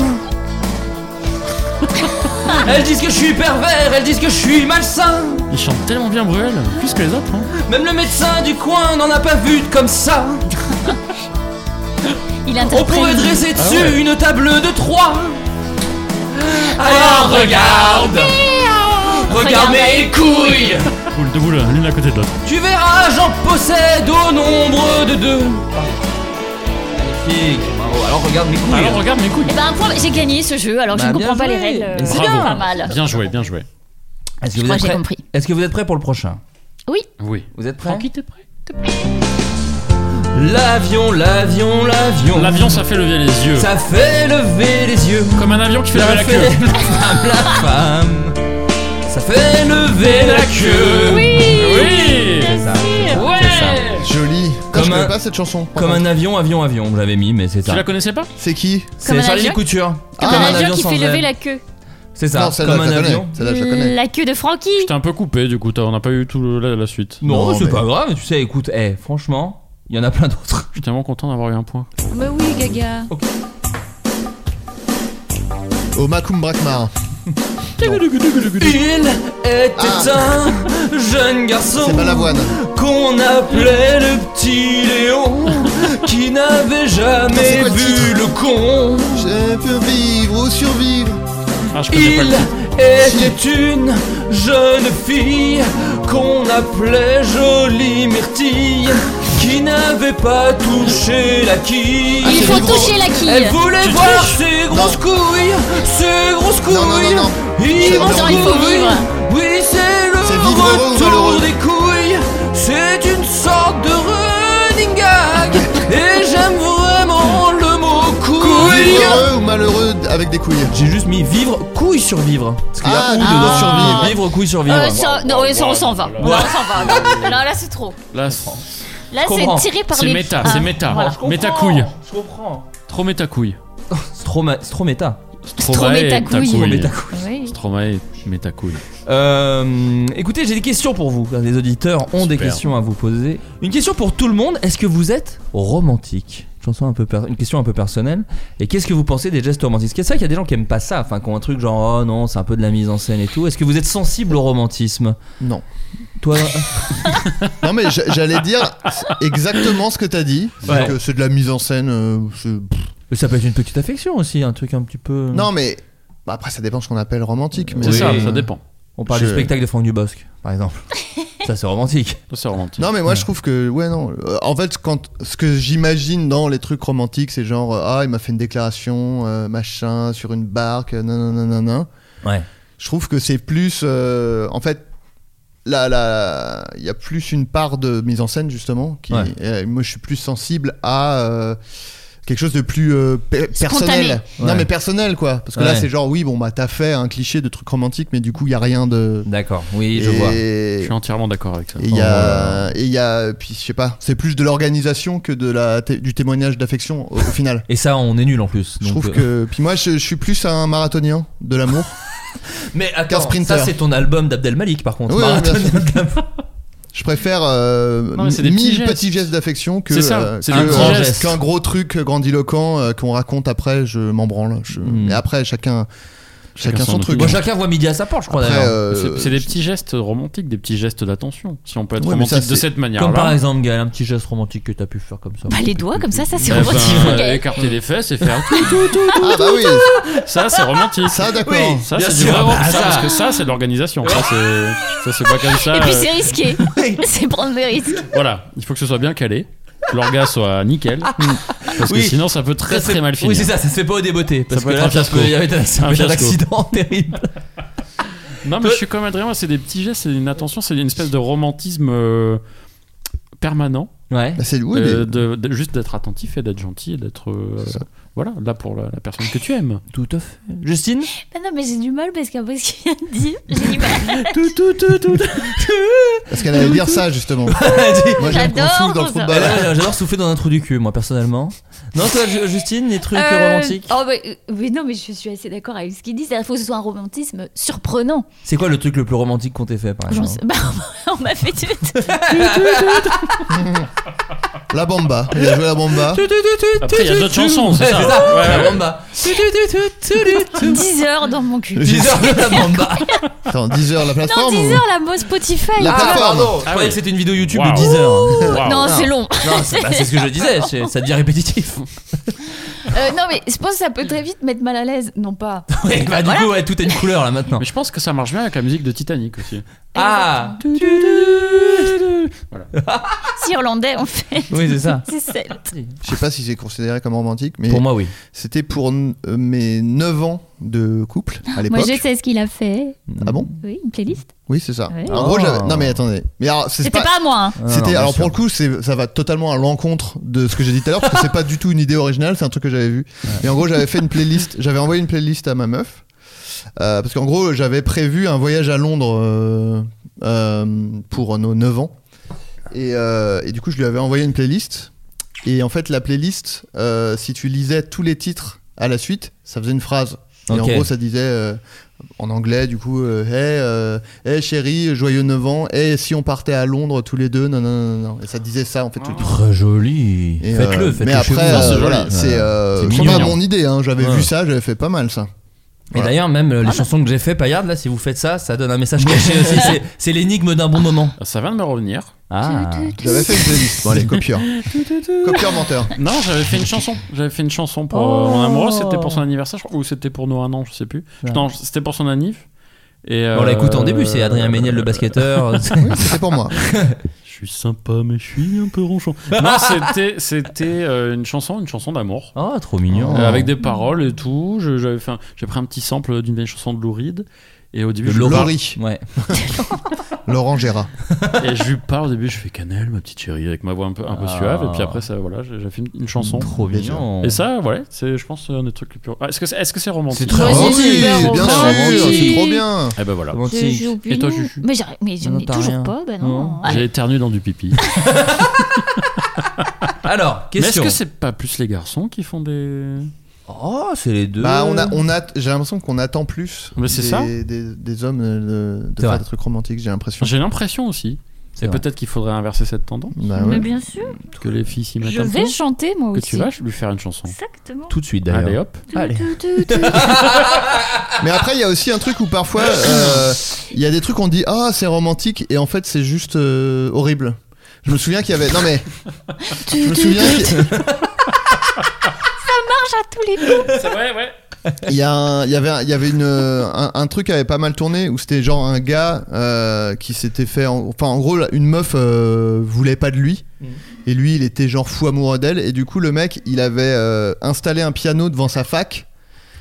Elles disent que je suis pervers, elles disent que je suis malsain
Il chante tellement bien Bruel, plus que les autres. Hein.
Même le médecin du coin n'en a pas vu de comme ça
Il
On
interprète.
pourrait dresser dessus
Ah
une table de trois. Alors regarde, regarde mes couilles.
Boule de boule, l'une à côté de l'autre.
Tu verras, j'en possède au nombre de deux. Magnifique, bravo. Alors regarde mes couilles.
Alors regarde mes couilles.
Eh ben un point, j'ai gagné ce jeu. Alors je
Bah,
ne comprends
bien
pas les
joué.
règles. euh,
Mais c'est
c'est
bien.
pas mal.
Bien joué, bien joué.
Est-ce
Je crois que j'ai compris.
Est-ce que vous êtes prêts pour le prochain
Oui.
Vous êtes prêts
Francky, t'es prêt
L'avion, l'avion, l'avion.
L'avion, ça fait lever les yeux.
Ça fait lever les yeux.
Comme un avion qui fait lever la
fait
queue.
la femme, la femme. Ça fait lever la queue.
Oui
C'est ça.
Ouais.
C'est ça.
Joli.
Comme
Comme je connais
un-
pas cette chanson. par
Comme
contre.
un avion, avion, avion, j'avais mis, mais c'est
Tu la
ça.
connaissais pas
C'est qui
Comme
C'est
un
Charlie
avion
Couture.
Comme
Comme
un
un
avion
avion
qui
sans
fait lever
aile.
la queue.
C'est ça,
Non, celle-là,
comme
je
un
la connais.
avion.
Celle-là, je la connais.
La queue de Francky.
T'es un peu coupé du coup, t'as- on n'a pas eu tout le- la, la suite.
Non,
Non,
c'est
mais-
pas grave, tu sais, écoute, eh, franchement, il y en a plein d'autres.
Je suis tellement content d'avoir eu un point.
Mais oui, Gaga.
Au Macum Braquemar.
Il était Ah. un jeune garçon
C'est Balavoine.
Oh. qu'on appelait le petit Léon, qui n'avait
c'est
jamais
quoi le
vu
titre
le con.
J'ai pu vivre ou survivre.
Ah, je connais pas
Il
le titre.
était une jeune fille qu'on appelait Jolie Myrtille, qui n'avait pas touché la quille.
Il
Ah, c'est
faut
le gros.
toucher la
Elle
quille.
voulait voir ses grosses couilles, ses grosses couilles.
Non, non, non, non.
Il
C'est
mange
vivre.
Non, il faut
couilles.
vivre.
Oui, c'est le
C'est vivre heureux ou malheureux.
retour des couilles. C'est une sorte de running gag. Et j'aime vraiment le mot couille.
Vivre heureux ou malheureux avec des couilles.
J'ai juste mis vivre, couille survivre. Parce qu'il y a
Ah,
ou
ah.
dedans. survivre. Vivre, couille survivre.
Euh, ça- non, ouais, ça, on s'en va. Non, on s'en va. Non, là, c'est trop.
Là, c'est
Là,
comprends.
c'est tiré par
c'est
les.
méta,
Ah,
c'est méta.
voilà.
Méta couille.
Je comprends.
Trop méta couille.
C'est trop, ma- c'est trop méta.
Stromae,
méta
ta
couille.
Trop
couille.
méta.
Oui.
Stromae, méta couille.
Euh, écoutez, j'ai des questions pour vous. Les auditeurs ont des
Super.
questions à vous poser. Une question pour tout le monde. Est-ce que vous êtes romantique Une chanson un peu per- Une question un peu personnelle. Et qu'est-ce que vous pensez des gestes romantiques C'est vrai qu'il y a des gens qui aiment pas ça, enfin, qui ont un truc genre oh non, c'est un peu de la mise en scène et tout. Est-ce que vous êtes sensible au romantisme
Non.
Toi,
Non mais j- j'allais dire exactement ce que t'as dit. C'est
Ouais.
que c'est de la mise en scène. euh, c'est-
ça peut être une petite affection aussi, un truc un petit peu.
Non mais bah, après ça dépend ce qu'on appelle romantique. Mais
C'est ça,
Oui.
ça dépend.
On parle du
Je-
spectacle de Franck Dubosc, par exemple. ça c'est romantique.
Ça, C'est romantique.
Non mais moi je trouve que ouais non. Euh, En fait quand ce que j'imagine dans les trucs romantiques c'est genre euh, ah il m'a fait une déclaration euh, machin sur une barque euh, nan nan, nan, nan.
Ouais.
Je trouve que c'est plus euh, en fait là là il y a plus une part de mise en scène justement qui
Ouais.
euh, moi je suis plus sensible à euh, quelque chose de plus euh, pe-
Spontané.
personnel.
Ouais.
Non mais personnel quoi parce que là
Ouais.
c'est genre oui bon bah t'as fait un cliché de truc romantique mais du coup il y a rien de
D'accord. Oui, je
Et-
vois.
Je suis entièrement d'accord avec ça.
et il y
euh,
a, et il y a, puis je sais pas, c'est plus de l'organisation que de la, té- du témoignage d'affection au, au final.
Et ça, on est nul en plus.
Je
donc,
trouve
euh,
que, puis moi je, je suis plus un marathonien de l'amour.
Mais
Qu'un
attends,
sprinter.
ça c'est ton album d'Abdel Malik par contre.
Oui, oui,
Marathon
bien sûr.
de l'amour.
Je préfère euh,
Non, mais c'est des petits
mille
gestes.
petits gestes d'affection que
C'est ça,
euh,
c'est
que,
des petits
euh,
gestes.
Hmm.
qu'un gros truc grandiloquent euh, qu'on raconte après. Je m'en branle. Je-
Mm.
Mais après chacun. Chacun son truc.
Bon, chacun voit midi à sa porte, je crois
Après,
d'ailleurs.
euh,
C'est- C'est des petits gestes romantiques, des petits gestes d'attention. Si on peut être
Ouais, mais ça,
romantique de
c'est-
cette manière.
Comme
hein.
par exemple, Gaël, un petit geste romantique que t'as pu faire comme ça.
Bah, les doigts comme ça, ça c'est
Eh ben,
romantique.
euh,
Gaël.
écarter les fesses et faire tout, tout, tout,
Ah bah oui
ça c'est romantique.
Ça d'accord
Ça
bien
c'est du
sûr.
vrai romantique.
Ah,
Ça,
ça.
parce que ça c'est de l'organisation. Ça c'est ça, c'est pas comme ça.
Et puis
euh,
c'est risqué. c'est prendre des risques.
Voilà, il faut que ce soit bien calé. que L'orgas soit nickel. Parce que
Oui.
sinon ça peut très
Ça se fait-
très mal finir.
Oui, c'est ça, ça se fait pas au débeauté. Parce
peut
que
être
là,
un
hein. ça peut-
fiasco.
Il y avait un, ça
Un
peut être un
fiasco.
accident terrible.
Non, mais je suis comme Adrien, moi, c'est des petits gestes, c'est une attention, c'est une espèce de romantisme euh, permanent.
Ouais.
Bah, c'est- oui, mais-
Euh, de- de- juste d'être attentif et d'être gentil et d'être euh, voilà là pour la, la personne que tu aimes.
Tout à fait. Justine
Bah non, mais j'ai du mal parce qu'après ce qu'il vient de dire, j'ai du mal.
Tout, tout, tout, tout.
Parce qu'elle allait dire ça justement. Moi j'aime qu'on
J'adore
souffle dans le trou de
ça.
balle.
Euh, J'adore souffler dans un trou du cul, moi, personnellement. Non, toi, Ju- Justine, les trucs
Euh,
romantiques
Oh, bah, euh, mais non, mais je suis assez d'accord avec ce qu'il dit. Il faut que ce soit un romantisme surprenant.
C'est quoi le truc le plus romantique qu'on t'ait fait, par
J'en
exemple
sais- bah, on m'a fait tout.
La bamba. Il a joué la bamba.
Après, il y a d'autres chansons, c'est
Ouais,
ça. Ouais,
La
ouais.
bamba. Tu, tu, tu, tu, tu, tu, tu.
10 heures dans mon cul.
10 heures de la
Ah
bamba.
Attends, 10 heures la
Non,
plateforme
10
ou-
heures la mode Spotify.
La
Ah,
plateforme. Ah,
pardon, je
Ah
croyais
oui.
que c'était une vidéo YouTube
Waouh.
de 10 heures.
Waouh.
Non, c'est long.
Non, c'est bah, c'est ce que je disais, c'est- ça devient répétitif.
Euh, non, mais je pense que ça peut très vite mettre mal à l'aise. Non, pas.
Ouais, bah, du coup, ouais, tout a une couleur là maintenant.
Mais je pense que ça marche bien avec la musique de Titanic aussi.
Ah
Voilà.
Si irlandais, en fait.
Oui, c'est ça.
C'est celte.
Je sais pas si c'est considéré comme romantique, mais
Pour moi, oui.
c'était pour n- euh, mes 9 ans de couple à
Moi,
l'époque.
je sais ce qu'il a fait.
Ah bon
Oui, une playlist.
Oui, c'est ça.
Ouais.
En gros,
Oh.
j'avais. Non, mais attendez. Mais alors, c'est
C'était
pas.
pas à moi. hein.
Ah, non,
C'était
bien
alors
sûr.
pour le coup, c'est ça va totalement à l'encontre de ce que j'ai dit tout à l'heure parce que c'est pas du tout une idée originale, c'est un truc que j'avais vu. Et en gros, j'avais fait une playlist, j'avais envoyé une playlist à ma meuf euh, parce qu'en gros, j'avais prévu un voyage à Londres euh, euh, pour nos 9 ans et, euh, et du coup, je lui avais envoyé une playlist et en fait, la playlist, euh, si tu lisais tous les titres à la suite, ça faisait une phrase. Et en
Ok.
gros, ça disait euh, en anglais, du coup, euh, hey, euh, hey, chérie, joyeux 9 ans, hey, si on partait à Londres tous les deux, non, non, non, non. Et ça disait ça, en fait, tout le temps.
Très joli.
Et,
Faites-le,
euh,
faites-le.
Mais
chez
après,
vous.
euh,
Non, c'est
voilà,
joli.
c'est euh,
C'est
c'est pas
mignon.
mon idée, hein. j'avais
Ouais.
vu ça, j'avais fait pas mal ça.
Et d'ailleurs, même euh, les chansons que j'ai fait, Payard, là, si vous faites ça, ça donne un message caché aussi. C'est- C'est l'énigme d'un bon moment.
Euh, Ça vient de me revenir.
Ah.
J'avais fait une playlist. Bon, allez, copieur. copieur menteur.
Non, j'avais fait une chanson. J'avais fait une chanson pour
Oh.
euh, mon amoureux. C'était pour son anniversaire, je crois, ou c'était pour nos un an, je sais plus.
Ouais.
Non, c'était pour son anniv. Et
On l'écoute en début, c'est
euh,
Adrien Méniel le basketteur.
C'était pour moi.
Je suis sympa, mais je suis un peu ronchon. non, c'était c'était euh, une chanson, une chanson d'amour.
Oh, trop mignon.
Oh.
Euh, avec des paroles et tout. Je- J'avais fait, un- j'ai pris un petit sample d'une vieille chanson de Lou Reed. Et au début,
De
je,
Laura.
Laurie.
Ouais.
Laurent Gérard.
et je lui parle au début, je fais Canel, ma petite chérie, avec ma voix un peu, un peu
Ah.
suave. Et puis après, ça, voilà, j'ai j'ai fait une, une chanson.
Trop mignon.
Et ça, voilà, c'est, je pense, un des trucs les plus. Ah, est-ce que c'est, est-ce que c'est romantique
C'est très
Moi,
Ah
j'ai
oui,
dit
bien
Laurent
sûr,
Gérard.
c'est trop bien.
Eh ben voilà.
Je joue plus
Et toi,
nul.
Juju
Mais j'ai- mais j'en
Non,
ai
t'as
toujours
rien.
pas, bah
Non.
non. Ah,
J'ai éternu dans du pipi.
Alors,
mais est-ce
question.
que c'est pas plus les garçons qui font des.
Oh, c'est les deux.
Bah, on a, on a, j'ai l'impression qu'on attend plus
Mais c'est
des,
ça.
des, des hommes euh, de, de
C'est
faire
vrai.
des trucs romantiques, j'ai l'impression.
J'ai l'impression aussi.
C'est
Et
vrai.
peut-être qu'il faudrait inverser cette tendance.
ah
Bah
Mais
ouais.
bien sûr,
Que les filles s'y mettent
je
un
vais
peu.
chanter moi
Que
aussi.
tu vas lui faire une chanson.
Exactement.
Tout de suite
Allez
d'ailleurs.
hop.
Allez.
Mais après, il y a aussi un truc où parfois, euh, il y a des trucs on dit ah c'est romantique et en fait c'est juste euh, horrible. Je me souviens qu'il y avait non mais je me souviens qu'il
à tous les coups.
ouais, ouais.
il y, a un- il y avait un- il y avait une euh, un, un truc qui avait pas mal tourné où c'était genre un gars euh, qui s'était fait en- enfin en gros une meuf euh, voulait pas de lui
Mm.
et lui il était genre fou amoureux d'elle et du coup le mec il avait euh, installé un piano devant sa fac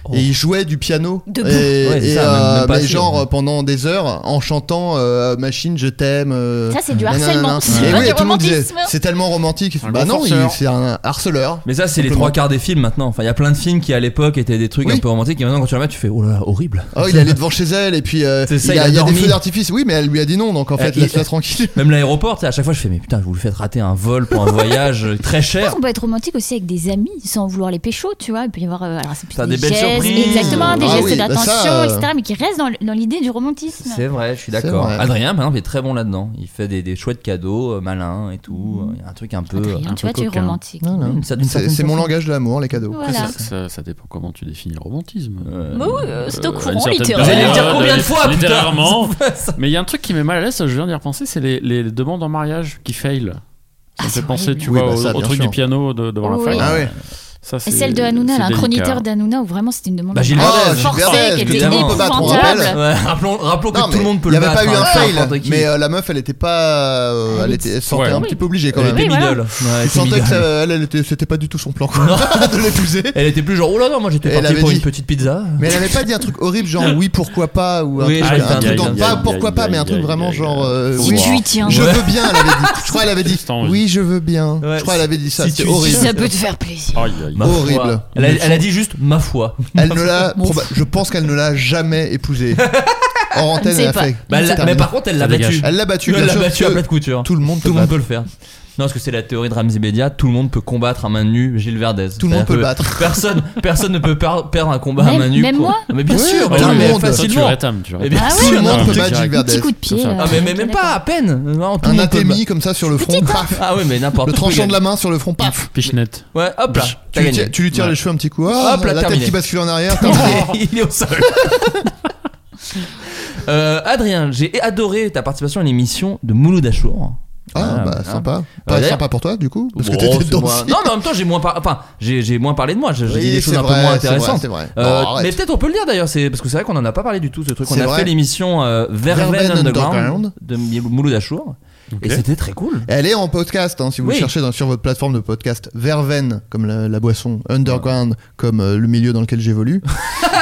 Oh.
Et il jouait du piano.
Debout.
Et,
Ouais, c'est
et,
ça,
euh,
même pas
mais
assis,
genre
hein.
euh, pendant des heures en chantant euh, Machine, je t'aime. euh,
Ça, c'est du
nanana.
harcèlement. C'est
Et
pas
oui,
du
et tout le monde disait,
romantisme.
C'est tellement romantique.
Un
bah
gros
non, il-
forceur.
c'est un harceleur.
Mais ça, c'est les
Complètement.
trois quarts des films maintenant. Enfin, il y a plein de films qui à l'époque étaient des trucs
Oui.
un peu romantiques. Et maintenant, quand tu les mets, tu fais oh là là, horrible.
Oh, il allait devant chez elle et puis euh,
C'est ça,
il, y a,
il a
il y a des
dormi.
feux d'artifice. Oui, mais elle lui a dit non, donc en fait,
il-
laisse-la tranquille.
Même l'aéroport, tu sais, à chaque fois, je fais mais putain, vous le faites rater un vol pour un voyage très cher.
On peut être romantique aussi avec des amis sans vouloir les pécho, tu vois. Il peut y avoir. euh, alors, c'est plus
T'as
des,
des belles
gestes,
gestes,
surprise.
exactement, des
Ah
gestes
oui, bah
d'attention,
ça, euh,
etc., mais qui restent dans l- dans l'idée du romantisme.
C'est vrai, je suis
C'est
d'accord.
vrai.
Adrien, par exemple, est très bon là-dedans. Il fait des, des chouettes cadeaux, euh, malins et tout. Il y a un truc un peu.
Adrien,
un
tu
peu
vois, tu es
coquin.
romantique.
Non, non.
D'une certaine
C'est-
façon.
c'est mon langage de l'amour, les cadeaux.
Voilà.
Ça, ça- ça dépend comment tu définis le romantisme.
Bah oui, euh, c'est au
à une
courant,
certaine
littéralement. Vous allez
période,
le dire
combien de
euh,
fois, putain
Littéralement. mais il y a un truc qui m'est mal à l'aise, je viens d'y repenser, c'est les, les demandes en mariage qui fail.
Ah,
Ça me fait penser, tu
Oui,
vois,
bah ça,
au, au
bien
truc
sûr.
du piano de, devant
Oui.
la femme.
Ah
ouais.
Ça,
Et
c'est-
celle de Hanouna,
c'est
là, un
délicat.
chroniqueur d'Hanouna, où vraiment c'était une demande
Bah, Gilles Verdez, Gilles
forcée,
Verdez,
qui était
évidemment. Ah,
épouvantable.
Ouais, rappelons rappelons
Non,
Oh, que tout le
mais
monde peut
Il n'y
le
avait
battre.
pas eu un
hein, n'importe
fail,
qui. Ah,
mais euh, la meuf, elle était pas. euh,
Elle
elle
était-
était, elle sentait
Ouais.
un petit peu obligée quand
Elle
même.
était
Oui, voilà.
middle. Ouais, elle
Tu
était
sentais que
middle.
ça- elle, elle était- c'était pas du tout son plan quoi,
Non.
de l'épouser.
Elle était plus genre, oh là là, moi j'étais
Elle
parti
avait
pour
dit-
une petite pizza.
Mais elle avait pas dit un truc horrible genre oui pourquoi pas ou un
Oui, ah,
truc,
j'avais
un
fait un
truc
truc
dans-
comme
pas
ça.
pourquoi pas mais un truc vraiment genre euh,
Si
oui,
tu y tiens.
je veux bien elle avait dit je crois elle avait dit
Putain, oui.
oui je veux bien
Ouais,
je crois elle avait dit ça
si
c'était
tu y
Si
horrible
ça peut te faire plaisir.
Aïe, aïe.
Ma foi.
Horrible.
Elle a, elle a dit juste ma foi.
elle ne l'a proba- je pense qu'elle ne l'a jamais épousée en
ne
antenne
sait
elle a
pas.
fait
Bah, elle l'a-
terminé.
mais par contre, elle l'a
Ça
battu.
dégage.
elle l'a battue
elle
bien
l'a
sûr,
battu à
parce
plat
que
de couture.
tout le monde
Tout
peut
le monde peut
battre
le faire. Non, parce que c'est la théorie de Ramzi Bedia, tout le monde peut combattre à main nue Gilles Verdez.
Tout le monde
C'est-à-dire
peut
que
le battre.
Personne, personne ne peut par- perdre un combat à
Même-
main nue.
même
pour-
moi
Mais bien
Oui,
sûr,
tout
mais
le
Oh, non, mais
monde.
Toi, tu
facilement.
rétames, tu
Mais
rétames.
bien
Ah ouais.
tout
sûr,
le
non.
monde peut
direct.
battre Gilles
Un
Petit
Verdez
coup de pied.
Comme ça.
euh,
Ah, mais, mais
ok,
même
d'accord.
pas à peine. Non, tout le
un
monde peut
atémi comme ça sur le front paf
battre. Ah ouais, mais n'importe
le
quoi.
tranchant de la main sur le front paf
Eh,
Pichenette.
Ouais, hop là.
tu
t'as
lui,
gagné.
tires- tu lui tires les cheveux un petit coup ah,
Hop là,
la tête
terminé.
qui bascule en arrière
Il est au sol. Euh, Adrien, j'ai adoré ta participation à l'émission de Mouloud Achour.
ah
Voilà,
bah
hein.
sympa
Euh,
pas
d'ailleurs-
sympa pour toi du coup parce que
Bon,
t'étais
c'est
dedans
moins-
aussi.
Non, mais en même temps, j'ai moins, par- enfin, j'ai j'ai moins parlé de moi. J'ai j'ai
Oui,
dit des choses
c'est
un peu
vrai,
moins
c'est vrai,
intéressantes.
C'est vrai.
Euh,
Oh, arrête.
mais peut-être on peut le dire d'ailleurs, c'est parce que c'est vrai qu'on en a pas parlé du tout ce truc. On
C'est
a
vrai.
fait l'émission euh, Verven
Verven
Underground,
Underground.
de Mil- Mouloud Achour et c'était très cool.
Elle est en podcast, hein, si vous
Oui.
le cherchez dans- sur votre plateforme de podcast Verven, comme la, la boisson, Underground, comme euh, le milieu dans lequel j'évolue.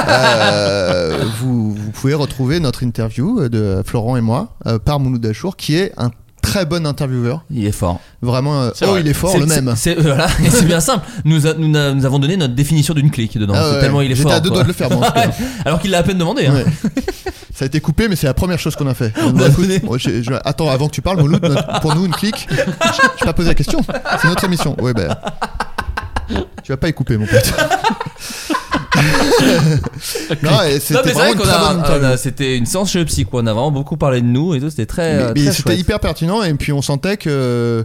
Euh, vous, vous pouvez retrouver notre interview euh, de Florent et moi euh, par Mouloud Achour, qui est un très bon intervieweur.
Il est fort.
Vraiment, euh,
C'est
oh,
vrai.
il est fort
C'est-
le
c'est-
même.
C'est voilà, et c'est bien simple. Nous, a- nous, n'a- nous avons donné notre définition d'une clique dedans.
Ah
C'est
ouais,
tellement il est
J'étais
fort.
à deux
quoi.
doigts de le faire, moi. en tout cas.
Alors qu'il l'a à peine demandé. hein.
Ouais. Ça a été coupé, mais c'est la première chose qu'on a fait. Bah,
On a
Écoute,
donné-
moi, je- je- attends, avant que tu parles, Mouloud, notre- pour nous, une clique. Je je t'ai pas posé la question. C'est notre émission. Ouais, ben. Tu vas pas y couper, mon pote.
Non,
non, et c'était
mais c'est vrai
vraiment une
qu'on
très bonne
a, on
interview.
a- c'était une séance chez le psy quoi. On a vraiment beaucoup parlé de nous et tout. C'était très,
Mais-
euh,
mais
très
c'était
chouette.
hyper pertinent, et puis on sentait que.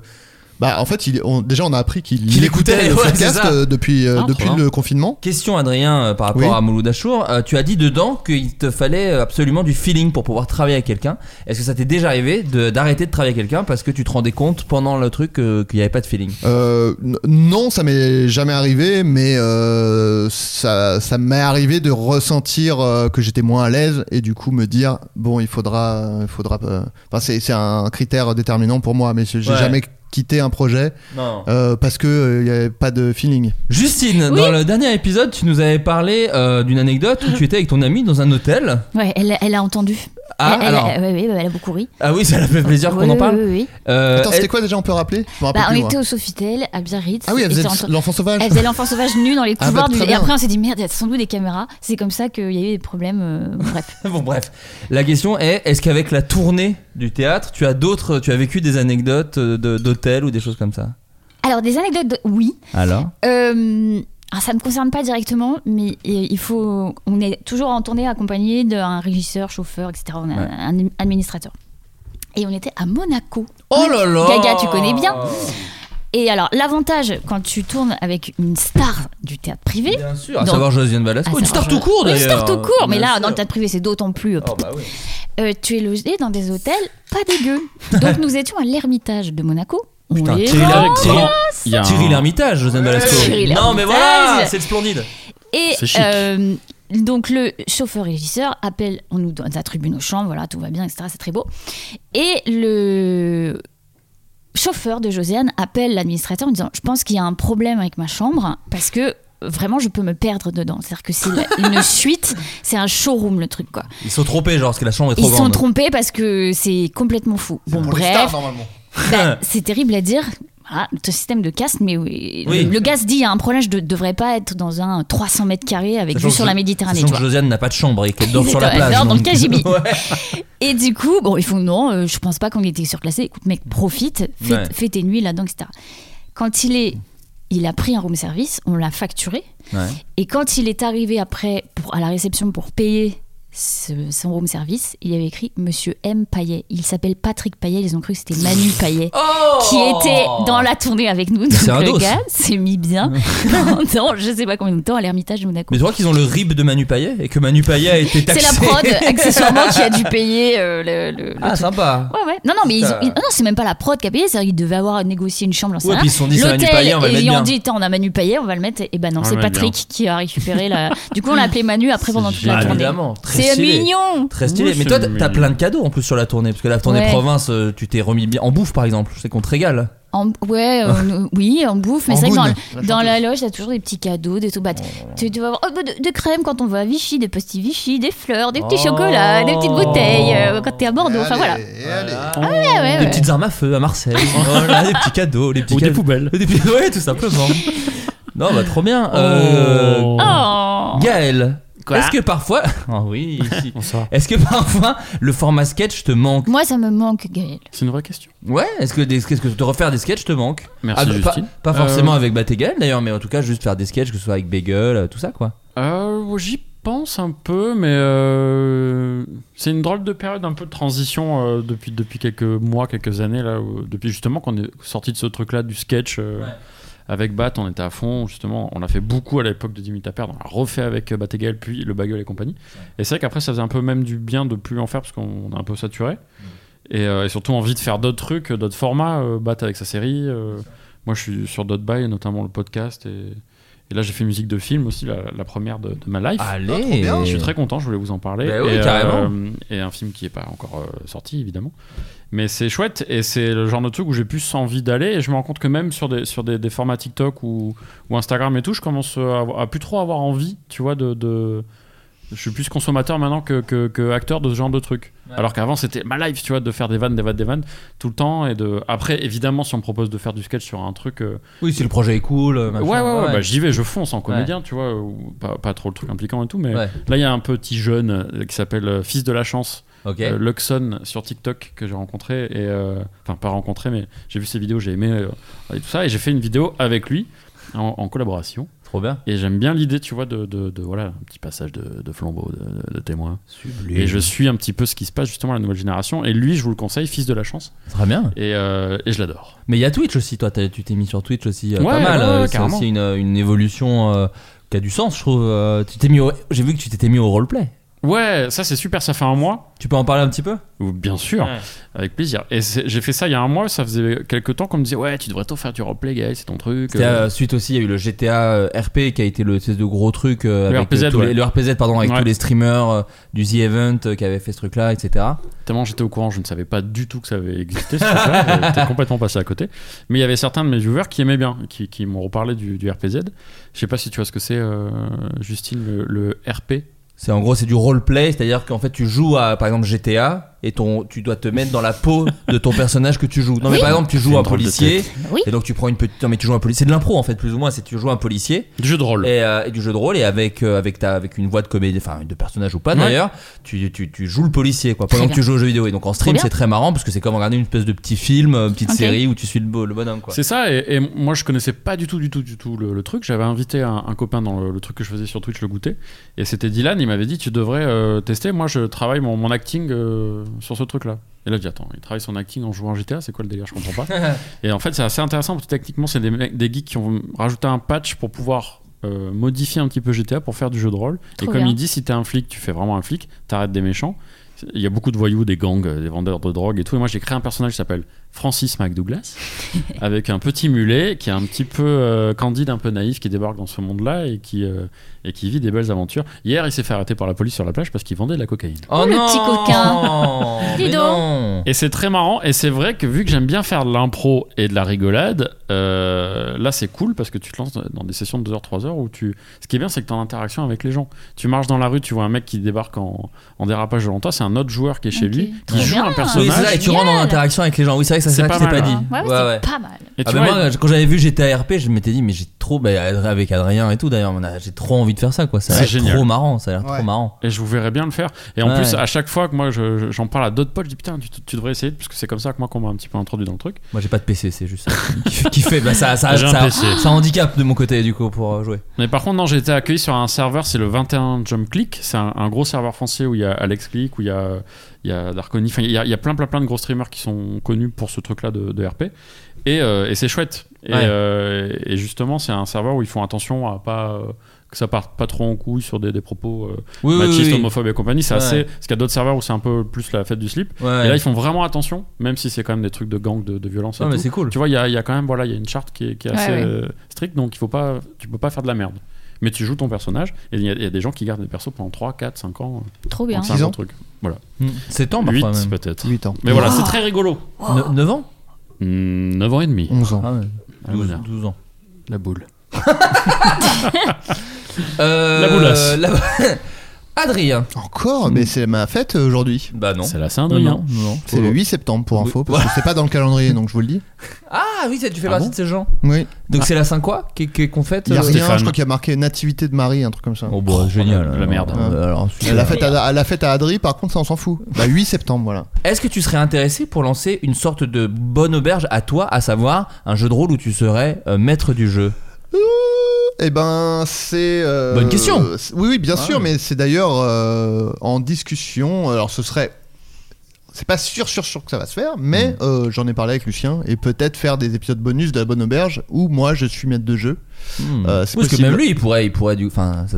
Bah, en fait, il, on- déjà, on a appris qu'il
Qu'il écoutait,
écoutait le
ouais,
podcast
c'est ça.
euh, depuis, euh,
Ah,
depuis
trop bien.
le confinement.
Question Adrien euh, par rapport
Oui.
à Mouloud Achour, Euh, tu as dit dedans qu'il te fallait euh, absolument du feeling pour pouvoir travailler avec quelqu'un. Est-ce que ça t'est déjà arrivé de- d'arrêter de, travailler avec quelqu'un parce que tu te rendais compte pendant le truc euh, qu'il n'y avait pas de feeling
Euh, n- non, ça m'est jamais arrivé, mais euh, ça, ça m'est arrivé de ressentir euh, que j'étais moins à l'aise et du coup me dire bon, il faudra, il faudra. euh, Enfin, c'est c'est un critère déterminant pour moi, mais j'ai
Ouais.
jamais quitté un projet
Non.
euh, parce que euh, il y avait pas de feeling.
Justine,
Oui.
dans le dernier épisode, tu nous avais parlé euh, d'une anecdote où tu étais avec ton ami dans un hôtel.
Ouais, elle, elle a entendu.
Ah,
elle, elle-
alors.
elle- ouais, ouais, ouais, elle a beaucoup ri.
Ah oui, ça l'a fait plaisir qu'on
Oui,
en parle. Ah,
oui, oui, oui.
Euh,
Attends, c'était
elle-
quoi déjà On peut rappeler Je me rappelle
Bah, on
plus, moi.
était au Sofitel, à Biarritz.
Ah oui, elle
et
faisait
c'est entre-
l'enfant sauvage.
Elle faisait l'enfant sauvage nu dans les
Ah bah,
couloirs. du-
très
Et
bien.
après, on s'est dit merde, il y a sans doute des caméras. C'est comme ça qu'il y a eu des problèmes. euh, bref.
Bon bref, la question est est-ce qu'avec la tournée du théâtre, tu as d'autres, tu as vécu des anecdotes euh, de- d'hôtel ou des choses comme ça
Alors, des anecdotes, de- oui.
Alors
Euh, alors, ça ne me concerne pas directement, mais euh, il faut. On est toujours en tournée accompagné d'un régisseur, chauffeur, etc. On a
Ouais.
un administrateur. Et on était à Monaco.
Oh là là
Gaga, tu connais bien.
Ah.
Et alors, l'avantage quand tu tournes avec une star du théâtre privé.
Bien sûr, à
Donc-
savoir Josiane
à
Balasco, une
savoir-
star tout court
Une
d'ailleurs.
star tout court, mais
Bien
là,
sûr.
dans le théâtre privé, c'est d'autant plus. euh,
Oh bah oui.
euh, tu es logé dans des hôtels pas dégueux. Donc nous étions à l'Ermitage de Monaco. On
Putain,
les
Thierry
vend.
Lhermitte.
Grand- il y a un-
Thierry
hein,
Lhermitage, Josiane Balasco.
Oh, Thierry
Non mais
Lhermitage.
voilà, c'est le splendide.
Et
C'est chic.
euh, donc le chauffeur régisseur appelle, on nous donne- attribue nos chambres, voilà, tout va bien, etc. C'est très beau. Et le chauffeur de Josiane appelle l'administrateur en disant Je pense qu'il y a un problème avec ma chambre parce que. Vraiment, je peux me perdre dedans. C'est-à-dire que c'est la- une suite, c'est un showroom le truc quoi.
Ils sont trompés genre parce que la chambre est trop
Ils se sont
grande.
trompés parce que c'est complètement fou. Bon,
Pour les
bref,
stars, normalement.
Bah, c'est terrible à dire. Voilà, notre système de caste, mais oui,
Oui.
le, le gaz dit il y a un problème, je ne devrais pas être dans un 300 mètres carrés avec
Sachant
vue
que
sur
Jo-
la Méditerranée.
sachant
tu
que
vois.
Josiane n'a pas de chambre et qu'elle dort sur la
Elle
plage.
dort dans le
donc-
KGB.
Ouais.
Et du coup, bon, ils font non, euh, je pense pas qu'on était surclassé. Écoute, mec, profite, fais,
Ouais.
fais tes nuits là-dedans, etc. Quand il est. il a pris un room service, on l'a facturé.
Ouais.
Et quand il est arrivé après pour, à la réception pour payer ce- son room service, il y avait écrit Monsieur M. Payet. Il s'appelle Patrick Payet, ils ont cru que c'était Manu Payet, qui
Oh
était dans la tournée avec nous. Donc
C'est un
le
dos.
gars s'est mis bien pendant je sais pas combien de temps à l'Ermitage de Monaco.
Mais tu crois qu'ils ont le rib de Manu Payet et que Manu Payet a été
C'est
taxé
la prod, accessoirement, qui a dû payer euh, le, le- le
Ah,
truc.
sympa.
Ouais, ouais. Non, non, mais ils ont-
Putain.
ils- non, c'est même pas la prod qui a payé, c'est-à-dire qu'ils devaient avoir négocié une chambre. j'en sais
Ouais,
rien.
puis ils se sont dit, c'est Manu
L'hôtel
Payet, on va le mettre
ayant
bien.
dit, Tiens, on a Manu Payet, on va le mettre. Et ben non,
On le
c'est
met
Patrick qui a récupéré la. Du coup, on l'a appelé Manu après pendant toute la
Génial.
tournée.
Bah, Évidemment, très
C'est
stylé.
mignon.
Très stylé. Mais toi, t'as- t'as plein de cadeaux en plus sur la tournée. Parce que la tournée
Ouais.
province, euh, tu t'es remis bien. En bouffe, par exemple. Je sais qu'on te régale.
En- ouais, euh, nous- oui, on bouffe, mais
En
c'est vrai que dans,
boune,
le- dans la loge, t'as toujours des petits cadeaux, des trucs. Bah, t- tu tu vas avoir oh, bah, de, de crème quand on va à Vichy, des petits Vichy, des fleurs, des petits
Oh.
chocolats, des petites bouteilles euh, quand t'es à Bordeaux. Enfin voilà. Ah ouais, ouais,
des
ouais.
petites armes à feu à Marseille. voilà, des petits cadeaux. Les petits
Ou des
cadeaux.
poubelles.
Des petits- Ouais, tout simplement. non, bah trop bien. Euh,
Oh.
Gaël.
Quoi
Est-ce que parfois. Ah oui, ici. Est-ce que parfois le format sketch te manque
Moi, ça me manque, Gaël.
C'est une vraie question.
Ouais, est-ce que, des, est-ce que te refaire des sketchs te manque
Merci,
Ah, pas,
Justine.
pas forcément
Euh,
avec Bat et Gaël d'ailleurs, mais en tout cas juste faire des sketchs, que ce soit avec Bagel, euh, tout ça quoi.
Euh, J'y pense un peu, mais euh, c'est une drôle de période un peu de transition euh, depuis, depuis quelques mois, quelques années, là, où- depuis justement qu'on est sorti de ce truc-là du sketch. euh, Avec Bat, on était à fond, justement. On a fait beaucoup à l'époque de Dimitri Perd. On l'a refait avec euh, Bat et Gaël, puis le Bagel et compagnie. Et c'est vrai qu'après, ça faisait un peu même du bien de plus en faire parce qu'on a un peu saturé. Et, euh, et surtout envie de faire d'autres trucs, euh, d'autres formats. euh, Bat avec sa série. euh, moi, je suis sur d'autres bails, notamment le podcast. Et, et là, j'ai fait musique de film aussi, la, la première de, de ma life.
Allez. Ah, trop bien.
Je suis très content, je voulais vous en parler.
Bah oui,
et, euh,
carrément.
et un film qui n'est pas encore euh, sorti, évidemment. Mais c'est chouette et c'est le genre de truc où j'ai plus envie d'aller. Et je me rends compte que même sur des, sur des, des formats TikTok ou, ou Instagram et tout, je commence à, avoir- à plus trop avoir envie, tu vois, de. de- je suis plus consommateur maintenant que, que- que acteur de ce genre de truc. Alors qu'avant, c'était ma life, tu vois, de faire des vannes, des vannes, des vannes tout le temps. Et de... Après, évidemment, si on me propose de faire du sketch sur un truc. euh,
Oui, si le projet est cool. euh, machin,
ouais, ouais, ouais,
ouais.
bah, j'y vais, je fonce en
Ouais.
comédien, tu vois, ou pas, pas trop le truc impliquant et tout, mais
Ouais.
là, il y a un petit jeune euh, qui s'appelle euh, Fils de la Chance,
Ok.
euh, Luxon, sur TikTok, que j'ai rencontré, et euh, enfin, pas rencontré, mais j'ai vu ses vidéos, j'ai aimé euh, et tout ça, et j'ai fait une vidéo avec lui, en, en collaboration.
Trop bien.
Et j'aime bien l'idée, tu vois, de, de- de- voilà, un petit passage de, de flambeau, de, de- de témoin.
Sublime.
Et je suis un petit peu ce qui se passe justement à la nouvelle génération, et lui, je vous le conseille, Fils de la Chance.
Très bien.
Et, euh, et je l'adore.
Mais il y a Twitch aussi, toi t'as- tu t'es mis sur Twitch aussi euh,
Ouais,
pas mal.
ouais,
euh,
ouais,
c'est
carrément.
aussi une, euh, une évolution euh, qui a du sens, je trouve. euh, tu t'es mis au- J'ai vu que tu t'étais mis au roleplay.
Ouais, ça c'est super, ça fait un mois.
Tu peux en parler un petit peu
Bien sûr,
Ouais.
avec plaisir. Et c'est- j'ai fait ça il y a un mois, ça faisait quelques temps qu'on me disait Ouais, tu devrais tôt faire du roleplay, Gaël, c'est ton truc.
C'était,
Euh,
euh, suite aussi, il y a eu le GTA euh, RP qui a été le espèce de gros truc euh,
Le
avec
RPZ,
euh, tous
ouais.
les, le RPZ pardon avec
Ouais.
tous les streamers euh, du The Event euh, qui avaient fait ce truc là, etc.
Tellement j'étais au courant, je ne savais pas du tout que ça avait existé. ce truc-là. J'étais complètement passé à côté. Mais il y avait certains de mes viewers qui aimaient bien, qui, qui m'ont reparlé du, du RPZ. Je sais pas si tu vois ce que c'est, euh, Justine, le, le RP.
C'est en gros c'est du roleplay, c'est-à-dire qu'en fait tu joues à par exemple GTA et ton tu dois te mettre dans la peau de ton personnage que tu joues. Non mais
Oui.
par exemple tu
C'est
joues
une
un
drôle de
policier
tête.
Oui.
et donc tu prends une petite non mais tu joues un policier c'est de l'impro en fait plus ou moins c'est tu joues un policier
du jeu de rôle
et, euh, et du jeu de rôle et avec euh, avec ta avec une voix de comédie enfin de personnage ou pas
Ouais.
d'ailleurs tu, tu, tu joues le policier quoi
Très
pendant que
bien.
tu joues au jeu vidéo et donc en stream
bien.
c'est très marrant parce que c'est comme regarder une espèce de petit film, euh, petite
Ok.
série où tu suis le, bo- le bonhomme quoi.
C'est ça, et, et moi je connaissais pas du tout, du tout, du tout le, le truc. J'avais invité un, un copain dans le, le truc que je faisais sur Twitch, le goûter, et c'était Dylan. Il m'avait dit Tu devrais euh, tester, moi je travaille mon, mon acting euh, sur ce truc là. Et là, je dis Attends, il travaille son acting en jouant à GTA, c'est quoi le délire Je comprends pas. et en fait, c'est assez intéressant parce que techniquement, c'est des, mecs- des geeks qui ont rajouté un patch pour pouvoir. euh, modifier un petit peu GTA pour faire du jeu de rôle
Trop
et comme
bien.
il dit si t'es un flic tu fais vraiment un flic t'arrêtes des méchants il y a beaucoup de voyous, des gangs, euh, des vendeurs de drogue et tout. Et moi, j'ai créé un personnage qui s'appelle Francis McDouglas, avec un petit mulet qui est un petit peu euh, candide, un peu naïf, qui débarque dans ce monde-là et, qui euh, et qui vit des belles aventures. Hier, il s'est fait arrêter par la police sur la plage parce qu'il vendait de la cocaïne.
Oh,
le
non
petit coquin.
Mais
Dis donc.
non.
Et c'est très marrant, et c'est vrai que vu que j'aime bien faire de l'impro et de la rigolade, euh, là c'est cool parce que tu te lances dans des sessions de 2h, 3h où tu. Ce qui est bien, c'est que tu en interaction avec les gens. Tu marches dans la rue, tu vois un mec qui débarque en, en dérapage devant toi, c'est un
un autre joueur qui est chez lui, qui joue un
Oui, c'est
personnage.
ça, et tu rentres en interaction avec les gens. Oui, c'est vrai que ça,
C'est
c'est vrai que
pas mal,
je t'ai pas dit.
hein.
Ouais, ouais, c'est pas mal.
Et
Ah
tu
ben
vois, euh,
moi, quand j'avais vu GTA RP, je m'étais dit, mais j'ai trop, bah, avec Adrien et tout d'ailleurs, on a- j'ai trop envie de faire ça quoi. Ça a
C'est
l'air
génial.
trop marrant, ça a l'air
Ouais.
trop marrant.
Et je vous verrais bien le faire. Et en
Ouais.
plus, à chaque fois que moi je- je- j'en parle à d'autres potes, je dis putain, tu, tu devrais essayer, parce que c'est comme ça que moi qu'on m'a un petit peu introduit dans le truc.
Moi j'ai pas de PC, c'est juste ça. qui, qui fait, bah, ça, ça,
J'ai un
ça,
PC.
ça handicap de mon côté du coup pour euh, jouer.
Mais par contre, non, j'ai été accueilli sur un serveur, c'est le 21 Jump Click. C'est un, un gros serveur français où il y a Alex Click, où il y a, il y a Darkoni. Enfin, il y a, il y a plein, plein, plein de gros streamers qui sont connus pour ce truc-là de, de RP. Et, euh, et c'est chouette. Et,
Ouais.
euh, et justement, c'est un serveur où ils font attention à pas. euh, que ça parte pas trop en couille sur des, des propos euh,
Oui, oui,
machistes,
oui.
homophobes et compagnie. C'est
Ouais.
assez. Parce qu'il y a d'autres serveurs où c'est un peu plus la fête du slip.
Ouais.
Et là, ils font vraiment attention, même si c'est quand même des trucs de gang, de, de violence. et
Ah, mais
tout.
c'est cool.
Tu vois, il y a, il y a quand même voilà, il y a une charte qui est, qui est
Ouais,
assez
ouais.
euh, strict, donc il faut pas, tu peux pas faire de la merde. Mais tu joues ton personnage, et il y, a- il y a des gens qui gardent des persos pendant 3, 4, 5 ans. euh,
Trop
hein.
bien.
donc C'est un
Six
bon
ans.
truc. Voilà.
Hmm. Sept ans, Hmm, parfois,
8
même.
peut-être.
8 ans.
Mais voilà,
Wow.
c'est très rigolo.
9 ans
9 ans et demi.
11 ans.
Ah ouais.
Ah,
12,
voilà.
12 ans.
La boule.
Euh,
La boulasse.
la- Adrien.
Encore Mais c'est ma fête euh, aujourd'hui.
Bah non.
C'est la Saint-Adrien.
Non, non, non.
C'est le 8 septembre pour info, parce que c'est pas dans le calendrier, donc je vous le dis.
Ah oui, ça, tu fais partie de ces gens.
Oui.
Donc c'est la Saint quoi qui- qui- qu'on fête
Il y a
euh,
rien, je crois qu'il y a marqué Nativité de Marie, un truc comme ça.
Oh bah génial.
la merde.
Euh, alors, celui-là.
la, fête à, à la fête à Adri, par contre, ça on s'en fout. Bah 8 septembre, voilà.
Est-ce que tu serais intéressé pour lancer une sorte de bonne auberge à toi, à savoir un jeu de rôle où tu serais euh, maître du jeu
Eh ben, c'est. euh,
Bonne question. Ah,
euh, c'est- Oui, oui, bien sûr, mais c'est d'ailleurs euh, en discussion. Alors, ce serait. C'est pas sûr, sûr, sûr que ça va se faire, mais
Mm.
euh, j'en ai parlé avec Lucien et peut-être faire des épisodes bonus de la Bonne Auberge où moi je suis maître de jeu.
Hmm.
Euh, c'est
Oui, Parce que
possible.
même lui, il pourrait, il pourrait du, enfin, ça,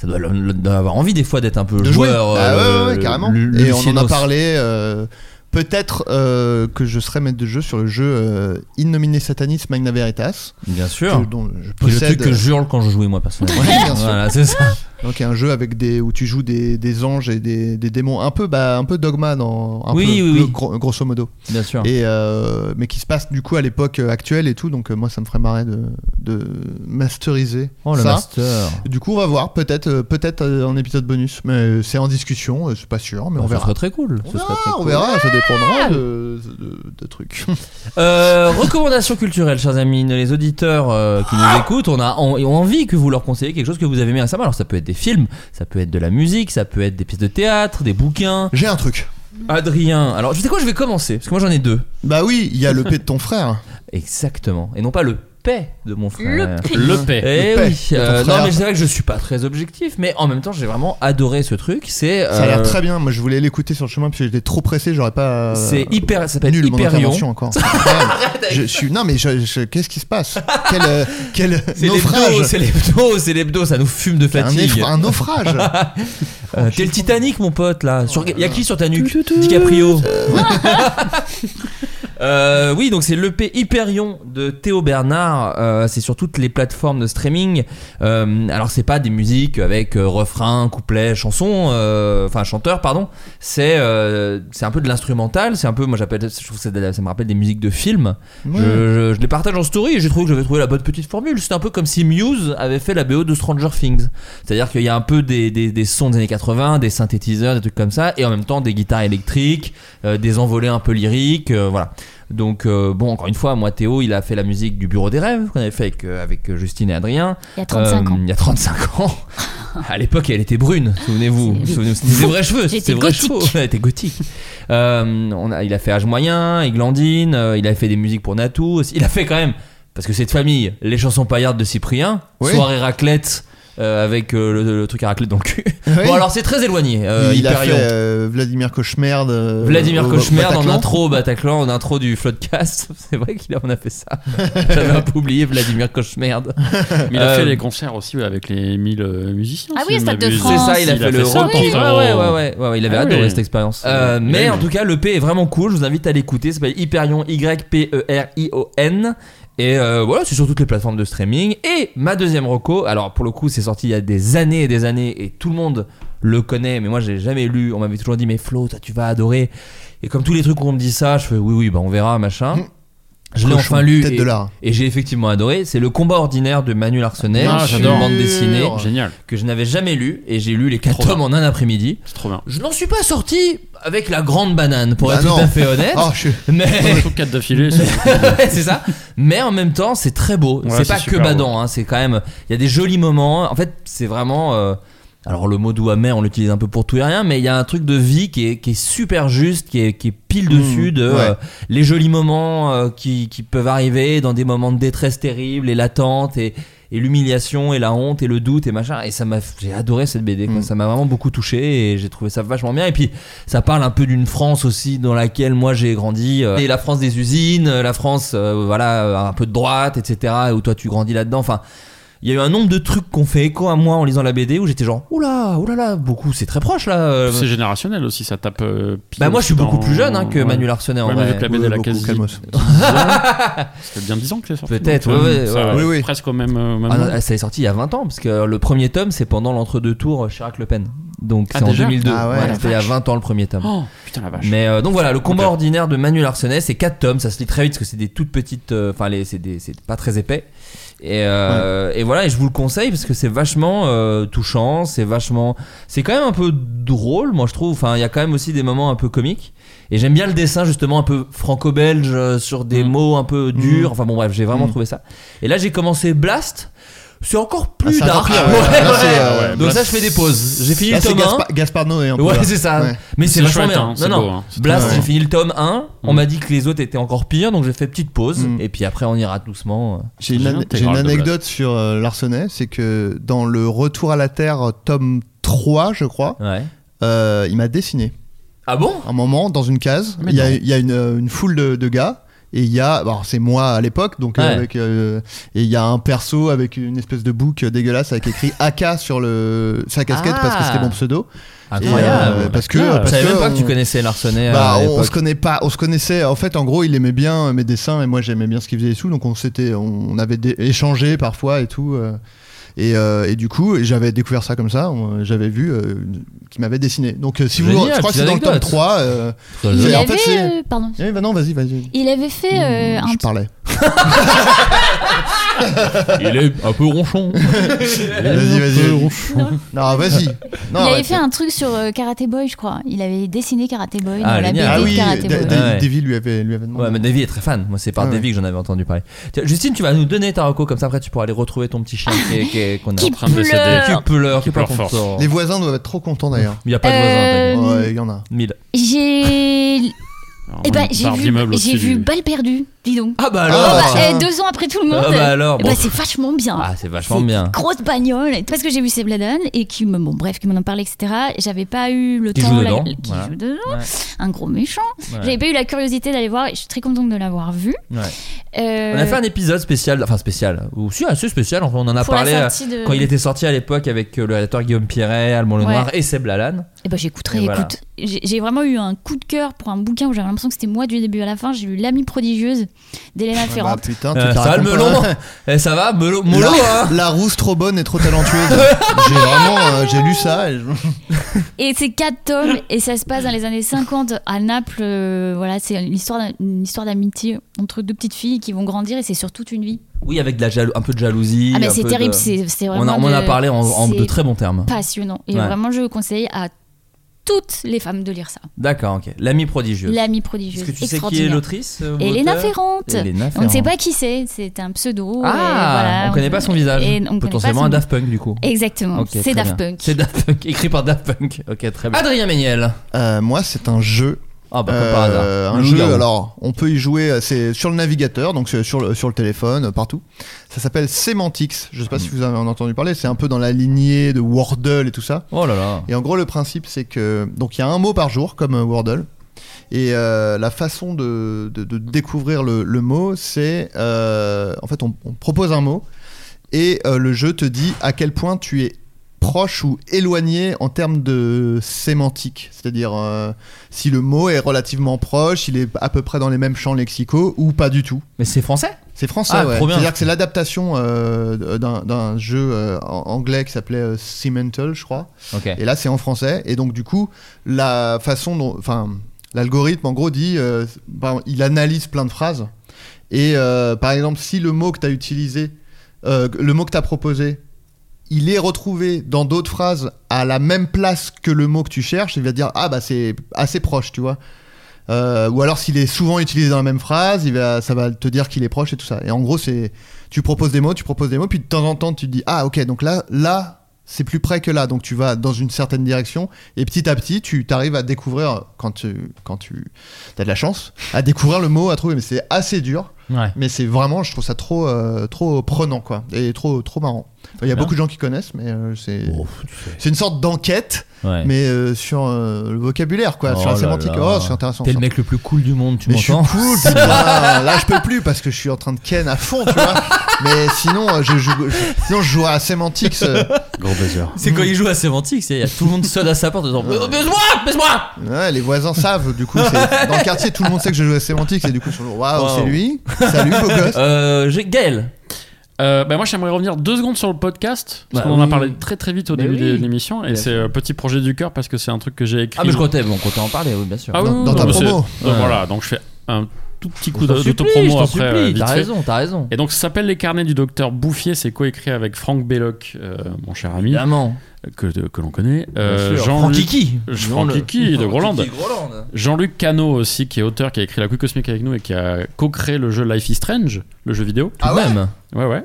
ça doit, le- le- doit avoir envie des fois d'être un peu
de jouer.
joueur.
Ah
euh,
ouais, ouais, ouais,
le-
carrément.
le-
et on en a
Lucienos.
parlé. euh, peut-être euh, que je serai maître de jeu sur le jeu euh, Innominé Satanis Magna Veritas.
Bien sûr.
que- dont je
C'est le truc
possède-
que je hurle quand je jouais moi personnellement.
Ouais, bien sûr.
voilà, c'est ça.
Donc il y a un jeu avec des où tu joues des, des anges et des, des démons un peu bah, un peu dogma dans un
Oui,
peu,
oui,
peu
oui.
gro- grosso modo
Bien sûr.
et euh, mais qui se passe du coup à l'époque euh, actuelle et tout donc euh, moi ça me ferait marrer de, de masteriser
Oh le
ça
master.
du coup on va voir peut-être euh, peut-être euh, un épisode bonus mais euh, c'est en discussion euh, c'est pas sûr mais on
Ça
verra
serait très cool.
on
Ce serait
verra,
très
on
cool.
verra, ça dépendra de, de- de trucs.
Euh, recommandations culturelles, chers amis, les auditeurs euh, qui nous écoutent, on a on- ont envie que vous leur conseillez quelque chose que vous avez mis à savoir. Alors ça peut être des films, ça peut être de la musique, ça peut être des pièces de théâtre, des bouquins.
J'ai un truc.
Adrien, alors je sais quoi, je vais commencer parce que moi j'en ai deux.
Bah oui, il y a le P de ton frère.
Exactement, et non pas le paix de mon frère.
Le paix.
hein. Le paix.
Eh
Le paix
oui,
de ton
euh, non
frère.
mais c'est vrai que je suis pas très objectif, mais en même temps j'ai vraiment adoré ce truc. C'est
Ça a l'air
euh,
très bien. Moi, je voulais l'écouter sur le chemin parce que j'étais trop pressé. J'aurais pas.
C'est hyper, ça s'appelle
Euh, nul mon
Hyperion.
intervention encore. Incroyable. je, je suis. Non, mais je, je- qu'est-ce qui se passe Quel, euh, quel
C'est l'hebdo,
naufrage
c'est l'hebdo, c'est l'hebdo, ça nous fume de
un,
fatigue.
eff- un naufrage.
Euh, T'es le Titanic, mon pote, Oh là. Sur... Y'a qui sur ta nuque DiCaprio. Euh, oui, donc c'est l'EP Hyperion de Théo Bernard. Euh, c'est sur toutes les plateformes de streaming. Euh, alors, c'est pas des musiques avec euh, refrain, couplet, chanson, euh, enfin chanteur, pardon. C'est euh, c'est un peu de l'instrumental. C'est un peu, moi j'appelle, je trouve que c'est de la- ça me rappelle des musiques de films.
Ouais.
Je, je- je les partage en story et j'ai trouvé que j'avais trouvé la bonne petite formule. C'était un peu comme si Muse avait fait la BO de Stranger Things. C'est-à-dire qu'il y a un peu des, des- des sons des années 80, des synthétiseurs, des trucs comme ça, et en même temps des guitares électriques, euh, des envolées un peu lyriques, euh, voilà. Donc euh, bon, encore une fois, moi Théo, il a fait la musique du Bureau des rêves qu'on avait fait avec, euh, avec Justine et Adrien.
Il y a 35 ans.
Euh, Il y a 35 ans. À l'époque, elle était brune, souvenez-vous. Souvenez-vous, C'était des vrais cheveux.
J'étais
C'était des vrais
gothique.
cheveux. Elle était gothique. Euh, on a, il a fait Âge Moyen, Eglantine, euh, il a fait des musiques pour Natou. aussi. Il a fait quand même, parce que c'est de famille, les chansons paillardes de Cyprien,
Oui.
Soirée raclette euh, avec euh, le, le truc à raclette dans le cul.
Oui.
Bon, alors c'est très éloigné. euh,
il a fait
Hyperion.
euh, Vladimir Cauchemerde. euh,
Vladimir
au- au
Cauchemar en
Bataclan.
intro au Bataclan, en intro du Floodcast. C'est vrai qu'il a, on a fait ça. J'avais un peu oublié Vladimir Cauchemar.
Mais il a
Euh,
fait les concerts aussi avec les 1000 euh, musiciens.
Ah
si
oui,
je
Stade de
m'abuse.
C'est
France.
ça, il a fait le
ça,
rock.
ton
Ouais, ouais,
frérot.
ouais, ouais, ouais, il avait
Ah
adoré
oui.
cette expérience.
Euh,
mais
il
en
aime.
tout cas, le P est vraiment cool. Je vous invite à l'écouter. Ça s'appelle Hyperion, E Y-P-E-R-I-O-N. Et euh, voilà, c'est sur toutes les plateformes de streaming. Et ma deuxième reco, alors pour le coup, c'est sorti il y a des années et des années et tout le monde le connaît, mais moi j'ai jamais lu. On m'avait toujours dit, mais Flo, toi tu vas adorer. Et comme tous les trucs où on me dit ça, je fais oui, oui, bah on verra, machin. Je l'ai
Mmh. Cochon,
enfin lu
tête
et,
de l'art.
et j'ai effectivement adoré. C'est Le combat ordinaire de Manu Larsenet,
Ah,
une
j'adore.
bande dessinée
Génial.
que je n'avais jamais lu et j'ai lu les quatre
Trop bien.
tomes en un après-midi.
C'est trop bien.
Je n'en suis pas sorti avec la grande banane pour
Bah
être
non.
tout à fait honnête.
Ah, je suis-
Mais
Surtout quatre d'affilée. c'est-
Ouais, c'est ça. Mais en même temps, c'est très beau.
Ouais,
c'est
c'est
pas que
super
badant. hein. C'est quand même. Il y a des jolis moments. En fait, c'est vraiment. euh, alors le mot doux amer, on l'utilise un peu pour tout et rien, mais il y a un truc de vie qui est, qui est super juste, qui est, qui est pile
Mmh,
dessus de
ouais.
euh, les jolis moments euh, qui, qui peuvent arriver dans des moments de détresse terrible et l'attente et, et l'humiliation et la honte et le doute et machin. Et ça m'a, j'ai adoré cette BD.
Mmh.
quoi. Ça m'a vraiment beaucoup touché et j'ai trouvé ça vachement bien. Et puis ça parle un peu d'une France aussi dans laquelle moi j'ai grandi. euh, et la France des usines, euh, la France euh, voilà euh, un peu de droite, etc. Où toi tu grandis là-dedans. Enfin. Il y a eu un nombre de trucs qu'on fait écho à moi en lisant la BD où j'étais genre oula oulala beaucoup c'est très proche là euh,
C'est générationnel aussi, ça tape. euh, pile
Bah, moi, je suis beaucoup
dans-
plus jeune, hein, que
Ouais.
Manu Larsenet, en
Ouais, mais
vrai.
vu que la BD, elle a
Beaucoup,
quasi.
Calmos.
10 ans. Ça fait bien 10 ans que c'est sorti.
Peut-être,
donc,
ouais,
euh,
ouais,
ça
ouais.
va
Oui, oui.
Presque au même. euh, au même
Ah non,
moment.
ça est sorti il y a 20 ans, parce que le premier tome, c'est pendant l'entre-deux tours euh, Chirac-Le Pen. Donc
Ah,
c'est en
déjà
2002.
Ah ouais,
Voilà,
la
c'était il y a
vache.
20 ans le premier tome.
Oh, putain, la vache.
Mais euh, donc voilà, le combat
Ok.
ordinaire de Manu Larsenet, c'est 4 tomes, ça se lit très vite parce que c'est des toutes petites. euh, Enfin, les- c'est des- c'est pas très épais. Et, euh, et voilà, et je vous le conseille parce que c'est vachement euh, touchant, c'est vachement. C'est quand même un peu drôle, moi je trouve. Enfin, il y a quand même aussi des moments un peu comiques. Et j'aime bien le dessin justement un peu franco-belge euh, sur des mots un peu durs. Enfin bon bref, j'ai vraiment trouvé ça. Et là j'ai commencé Blast. C'est encore plus
Ah, c'est encore
dark.
pire, ouais.
Ouais,
Là,
ouais.
c'est, euh,
Donc
Blast-
ça je fais des pauses. J'ai fini
Là,
le
c'est
tome 1.
Gaspar- Gaspard Noé un peu,
Ouais,
là.
c'est ça.
Ouais.
Mais c'est
C'est
vachement
chouette,
bien.
hein, c'est
non,
beau,
non.
hein. C'est
Blast,
très
j'ai
beau. Mm.
fini le tome 1. On m'a dit que les autres étaient encore pires, donc j'ai fait petite pause.
Mm.
Et puis après, on ira doucement.
J'ai une, an- j'ai une anecdote sur euh, Larsenet, c'est que dans le Retour à la Terre, tome 3, je crois,
Ouais.
euh, il m'a dessiné.
Ah bon
Un moment, dans une case,
Ah, Mais
il y a,
non.
il y a une, euh, une foule de, de gars. Et il y a, bon, c'est moi à l'époque, donc euh,
Ouais.
avec, euh, et il y a un perso avec une espèce de bouc euh, dégueulasse avec écrit AK sur le sa casquette parce que
Ah.
c'était mon pseudo. Et,
Incroyable.
euh, parce que,
Ah,
parce
je savais
que
même pas que tu
on-
connaissais Larsenet.
bah,
à
on, on
l'époque.
se connaît pas, on se connaissait. En fait, en gros, il aimait bien euh, mes dessins et moi j'aimais bien ce qu'il faisait dessous. Donc on s'était, on avait dé- échangé parfois et tout. euh, et, euh, et du coup, et j'avais découvert ça comme ça. on- J'avais vu euh, qu'il m'avait dessiné. Donc euh, si vous,
Génial,
je crois que
petite
c'est dans le tome
anecdote.
3 euh,
Très
c'est-
Il
en fait,
avait,
c'est-
euh, pardon.
Eh, bah non, vas-y, vas-y.
Il avait fait
Hmm,
euh,
Mmh,
un
Je parlais.
Il est un peu ronchon.
Vas-y, vas-y. Non, vas-y.
Il
Non,
avait
arrête.
fait un truc sur euh, Karate Boy, je crois. Il avait dessiné Karate Boy
Ah,
dans la BD
génial.
Ah
de
oui,
Karate
Da-
Boy.
Da-
Ouais.
Davy lui avait, lui avait demandé.
Ouais, mais Davy est très fan. Moi, c'est par
Ah ouais.
Davy que j'en avais entendu parler. Tiens, Justine, tu vas nous donner ta reco comme ça. Après, tu pourras aller retrouver ton petit chien qui est- qui est- qu'on est
Qui
en train de
pleure.
Qui pleure, qui
pleure
pleure
fort.
fort.
Les voisins doivent être trop contents d'ailleurs.
Il n'y a pas de voisin.
Euh,
t'inquiète.
Ouais, il y en a.
Mille.
J'ai. Eh ben, j'ai
Barre
vu,
d'immeuble
j'ai
au-dessus
vu
du-
Balle perdue, dis donc.
Ah bah
Ah,
alors.
bah,
Eh, deux ans après tout le monde,
Ah bah alors,
eh
bon.
ben, c'est vachement bien.
Ah, c'est vachement bien.
Grosse bagnole. et tout. Parce que j'ai vu ces Bladen et qui me, bon, bref, qui m'en ont parlé, etc. J'avais pas eu le
Qui
temps.
joue
la-
dedans,
qui
voilà.
joue dedans.
Ouais.
Un gros méchant.
Ouais.
J'avais pas eu la curiosité d'aller voir. et Je suis très contente de l'avoir vu.
Ouais.
Euh,
On a fait un épisode spécial, enfin spécial, ou si assez spécial, enfin, on en a
Pour la
parlé euh,
sortie de-
quand il était sorti à l'époque avec euh, le réalisateur Guillaume Pierret, Alban Lenoir
Ouais.
et Seb Lalanne.
Eh ben j'écouterai,
Et
écoute.
voilà.
J'ai j'ai vraiment eu un coup de cœur pour un bouquin où j'avais l'impression que c'était moi du début à la fin. J'ai lu L'ami prodigieuse d'Elena
Ah, bah,
Ferrante.
putain, tu
Euh,
te
ça va le
racontes pas. hein.
melon Eh, Ça va, melon, mollo,
la,
hein
la rousse trop bonne et trop talentueuse. j'ai vraiment, euh, j'ai lu ça. Et je-
Et c'est quatre tomes et ça se passe dans les années 50 à Naples. euh, voilà, c'est une histoire, d'un- une histoire d'amitié entre deux petites filles qui vont grandir et c'est sur toute une vie.
Oui, avec de la jalo- un peu de jalousie.
ah mais
un
c'est
peu
terrible,
de-
c'est c'est
On,
vraiment.
a- on en a
de-
parlé en, en de
c'est
très bons termes.
passionnant et
Ouais.
vraiment je conseille à toutes les femmes de lire ça.
D'accord, ok. L'ami prodigieux.
L'ami
Est-ce
prodigieuse.
que tu sais qui est
extraordinaire.
l'autrice euh, ou
Elena
l'auteur
Ferrante.
Elena
On ne sait
Ferrante.
pas qui c'est, c'est un pseudo.
Ah,
et voilà,
on connaît pas son visage.
et on connaît pas
Potentiellement
son
un Daft Punk du coup.
Exactement,
Ok, très
c'est Daft
bien.
Punk.
C'est Daft Punk, écrit par Daft Punk. Ok, très bien. Adrien Méniel.
Euh, moi, c'est un jeu.
Ah bah comme par hasard.
Euh, un
Le
jeu,
loup-garou.
alors on peut y jouer, euh, c'est sur le navigateur, donc sur- sur le, sur le téléphone, euh, partout. Ça s'appelle Semantics, je sais pas si
Mmh.
vous en avez entendu parler, c'est un peu dans la lignée de Wordle et tout ça.
Oh là là.
Et en gros, le principe, c'est que. Donc, il y a un mot par jour, comme euh, Wordle. Et euh, la façon de, de- de découvrir le, le mot, c'est. euh, en fait, on, on propose un mot. Et euh, le jeu te dit à quel point tu es proche ou éloigné en termes de sémantique. C'est-à-dire euh, si le mot est relativement proche, il est à peu près dans les mêmes champs lexicaux ou pas du tout.
Mais c'est français
C'est français,
Ah,
ouais.
trop bien.
C'est-à-dire que c'est l'adaptation euh, d'un d'un jeu euh, en- anglais qui s'appelait euh, Semental, je crois.
Ok.
Et là, c'est en français. Et donc, du coup, la façon dont. Enfin, L'algorithme, en gros, dit, euh, par- il analyse plein de phrases. Et euh, par exemple, si le mot que tu as utilisé, euh, le mot que tu as proposé, il est retrouvé dans d'autres phrases à la même place que le mot que tu cherches, il va dire ah bah c'est assez proche, tu vois. Euh, ou alors s'il est souvent utilisé dans la même phrase, il va, ça va te dire qu'il est proche et tout ça. Et en gros, c'est tu proposes des mots, tu proposes des mots, puis de temps en temps tu te dis ah ok donc là là c'est plus près que là, donc tu vas dans une certaine direction et petit à petit tu t'arrives à découvrir quand tu quand tu as de la chance à découvrir le mot à trouver. Mais c'est assez dur.
Ouais.
Mais c'est vraiment, je trouve ça trop, euh, trop prenant, quoi, et trop, trop marrant. Il y a
bien.
beaucoup de gens qui connaissent, mais euh, c'est, c'est une sorte d'enquête,
Oh, Ouais.
mais euh, sur euh, le vocabulaire, quoi, sur la
Oh là
sémantique.
là.
Oh, c'est intéressant.
T'es
ça.
le mec le plus cool du monde, tu
mais je suis
m'entends
cool, putain, là je peux plus parce que je suis en train de ken à fond, tu vois. Mais sinon, euh, je, joue- je- sinon je joue à Semantics. euh,
Gros buzzer.
C'est quand il joue à Sémantique, il y a tout le monde sonne à sa porte en disant Baise-moi Baise-moi
ouais, les voisins savent, du coup, c'est- dans le quartier, tout le monde sait que je joue à Semantics, et du coup, ils sont genre, waouh,
Wow.
c'est lui. Salut, beau gosse.
euh, j'ai- Gaël
Euh, bah moi j'aimerais revenir deux secondes sur le podcast parce
Bah
qu'on en a
oui.
parlé très très vite au
Mais
début
oui.
de l'émission et
Bien
c'est euh, petit projet du cœur parce que c'est un truc que j'ai écrit
Ah, mais je comptais, bon, on comptait en parler, oui, bien sûr.
Ah oui,
Dans-
oui,
dans
oui,
ta
mais c'est-
promo.
donc
Ouais.
voilà donc je fais un tout petit
Je
coup
t'en supplie, je
d'autopromo
t'en
après
supplie,
euh, vite
T'as
fait.
raison, t'as raison.
et donc ça s'appelle les carnets du docteur Bouffier c'est coécrit avec Franck Belloc euh, mon cher ami
Évidemment.
que, que l'on connaît euh,
Bien sûr.
Jean-
Franck Kiki.
Euh, Franck Kiki de Groland
Kiki Groland.
Jean-Luc Cano aussi qui est auteur qui a écrit La Couille Cosmique avec nous et qui a co-créé le jeu Life is Strange le jeu vidéo
Tout de même.
Ouais, ouais.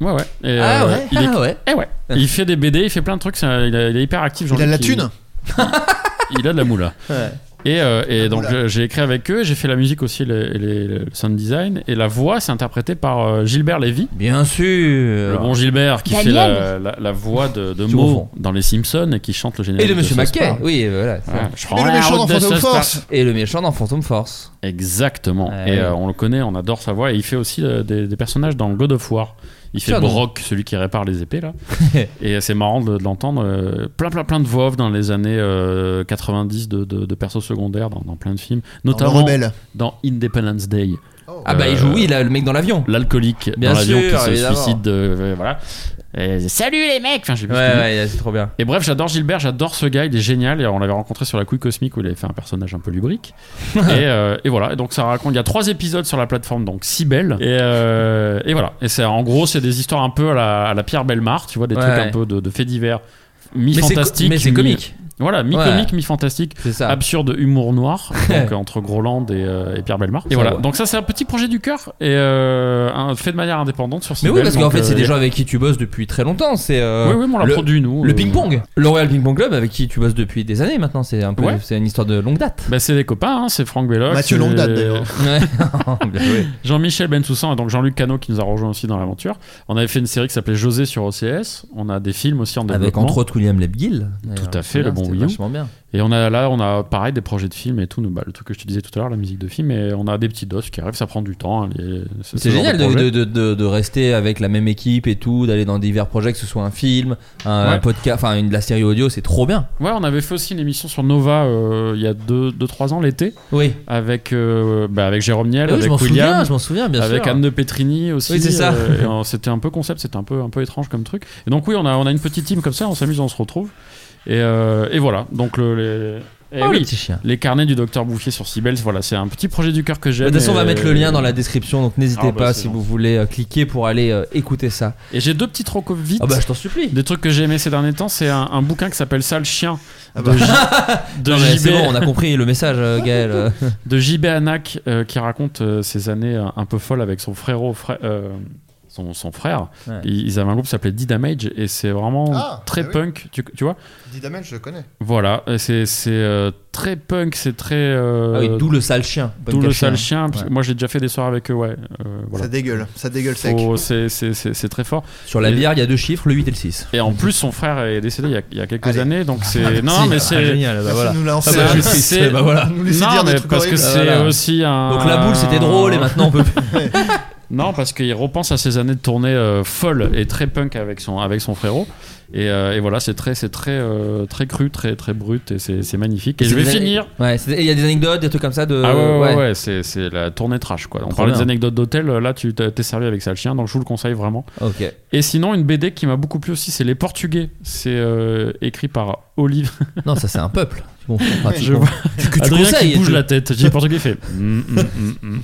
Ouais, ouais. Et,
Ah
euh,
ouais,
il
ah
est-
ouais.
Eh ouais. Il fait des BD, il fait plein de trucs, c'est un- il, est- il est hyper actif.
Il a de
Jean-Luc,
la thune.
Il, il a de la moula.
Ouais.
Et, euh, et donc
moula.
euh, j'ai écrit avec eux, j'ai fait la musique aussi, les- les- le sound design. Et la voix, c'est interprété par euh, Gilbert Lévy.
Bien sûr.
Le bon Gilbert qui fait la,
Daniel.
la, la voix de, de
Tu
Mo
confonds.
dans Les Simpsons et qui chante le générique.
Et de Monsieur
South
Mackay.
Park.
Oui, euh, voilà.
Ouais, je prends
Et le
la
méchant
route
dans
de
Phantom
South Park.
Force.
Et le méchant dans Phantom Force.
Exactement.
Ah
et
oui.
euh, on le connaît, on adore sa voix. Et il fait aussi euh, des, des personnages dans God of War. Il fait
Tiens donc.
Brock, celui qui répare les épées là. et euh, c'est marrant de, de l'entendre. euh, plein, plein, plein de voix off dans les années euh, 90 de, de, de persos secondaires dans, dans plein de films,
Notamment.
notamment
Rebelle.
dans Independence Day,
Ah bah il joue,
Euh,
oui, là, le mec dans l'avion.
l'alcoolique
Bien
dans l'avion
sûr,
qui se
évidemment.
suicide. euh, voilà. Et, Salut les mecs. Enfin, j'ai
Ouais,
plus ce qu'il dit.
ouais, c'est trop bien.
Et bref, j'adore Gilbert, j'adore ce gars, il est génial. Et on l'avait rencontré sur la couille cosmique où il avait fait un personnage un peu lubrique. et, euh, et voilà, et donc ça raconte. Il y a trois épisodes sur la plateforme, donc si belle. Et, euh, et voilà. Et c'est en gros, c'est des histoires un peu à la, à la Pierre Belmar, tu vois, des
Ouais.
trucs un peu de, de faits divers,
Mais c'est co-
mi-fantastique.
mais c'est
mi-
comique. Ah.
Voilà, mi-comique, mi-fantastique.
C'est ça.
Absurde humour noir donc, euh, entre Groland et, euh, et Pierre Belmar. Et
Ça,
voilà,
ouais.
donc ça c'est un petit projet du cœur et euh, un- fait de manière indépendante sur
Mais oui,
Cybèle,
parce qu'en
donc,
fait, c'est
euh,
des gens avec qui tu bosses depuis très longtemps. C'est euh,
Oui, oui, mais on l'a
le-
produit nous.
Le
euh,
ping-pong, L'Oréal Ping Pong Club avec qui tu bosses depuis des années maintenant, c'est un peu
Ouais.
c'est une histoire de longue date.
Bah, c'est des copains, hein, c'est Franck Belloc.
Mathieu
c'est-
Longdate, d'ailleurs.
Ouais. Bien joué.
Jean-Michel Bensoussan et donc Jean-Luc Cano qui nous a rejoint aussi dans l'aventure. On avait fait une série qui s'appelait José sur OCS. On a des films aussi en
avec
développement.
entre autres William Lebgill.
Tout à fait, le bon William.
William. Vachement bien.
Et on a là, on a pareil des projets de films et tout. nous, bah, le truc que je te disais tout à l'heure, la musique de film. Et on a des petits doses qui arrivent, ça prend du temps. hein, les- ce- ce
C'est
genre
génial
de
de,
projet.
de- de- de rester avec la même équipe et tout, d'aller dans divers projets, que ce soit un film, un
Ouais.
podcast, enfin une de la série audio, c'est trop bien.
Ouais, on avait fait aussi une émission sur Nova euh, il y a 2-3 ans l'été
Oui.
avec, euh, bah, avec Jérôme Niel,
Ah oui, je
avec
m'en
William.
souviens, je m'en souviens bien
avec
sûr.
Anne de Petrini aussi.
Oui, c'est ça.
euh, et on- c'était un peu concept, c'était un peu, un peu étrange comme truc. Et donc, oui, on a, on a une petite team comme ça, on s'amuse, on se retrouve. Et, euh, et voilà. Donc, le, les, eh
Oh,
oui,
le petit chien.
les carnets du docteur Bouffier sur Cybèle, voilà, c'est un petit projet du cœur que
De
j'aime.
toute façon, on va
et-
mettre le lien dans la description, donc n'hésitez
euh, Ah bah,
pas
c'est
si
gentil.
vous voulez euh, cliquer pour aller euh, écouter ça.
Et j'ai deux petits trocos vite.
Ah bah je t'en supplie.
Des trucs que j'ai aimé ces derniers temps, c'est un, un bouquin qui s'appelle Ça le chien
Ah
de,
bah.
J- de
Non, mais
JB
c'est bon, on a compris le message, euh, Gaël. euh.
de JB Anak euh, qui raconte euh, ses années euh, un peu folles avec son frérot, frère, euh, son, son frère.
Ouais.
Ils ils avaient un groupe qui s'appelait Didamage et c'est vraiment
Ah,
très
bah oui.
punk, tu, tu vois.
Didamel, je le connais.
Voilà, et c'est c'est, euh, très punk, c'est très. euh,
Ah oui, d'où le sale chien.
d'où le sale
chien.
chien. parce que
Ouais.
Moi j'ai déjà fait des soirs avec eux, ouais. euh, voilà.
Ça dégueule, ça dégueule sec.
Faut- C'est c'est- c'est- c'est très fort.
Sur la bière, il y a deux chiffres, le 8 et le 6.
Et en plus, son frère est décédé il y a, il y a quelques
Allez. Ah,
années, donc c'est. Non, mais c'est.
génial, bah
Merci
voilà.
de nous lancer.
Ah bah,
euh,
je suis-
Eh bah voilà.
nous laisser
Non,
dire des
mais
trucs
parce que
horribles.
c'est
Ah, Voilà.
aussi un.
Donc la boule c'était drôle et
Ah.
maintenant on peut plus.
Non, parce qu'il repense à ses années de tournée euh, folle et très punk avec son, avec son frérot. Et, euh, et voilà, c'est très, c'est très, euh, très cru, très, très brut et c'est c'est magnifique. Et je vais
C'est des-
finir.
Ouais, c'est- et il y a des anecdotes, des trucs comme ça de.
ah ouais, ouais, ouais, ouais, c'est c'est la tournée trash quoi. On
Trop
parlait
bien.
des anecdotes d'hôtel, là tu t'es t'es servi avec ça le chien, donc je vous le conseille vraiment.
Ok.
Et sinon, une BD qui m'a beaucoup plu aussi, c'est Les Portugais. C'est euh, écrit par Olive.
Non, ça c'est un peuple. Bon,
Je
pratiquement.
vois.
Tu- que tu
Adrien
conseilles,
qui bouge
tu-
la tête. J'ai n'importe qui fait. Mm, mm, mm, mm.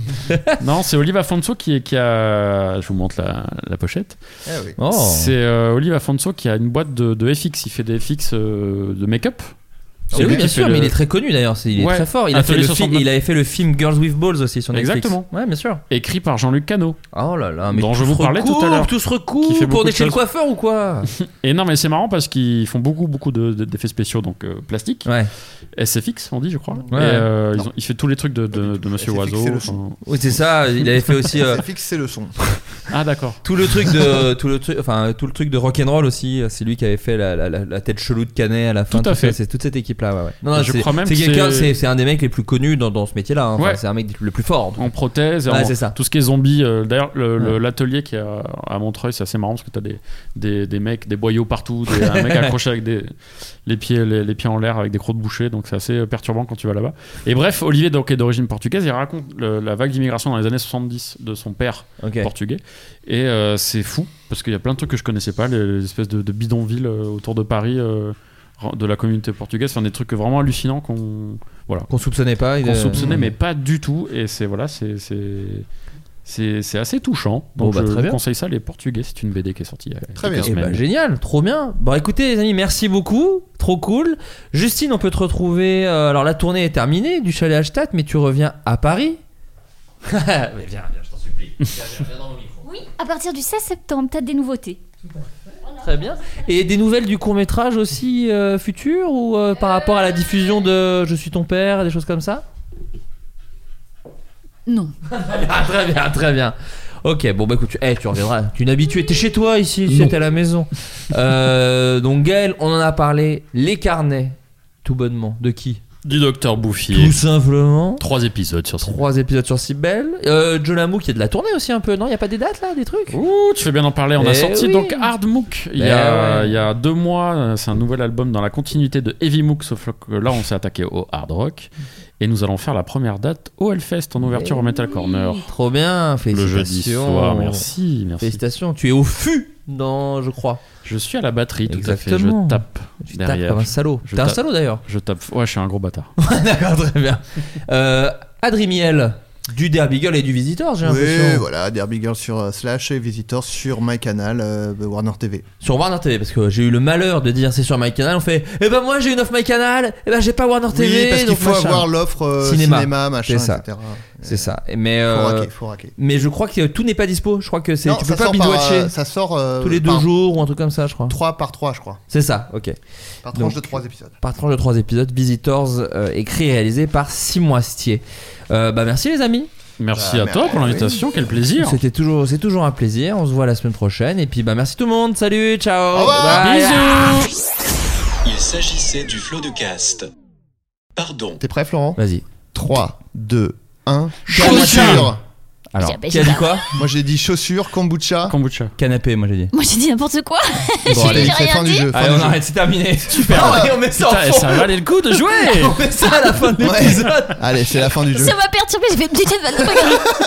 non, c'est Olive Afonso qui, est- qui a. Je vous montre la, la pochette.
Ah
Eh
oui. Oh.
C'est euh, Olive Afonso qui a une boîte de, de FX. Il fait des FX euh, de make-up.
Ah
C'est
oui,
lui
bien
qui fait
sûr,
le-
mais il est très connu d'ailleurs, c'est- il est
Ouais,
très fort. Il, a fait
Atelier
le fi-
69.
il avait fait le film Girls with Balls aussi sur Netflix.
Exactement.
Ouais, bien sûr.
Écrit par Jean-Luc Cano.
Oh là là, mais
dont
tout
je vous
se
parlais tout à
recoupe,
l'heure.
Tout se recoupe,
Qui fait beaucoup
on est
de
chez le
choses.
coiffeur ou quoi
Et non, mais c'est marrant parce qu'ils font beaucoup, beaucoup de- de- d'effets spéciaux, donc euh, plastique. SFX, on dit, je crois.
Ouais.
Et, euh, ils ont- il fait tous les trucs de, de, de Monsieur
SFX,
Oiseau.
c'est le
enfin-
son. Oui, c'est ça, il avait fait aussi, euh,
SFX, c'est le son.
Ah, d'accord.
Tout le truc de tout le truc enfin tout le truc de rock roll aussi, c'est lui qui avait fait la, la- la- la tête chelou de Canet à la fin.
Tout à
ça,
fait.
c'est toute cette équipe là, ouais, ouais.
Et je
c'est-
crois même
c'est
que
quelqu'un
c'est-
c'est c'est un des mecs les plus connus dans, dans ce métier là,
Ouais.
c'est un mec le plus fort. en tout cas.
en prothèse, et
Ouais,
en-
c'est ça.
tout ce qui est zombie. euh, D'ailleurs, le- le-
Ouais.
l'atelier qui est à, à Montreuil, c'est assez marrant parce que t'as des, des, des mecs, des boyaux partout, des, un mec accroché avec des, les, pieds, les, les pieds en l'air avec des crocs de boucher, donc c'est assez perturbant quand tu vas là-bas. Et bref, Olivier donc, est d'origine portugaise, il raconte le- la vague d'immigration dans les années 70 de son père
Ok.
portugais, et euh, c'est fou parce qu'il y a plein de trucs que je connaissais pas, les, les espèces de, de bidonvilles euh, autour de Paris. euh, de la communauté portugaise, enfin des trucs vraiment hallucinants qu'on voilà
Qu'on soupçonnait pas. il
qu'on
est-
soupçonnait mais pas du tout et c'est voilà c'est c'est c'est c'est assez touchant
Bon,
donc
bah,
je
très bien.
conseille ça les portugais c'est une BD qui est sortie il y a
Très
quelques
Eh
semaines.
ben, génial, trop bien. Bon, écoutez, les amis, merci beaucoup. Trop cool. Justine, on peut te retrouver. euh, alors, la tournée est terminée du chalet Hashtag, mais tu reviens à Paris. mais viens, viens, je t'en supplie. Viens, viens, viens dans le micro.
Oui, à partir du 16 septembre, peut-être des nouveautés.
Très bien. Et des nouvelles du court-métrage aussi euh, futur ou euh, par rapport à la diffusion de Je suis ton père, des choses comme ça
Non.
Ah, Très bien, très bien. Ok, bon bah écoute, tu, eh, tu reviendras. Tu es habitué, t'es chez toi ici,
Non.
c'était à la maison. Euh, donc Gaël, on en a parlé. Les carnets, tout bonnement. De qui
du docteur Bouffier
Tout simplement.
trois épisodes sur ce
Trois épisodes sur Cybelle. Euh, John Lamouk, il y a de la tournée aussi un peu, non Il y a pas des dates là, des trucs
Ouh, tu fais bien d'en parler. On a
Eh
sorti
oui.
donc Hard Mook il y,
Eh
a,
ouais.
il y a deux mois. euh, C'est un nouvel album dans la continuité de Heavy Mook, sauf que là on s'est attaqué au hard rock. Et nous allons faire la première date au Hellfest en ouverture au Metal Corner
Trop
le
bien, Eh félicitations.
jeudi soir. Merci, merci.
Félicitations, tu es au fût dans, je crois.
Je suis à la batterie, tout à fait.
Exactement.
Je tape
Tu tapes
derrière.
comme un salaud.
Je
T'es un
tape.
salaud d'ailleurs.
Je tape. Ouais, je suis un gros bâtard.
D'accord, très bien. Euh, Adrimiel, du Derby Girl et du Visiteur, j'ai
Oui,
l'impression.
voilà, Derby Girl sur euh, Slash et Visitor sur My Canal, euh, Warner TV.
Sur Warner TV, parce que j'ai eu le malheur de dire c'est sur My Canal, on fait Eh ben moi j'ai une offre My Canal, eh ben j'ai pas Warner TV.
oui, parce qu'il
donc
faut
machin.
avoir l'offre euh,
Cinéma.
cinéma. machin,
C'est ça.
etc.
C'est ça. Et Mais,
Faut
euh,
raquer, faut raquer.
mais je crois que tout n'est pas dispo. Je crois que c'est
Non,
tu peux
ça
pas
sort par,
binge-watcher
euh, ça sort euh,
tous les deux
par
jours ou un truc comme ça, je crois.
Trois par trois, je crois.
C'est ça, ok.
Par tranche
Donc,
de trois épisodes.
Par tranche de trois épisodes, Visitors, euh, écrit et réalisé par Simoistier. Euh, bah merci les amis.
Merci
Bah,
à toi
merci.
pour l'invitation. Quel plaisir.
C'était toujours, c'est toujours un plaisir. On se voit la semaine prochaine. Et puis, bah, merci tout le monde. Salut, ciao.
Au revoir.
Bye.
Il s'agissait du flot de caste. Pardon.
T'es prêt, Florent
Vas-y.
3, 2, 1.
Chaussures
Alors,
Tiens, bah,
qui a
j'ai
dit
pas-
quoi
Moi j'ai dit chaussures, kombucha.
Kombucha.
Canapé, moi j'ai dit.
Moi j'ai dit n'importe quoi.
Bon, allez.
J'ai
c'est
rien
fin du
dit.
jeu. fin
Allez,
du
on
jeu.
arrête, c'est terminé. Super. on met ça en
Putain,
fond.
ça valait le coup de jouer.
On met ça à la fin de
Ouais.
l'épisode.
Allez, c'est la fin du jeu.
Ça m'a perturbé, j'ai fait une petite vanne.